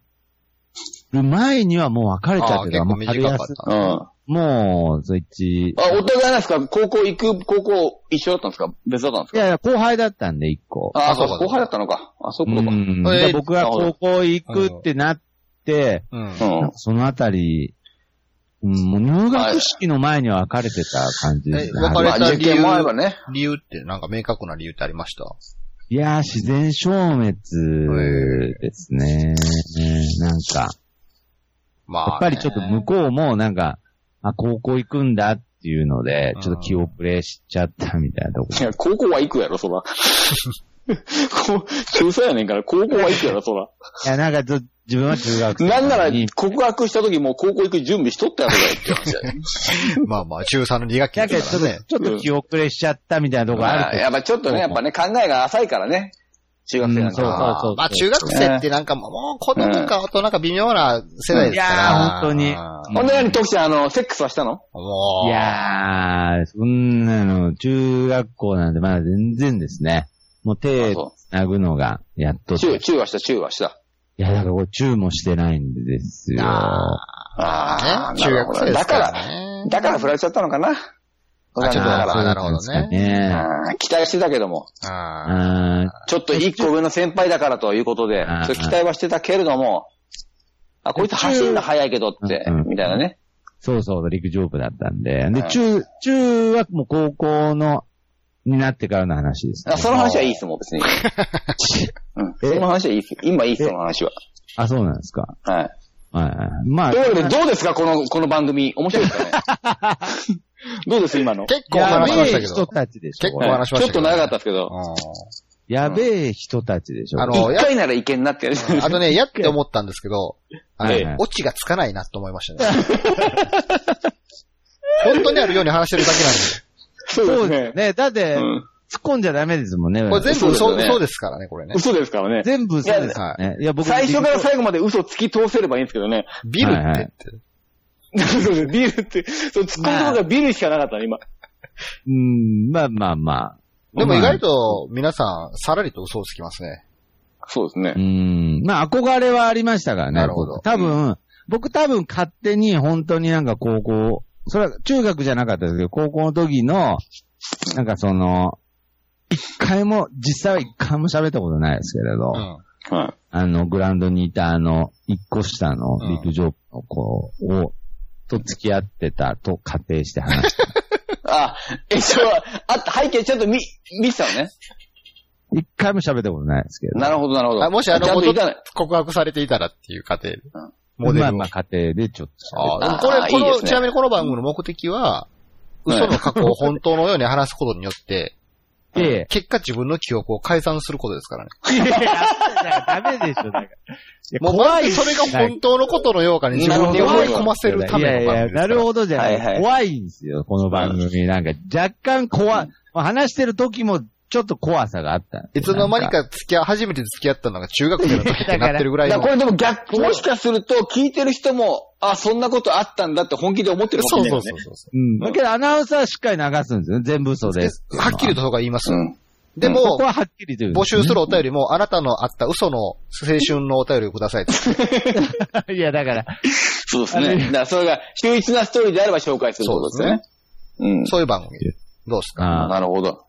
Speaker 3: 前にはもう別れちゃってた。
Speaker 2: あー
Speaker 3: もう
Speaker 2: 結構短かった
Speaker 3: 春休
Speaker 1: うん。あ、
Speaker 3: みもう、そいち、
Speaker 1: お互いなんですか高校行く、高校一緒だったんですか別だったんです
Speaker 3: い
Speaker 1: か
Speaker 3: やいや、後輩だったんで、一個。
Speaker 1: あ
Speaker 2: あ
Speaker 1: あ、そ
Speaker 2: そ
Speaker 1: うう
Speaker 2: か
Speaker 1: か、後輩だったのか。あ、そうういうことか。
Speaker 3: ん
Speaker 2: それ
Speaker 3: で僕が高校行くってなって、
Speaker 2: うん。
Speaker 1: うん。
Speaker 3: そのあたり、うん、もう入学式の前には別れてた感じですね。
Speaker 2: はいえ別れ
Speaker 1: まあ、受験もあればね。
Speaker 2: 理由って、なんか明確な理由ってありました
Speaker 3: いやー、自然消滅ですね。なんか、
Speaker 2: まあ、
Speaker 3: やっぱりちょっと向こうもなんか、あ、高校行くんだっていうので
Speaker 2: うん、
Speaker 3: ちょっと気をプレイしちゃったみたいなとこ。
Speaker 1: いや、高校は行くやろ、そら。 こ中3やねんから、高校は行くやろ、そら。
Speaker 3: いや、なんかず自分は中学生の時
Speaker 1: なん
Speaker 3: に。
Speaker 1: なら、告白した時も高校行く準備しとったやろ、って話 だよ。
Speaker 2: まあまあ、中3の2学期
Speaker 3: だ
Speaker 2: だ
Speaker 3: け
Speaker 2: か
Speaker 3: どちょ
Speaker 2: ら
Speaker 3: っと
Speaker 2: ね。
Speaker 3: ちょっと気遅れしちゃったみたいなとこ
Speaker 1: ま
Speaker 3: あ
Speaker 1: あ
Speaker 3: る
Speaker 1: やっぱちょっとね、やっぱね、考えが浅いからね。中学生なん
Speaker 3: そうそう
Speaker 1: か。
Speaker 2: あーまあ中学生ってなんかもう、もう子供か大人か微妙な世代ですから。
Speaker 3: うんいやー
Speaker 2: あ
Speaker 3: 本
Speaker 1: ほんで何、徳ちゃん、あの、セックスはしたの
Speaker 2: ーもう。
Speaker 3: いやー、そんなの、中学校なんてまだ全然ですね。もう手
Speaker 1: あそ
Speaker 3: 繋ぐのが、やっとで。
Speaker 1: 中、
Speaker 3: い
Speaker 1: 中はした、中はした。
Speaker 3: や、だからこれ中もしてないんですよ。
Speaker 2: あ
Speaker 1: あ
Speaker 2: ね、
Speaker 1: な
Speaker 2: 中
Speaker 1: るほ
Speaker 2: 学
Speaker 1: ど
Speaker 2: 生です
Speaker 1: だ
Speaker 2: か
Speaker 1: からら、
Speaker 2: ね。
Speaker 1: だから振られちゃったのかな。
Speaker 2: あちょっとだから
Speaker 3: そう
Speaker 2: なるほどね
Speaker 3: んですかね。
Speaker 1: あー期待はしてたけども、
Speaker 2: ら。
Speaker 3: あー
Speaker 1: ちょっと一個上の先輩だからということで
Speaker 3: あー、
Speaker 1: そう期待はしてたけれども、あ、こいつ走るの早いけどって
Speaker 3: うん、
Speaker 1: みたいなね。
Speaker 3: そうそう、陸上部だったんで。で
Speaker 1: う、ん
Speaker 3: 中、中はもう高校の、になってからの話です、ね
Speaker 1: あ。その話はいいっすもん、別に。うん、その話はいいっす。今いいっす、その話は。
Speaker 3: あ、そうなんですか。
Speaker 1: はい。
Speaker 3: はいはい。まあ
Speaker 1: と、いうわけで、どうですかこの、この番組。面白いですかね どうです今の。
Speaker 2: 結構
Speaker 3: や
Speaker 2: 話しま
Speaker 3: べ
Speaker 2: した
Speaker 3: え
Speaker 2: け
Speaker 3: 人
Speaker 2: ど。
Speaker 3: たちでしょ。
Speaker 2: 結構
Speaker 3: これ
Speaker 2: 話しましたけど
Speaker 1: ちょっと長かったですけど、
Speaker 2: う
Speaker 3: やべえ人たちでしょ。
Speaker 2: あの
Speaker 1: 一回ならいけんなって。
Speaker 2: んあとね、やって思ったんですけど、あ
Speaker 3: はいはい
Speaker 2: の、オチがつかないなと思いましたね。本当にあるように話してるだけなんで。
Speaker 1: そうですね。
Speaker 3: ね、だって、
Speaker 1: うん
Speaker 3: 突っ込んじゃダメですもんね。
Speaker 2: これ全部
Speaker 1: そ
Speaker 2: 嘘
Speaker 1: うですよね
Speaker 2: そうですからね、これね。
Speaker 1: 嘘ですからね。
Speaker 3: 全部そうですよね。いや、僕
Speaker 1: 最初から
Speaker 3: 最
Speaker 1: 最後まで嘘突き通せればいいんですけどね。
Speaker 2: ビルって
Speaker 3: はいは
Speaker 2: っ
Speaker 3: い
Speaker 2: て。
Speaker 1: そうですビールって、そう、突っ込んだ方がビールしかなかったね、今。
Speaker 3: うん、まあまあまあ。
Speaker 2: でも意外
Speaker 3: と。
Speaker 2: と皆さん、さらりと嘘をつきますね。
Speaker 1: そうです
Speaker 3: う
Speaker 1: ね。
Speaker 3: ん、まあ憧れはありましたからね。
Speaker 2: なるほど
Speaker 3: 多分、僕多分勝手に本当になんか高校、それは中学じゃなかったですけど、高校の時の、なんかその、一回も、実際は一回も喋ったことないですけれど、
Speaker 2: うん。
Speaker 1: は
Speaker 3: あの、グラウンドにいたあの、一個下の陸上部の子を、と付き合ってたと仮定して話 して。
Speaker 1: い。あ、え、それは、あった、背景ちゃんと見、見てたのね。
Speaker 3: 一回も喋ったことないですけど。
Speaker 1: なるほど、なるほ
Speaker 2: あ
Speaker 1: ど。
Speaker 2: もしあの
Speaker 1: ちゃんといたね。
Speaker 2: 告白されていたらっていう過程。
Speaker 3: ま
Speaker 2: モデル
Speaker 3: あ
Speaker 2: を
Speaker 3: まあ、家庭でちょっと喋っ
Speaker 2: ああ、でも
Speaker 1: あー
Speaker 2: これ、
Speaker 1: いいで
Speaker 2: こ
Speaker 1: す
Speaker 2: の、
Speaker 1: ね
Speaker 2: ちなみにこの番組の目的は、
Speaker 1: うん
Speaker 2: 嘘の過去を本当のように話すことによって、
Speaker 3: て。
Speaker 2: 結果自分の記憶を改ざんすることですからね。
Speaker 3: いや、ダメでしょ、だから。
Speaker 2: もうまずそれが本当のことのようかに自分で思い込ませるための番組ですか
Speaker 3: い
Speaker 2: ら。
Speaker 3: やいや、なる
Speaker 2: ど。
Speaker 3: ほどじゃない。
Speaker 1: はいはい
Speaker 3: 怖いんですよ、この番組。なんか、若干怖い。まあ話してる時も、ちょっと怖さがあった。
Speaker 2: いつの間にか付き合、初めて付き合ったのが中学生の時ってなってるぐら
Speaker 1: だか
Speaker 2: いの
Speaker 1: らこ。れでも逆、もしかすると聞いてる人も、あ、そんなことあったんだって本気で思ってるか
Speaker 2: そ
Speaker 1: も
Speaker 2: う
Speaker 1: しれ
Speaker 2: そ
Speaker 1: な
Speaker 2: う
Speaker 1: いよ
Speaker 2: そう
Speaker 1: ね。
Speaker 2: そう。
Speaker 3: うん。だけど、アナウンサーはしっかり流すんですよね。全部嘘
Speaker 2: で
Speaker 3: です。
Speaker 2: はっきりとそうが言います。
Speaker 1: うん。
Speaker 2: で
Speaker 3: こ
Speaker 2: も
Speaker 3: こ、ははっきりという。
Speaker 2: 募集するお便りも、あなたのあった嘘の青春のお便りをくださいと。
Speaker 3: る。いや、だから、
Speaker 1: そうですね。だからそれが、秀逸なストーリーであれば紹介するってことですよね。うん。
Speaker 2: そういう番組。どうですか
Speaker 3: あ
Speaker 1: なるほど。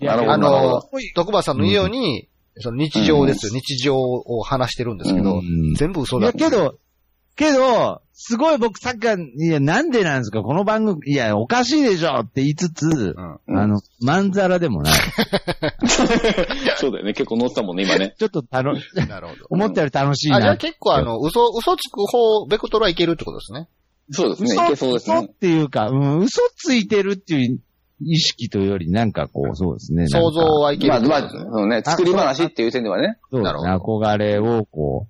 Speaker 3: いや
Speaker 1: なるほ
Speaker 2: あ
Speaker 1: ど、なるほど
Speaker 2: の。、徳馬さんの言うように、その日常ですよ。日常を話してるんですけ
Speaker 3: う
Speaker 2: ど、
Speaker 3: ん
Speaker 2: 全部嘘
Speaker 3: い
Speaker 2: だ
Speaker 3: や、けど、けど、すごい僕さっきから、いや、なんでなんですかこの番組、いや、おかしいでしょって言いつつ、
Speaker 2: うん
Speaker 3: あの、まんざらでもない。
Speaker 1: そうだよね。結構乗ってたもんね、今ね。
Speaker 3: ちょっと 楽、
Speaker 2: なるほど。
Speaker 3: 思ったより楽しい
Speaker 2: あ、じゃ
Speaker 3: な
Speaker 2: あ。結構あの、嘘、嘘つく方、ベクトルはいけるってことですね。
Speaker 1: そうですね。い
Speaker 3: 嘘
Speaker 1: けそうですね
Speaker 3: 嘘っ。ていうか、うん、嘘ついてるっていう意識というより、なんかこう、そうですね。
Speaker 2: 想像はいける
Speaker 1: まあ、
Speaker 2: って
Speaker 1: ま
Speaker 2: こ
Speaker 1: あ、
Speaker 2: とですね。
Speaker 1: そうね、作り話っていう点ではね。
Speaker 3: なん
Speaker 2: な
Speaker 3: か
Speaker 2: る
Speaker 3: そうですね。憧れをこ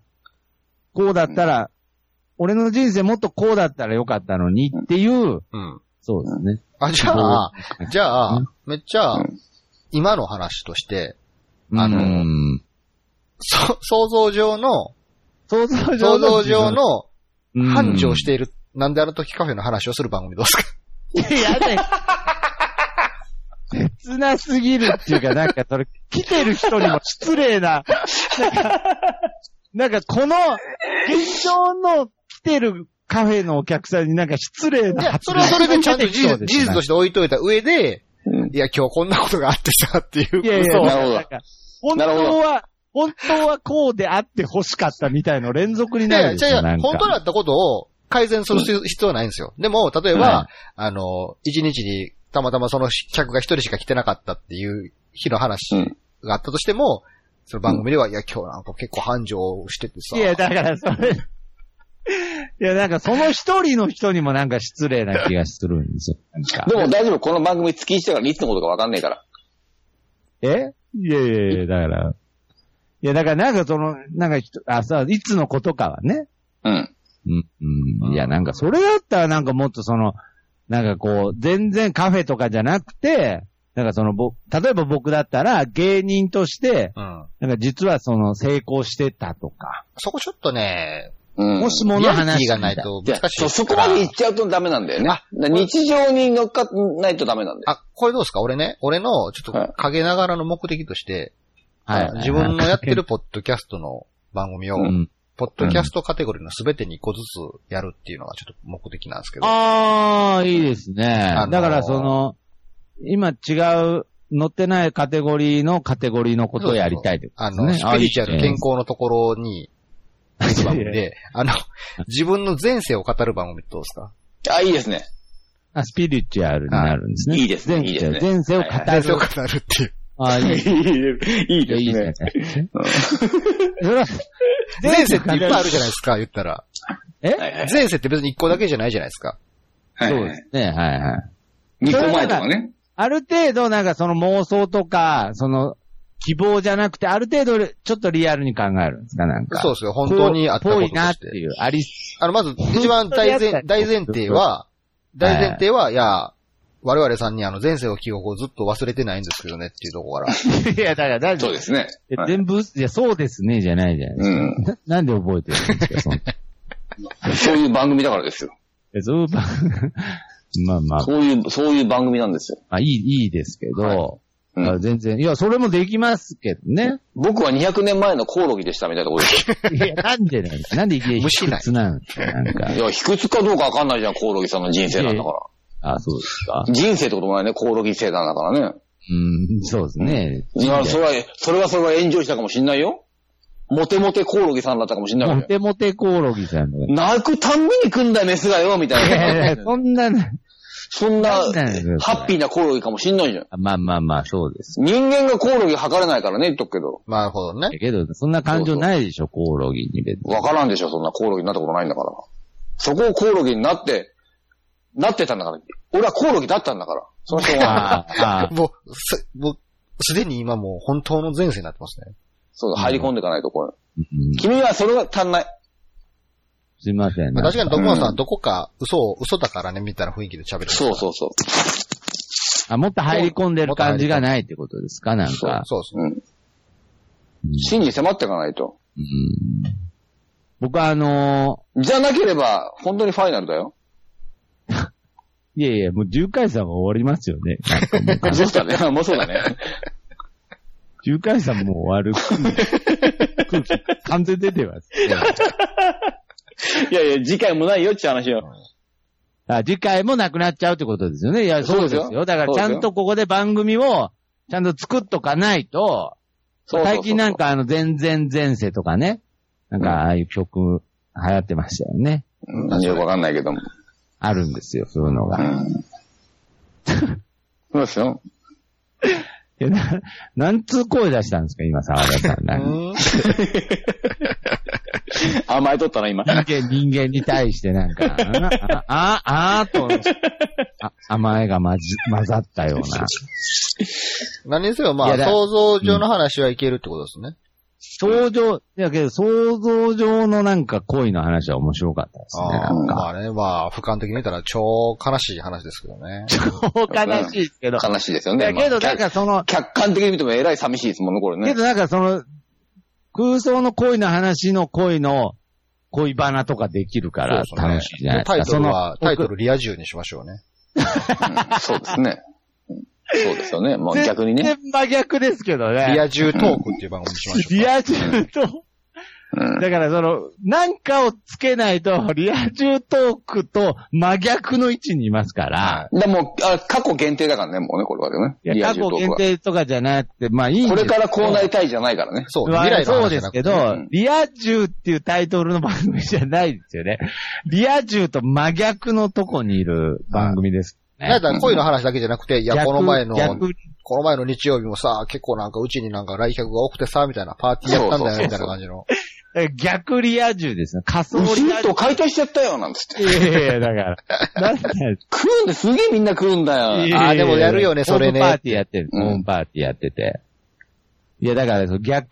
Speaker 3: こうだったら、俺の人生もっとこうだったらよかったのにっていう、
Speaker 2: うん。
Speaker 3: そうですね。
Speaker 2: あ、じゃあ、じゃあ
Speaker 3: うん、
Speaker 2: めっちゃ
Speaker 1: うん、
Speaker 2: 今の話として、
Speaker 3: あ
Speaker 2: あの
Speaker 3: の、
Speaker 2: そ、想像上の、
Speaker 3: 想像上
Speaker 2: 想像上の
Speaker 3: の。
Speaker 2: 繁盛してている、なんである時カフェの話をする番組どう ですか
Speaker 3: いや、や だよ。切なすぎるっていうか、なんかそれ、来てる人にも失礼な、なんか、なんかこの、現状の来てるカフェのお客さんになんか失礼
Speaker 2: い
Speaker 3: な
Speaker 2: や、
Speaker 3: 発
Speaker 2: それ
Speaker 3: 言
Speaker 2: はそれでちゃんと事
Speaker 3: そう
Speaker 2: 実
Speaker 3: で
Speaker 2: 事
Speaker 3: すね
Speaker 2: 実として置いといた上で、
Speaker 1: うん
Speaker 2: いや、今日こんなことがあってさ、っていう。
Speaker 3: いやいや、
Speaker 2: 嘘を
Speaker 1: なるほど
Speaker 3: んか本
Speaker 1: なるほ
Speaker 3: 当
Speaker 1: ど
Speaker 3: は、本当はこうであって欲しかったみたいの連続に
Speaker 2: い
Speaker 3: な
Speaker 2: や
Speaker 3: る
Speaker 2: い
Speaker 3: でしょ。
Speaker 2: や、
Speaker 3: なんか
Speaker 2: 本当だったことを改善する必要必要はないんですよ。でも、例え
Speaker 3: は
Speaker 2: ば、あの、一日にたまたまその客が一人しか来てなかったっていう日の話
Speaker 1: うん
Speaker 2: があったとしても、その番組では、いや、今日なんか結構繁盛しててさ。
Speaker 3: いや、だからそれ。いや、なんかその一人の人にもなんか失礼な気がするんですよ。なんか
Speaker 1: でも大丈夫、この番組月一だからいつのことかわかんないから。
Speaker 3: えいやいやいや、だから。いや、だからなんかその、なんか人、あ、さ、いつのことかはね。
Speaker 1: うん。
Speaker 3: うん、うん。いや、なんかそれだったらなんかもっとその、なんかこう、全然カフェとかじゃなくて、なんかその、ぼ、例えば僕だったら芸人として、
Speaker 2: うん。
Speaker 3: なんか実はその成功してたとか、
Speaker 2: そこちょっとね、
Speaker 1: うん。
Speaker 3: もし
Speaker 2: リ
Speaker 3: もの
Speaker 2: アリテ
Speaker 3: 話
Speaker 2: ィがない。と
Speaker 1: いや
Speaker 2: 難しい
Speaker 1: そ、
Speaker 2: です
Speaker 1: そ
Speaker 2: か
Speaker 1: こ
Speaker 2: ら
Speaker 1: まで行っちゃうとダメなんだよね。
Speaker 2: あ
Speaker 1: だから日常に乗っかないとダメなんだよ。
Speaker 2: あ、これどうですか俺ね、俺の、ちょ
Speaker 1: は
Speaker 2: っと
Speaker 1: い
Speaker 2: 陰ながらの目的として、
Speaker 3: はい
Speaker 2: あ。自分のやってるポッドキャストの番組を、
Speaker 3: うん
Speaker 2: ポッドキャストカテゴリーのすべてに一個ずつやるっていうのがちょっと目的なんですけど。
Speaker 3: ああ、いいですね。
Speaker 2: あのー
Speaker 3: だからその、今違う、乗ってないカテゴリーのカテゴリーのことをやりたいってこと
Speaker 2: あ
Speaker 3: です
Speaker 2: の、
Speaker 3: ね。
Speaker 2: スピリチュアル、健康のところに、実番
Speaker 3: い
Speaker 2: 組
Speaker 3: やいや
Speaker 2: で、あの、自分の前世を語る番組ってどうです か
Speaker 1: あ、いいです ね。
Speaker 3: あ、スピリチュアルになるんですね。
Speaker 1: はいいいですね
Speaker 3: 前世
Speaker 1: いいですね
Speaker 3: 前世を語
Speaker 1: はい
Speaker 2: 前
Speaker 3: る。
Speaker 2: 世を語るっ ていう。
Speaker 3: あいいですね。
Speaker 1: いい
Speaker 3: いいですね。それは
Speaker 2: 前世っていっぱいあるじゃないですか、言った ら。
Speaker 3: え
Speaker 1: はいはい。
Speaker 2: 前世って別に一個だけじゃないじゃないですか。
Speaker 1: はい
Speaker 3: そう
Speaker 1: は
Speaker 3: で
Speaker 1: い。
Speaker 3: すね、はいはい。
Speaker 1: 2個前とかね。
Speaker 3: ある程度なんかその妄想とか、その、希望じゃなくて、ある程度ちょっとリアルに考えるんですか、 なんか。
Speaker 2: そうですよ、本当にあったこと
Speaker 3: ぽ
Speaker 2: と
Speaker 3: いなっ
Speaker 2: してて。
Speaker 3: いう、あり
Speaker 2: あの、まず、一番大
Speaker 3: 本当にあ
Speaker 2: 前
Speaker 3: っ、た
Speaker 2: 大前提は、大前提は、いや、我々さんにあの前世の記憶をずっと忘れてないんですけどねっていうところから。
Speaker 3: いや、だから、だ
Speaker 1: そうですね。はい
Speaker 3: 全部、いや、そうですね、じゃないじゃないで
Speaker 1: う
Speaker 3: すか。
Speaker 1: ん。
Speaker 3: ななんで覚えてるんですか、その。
Speaker 1: そういう番組だからですよ。
Speaker 3: えそうばまあまあ、
Speaker 1: そういう、そういう番組なんですよ。
Speaker 3: まあ、いい、いいですけど、
Speaker 1: うん
Speaker 3: あ全然、いや、それもできますけどね。
Speaker 1: 僕は200年前のコオロギでしたみたいなこと ですよ。
Speaker 3: いや、なんでなんなんで、いきなり
Speaker 2: 虫ない
Speaker 3: 卑屈なんですか、なんか
Speaker 1: い。 や、卑屈かどうかわかんないじゃん、コオロギさんの人生なんだか。。
Speaker 3: あ、そうですから
Speaker 1: 人生ってこともないね、コオロギ生なんだからね。
Speaker 3: うん、そうですね。
Speaker 1: いや、それは、それはそれは炎上したかもしんないよ。モテモテコオロギさんだったかもしんないわ
Speaker 3: モ
Speaker 1: けよ。
Speaker 3: テモテコオロギさん の。い
Speaker 1: 泣くたんびに来んだよメスがよ、みたい
Speaker 3: やい
Speaker 1: な。
Speaker 3: や そんな、
Speaker 1: そんな、
Speaker 3: なんなんですか
Speaker 1: ハッピーなコオロギかもしんないじゃん。
Speaker 3: まあまあまあ、そうです。
Speaker 1: 人間がコオロギ測れないからね、言っとくけど。
Speaker 2: なるほどね。
Speaker 3: けど、そんな感情ないでしょ、コオロギに別に。
Speaker 1: わからんでしょ、そんなコオロギになったことないんだから。そこをコオロギになって、なってたんだから。俺はコオロギだったんだから。その人が、
Speaker 3: ああ、ああ、
Speaker 2: もう、す、もう、すでに今もう本当の前世になってますね。
Speaker 1: そうだ、入り込んでいかないと、これ。
Speaker 3: うん
Speaker 1: 君はそれが足んない。
Speaker 3: すいません。
Speaker 2: まあ、確かに徳川さん
Speaker 1: う
Speaker 2: はどこか嘘を、嘘だからね、みたいな雰囲気で喋ってる。
Speaker 1: そうそうそう。
Speaker 3: あ、もっと入り込んでる感じがないってことですかなん
Speaker 2: そう
Speaker 3: か。
Speaker 2: そうそう。
Speaker 1: うん。
Speaker 3: うん
Speaker 1: 真に迫っていかないと。
Speaker 3: うん僕はあの
Speaker 1: じゃなければ、本当にファイナル だよ。
Speaker 3: ーいやいや、もう10回さんは終わりますよね。
Speaker 1: そうだね。 もうそうだね。
Speaker 3: 10回さんもう終わる。 空気完全出てます。
Speaker 1: いやいや、次回もないよって話よ。
Speaker 3: あ次回もなくなっちゃうってことですよね。いや、そうです
Speaker 1: そうです
Speaker 3: よ。
Speaker 1: よ
Speaker 3: だからちゃんとここで番組を、ちゃんと作っとかないと、
Speaker 1: そうそうそう
Speaker 3: 最近なんかあの、全然前世とかね。なんか
Speaker 1: うん
Speaker 3: ああいう曲流行ってましたよね。
Speaker 1: うんよくわかんないけども。
Speaker 3: あるんですよ、そういうのが。
Speaker 1: うん。そうですよ。
Speaker 3: え、な、なんつう声出したんですか今、沢田さん。なんか
Speaker 2: うん
Speaker 1: 甘えとったな、今。
Speaker 3: 人間、人間に対してなんか、あ、あ、あ、あと、あ甘えが混じ、混ざったような。
Speaker 2: 何にせよ、ま
Speaker 3: い
Speaker 2: あ、
Speaker 3: やだ
Speaker 2: 想像上の話はいけるってことですね。
Speaker 3: 想像、いやけど、想像上のなんか恋の話は面白かったですね。
Speaker 2: あ
Speaker 3: な
Speaker 2: あ
Speaker 3: ん
Speaker 2: ま
Speaker 3: か。
Speaker 2: あね、まあ、俯瞰的に見たら超悲しい話ですけどね。
Speaker 3: 超悲しいですけど。
Speaker 1: 悲しいですよ
Speaker 3: い
Speaker 1: ね。
Speaker 3: やけど、
Speaker 1: ま
Speaker 3: な
Speaker 1: あ
Speaker 3: んかその、
Speaker 1: 客客観的に見てもえらい寂しいですもんね、これ
Speaker 3: け
Speaker 1: ね。
Speaker 3: どなんかその、空想の恋の話の恋の恋バナとかできるから
Speaker 2: そうですね
Speaker 3: 楽しいじゃないですか。
Speaker 2: タイトルは、
Speaker 3: その
Speaker 2: タイトルリア充にしましょうね。
Speaker 1: うんそうですね。うんそうです よね。もう逆にね。
Speaker 3: 全然真逆ですけど
Speaker 2: リ
Speaker 3: ね。
Speaker 2: ア充トークっていう番組にしましょうか。
Speaker 3: リア充と、
Speaker 1: うん
Speaker 3: だからその、なんかをつけないと、リア充トークと真逆の位置にいますから、
Speaker 1: でもうあ、過去限定だからね、もうね、これはね。
Speaker 3: い
Speaker 1: リ
Speaker 3: や過
Speaker 1: ア充ト
Speaker 3: 去
Speaker 1: ー
Speaker 3: 限
Speaker 1: ク
Speaker 3: 定とかじゃなくて、まあいいん
Speaker 1: は。
Speaker 3: で
Speaker 1: こ
Speaker 3: す
Speaker 1: れからこうなりたいじゃないからね。
Speaker 2: そう、
Speaker 3: まあ
Speaker 2: 未来の
Speaker 3: そう
Speaker 2: 話じ
Speaker 3: で
Speaker 2: ゃな
Speaker 3: す
Speaker 2: くて
Speaker 3: けど
Speaker 1: うん、
Speaker 3: リア充っていうタイトルの番組じゃないですよね。リア充と真逆のとこにいる番組ですね。
Speaker 2: だから恋の話だけじゃなくて、いや、
Speaker 3: 逆
Speaker 2: この前の、
Speaker 3: 逆に
Speaker 2: この前の日曜日もさ、結構なんかうちになんか来客が多くてさ、みたいなパーティーやったん
Speaker 1: そう
Speaker 2: だよ、
Speaker 1: そうそうそう
Speaker 2: みたいな感じの。
Speaker 3: え逆リア充ですね。仮想
Speaker 1: ウシ
Speaker 3: リア
Speaker 1: ッ
Speaker 3: 充
Speaker 1: ト。解体しちゃったよ、なんつって。
Speaker 3: いやいやいやだ から。なんなん
Speaker 1: 食うんですげえみんな食うんだよ。
Speaker 2: あ
Speaker 3: Ah,
Speaker 2: ーでもやるよねそれね
Speaker 3: ホームパーティーやってる。
Speaker 1: うん
Speaker 3: ホームパーティーやってて。いや、だから、その逆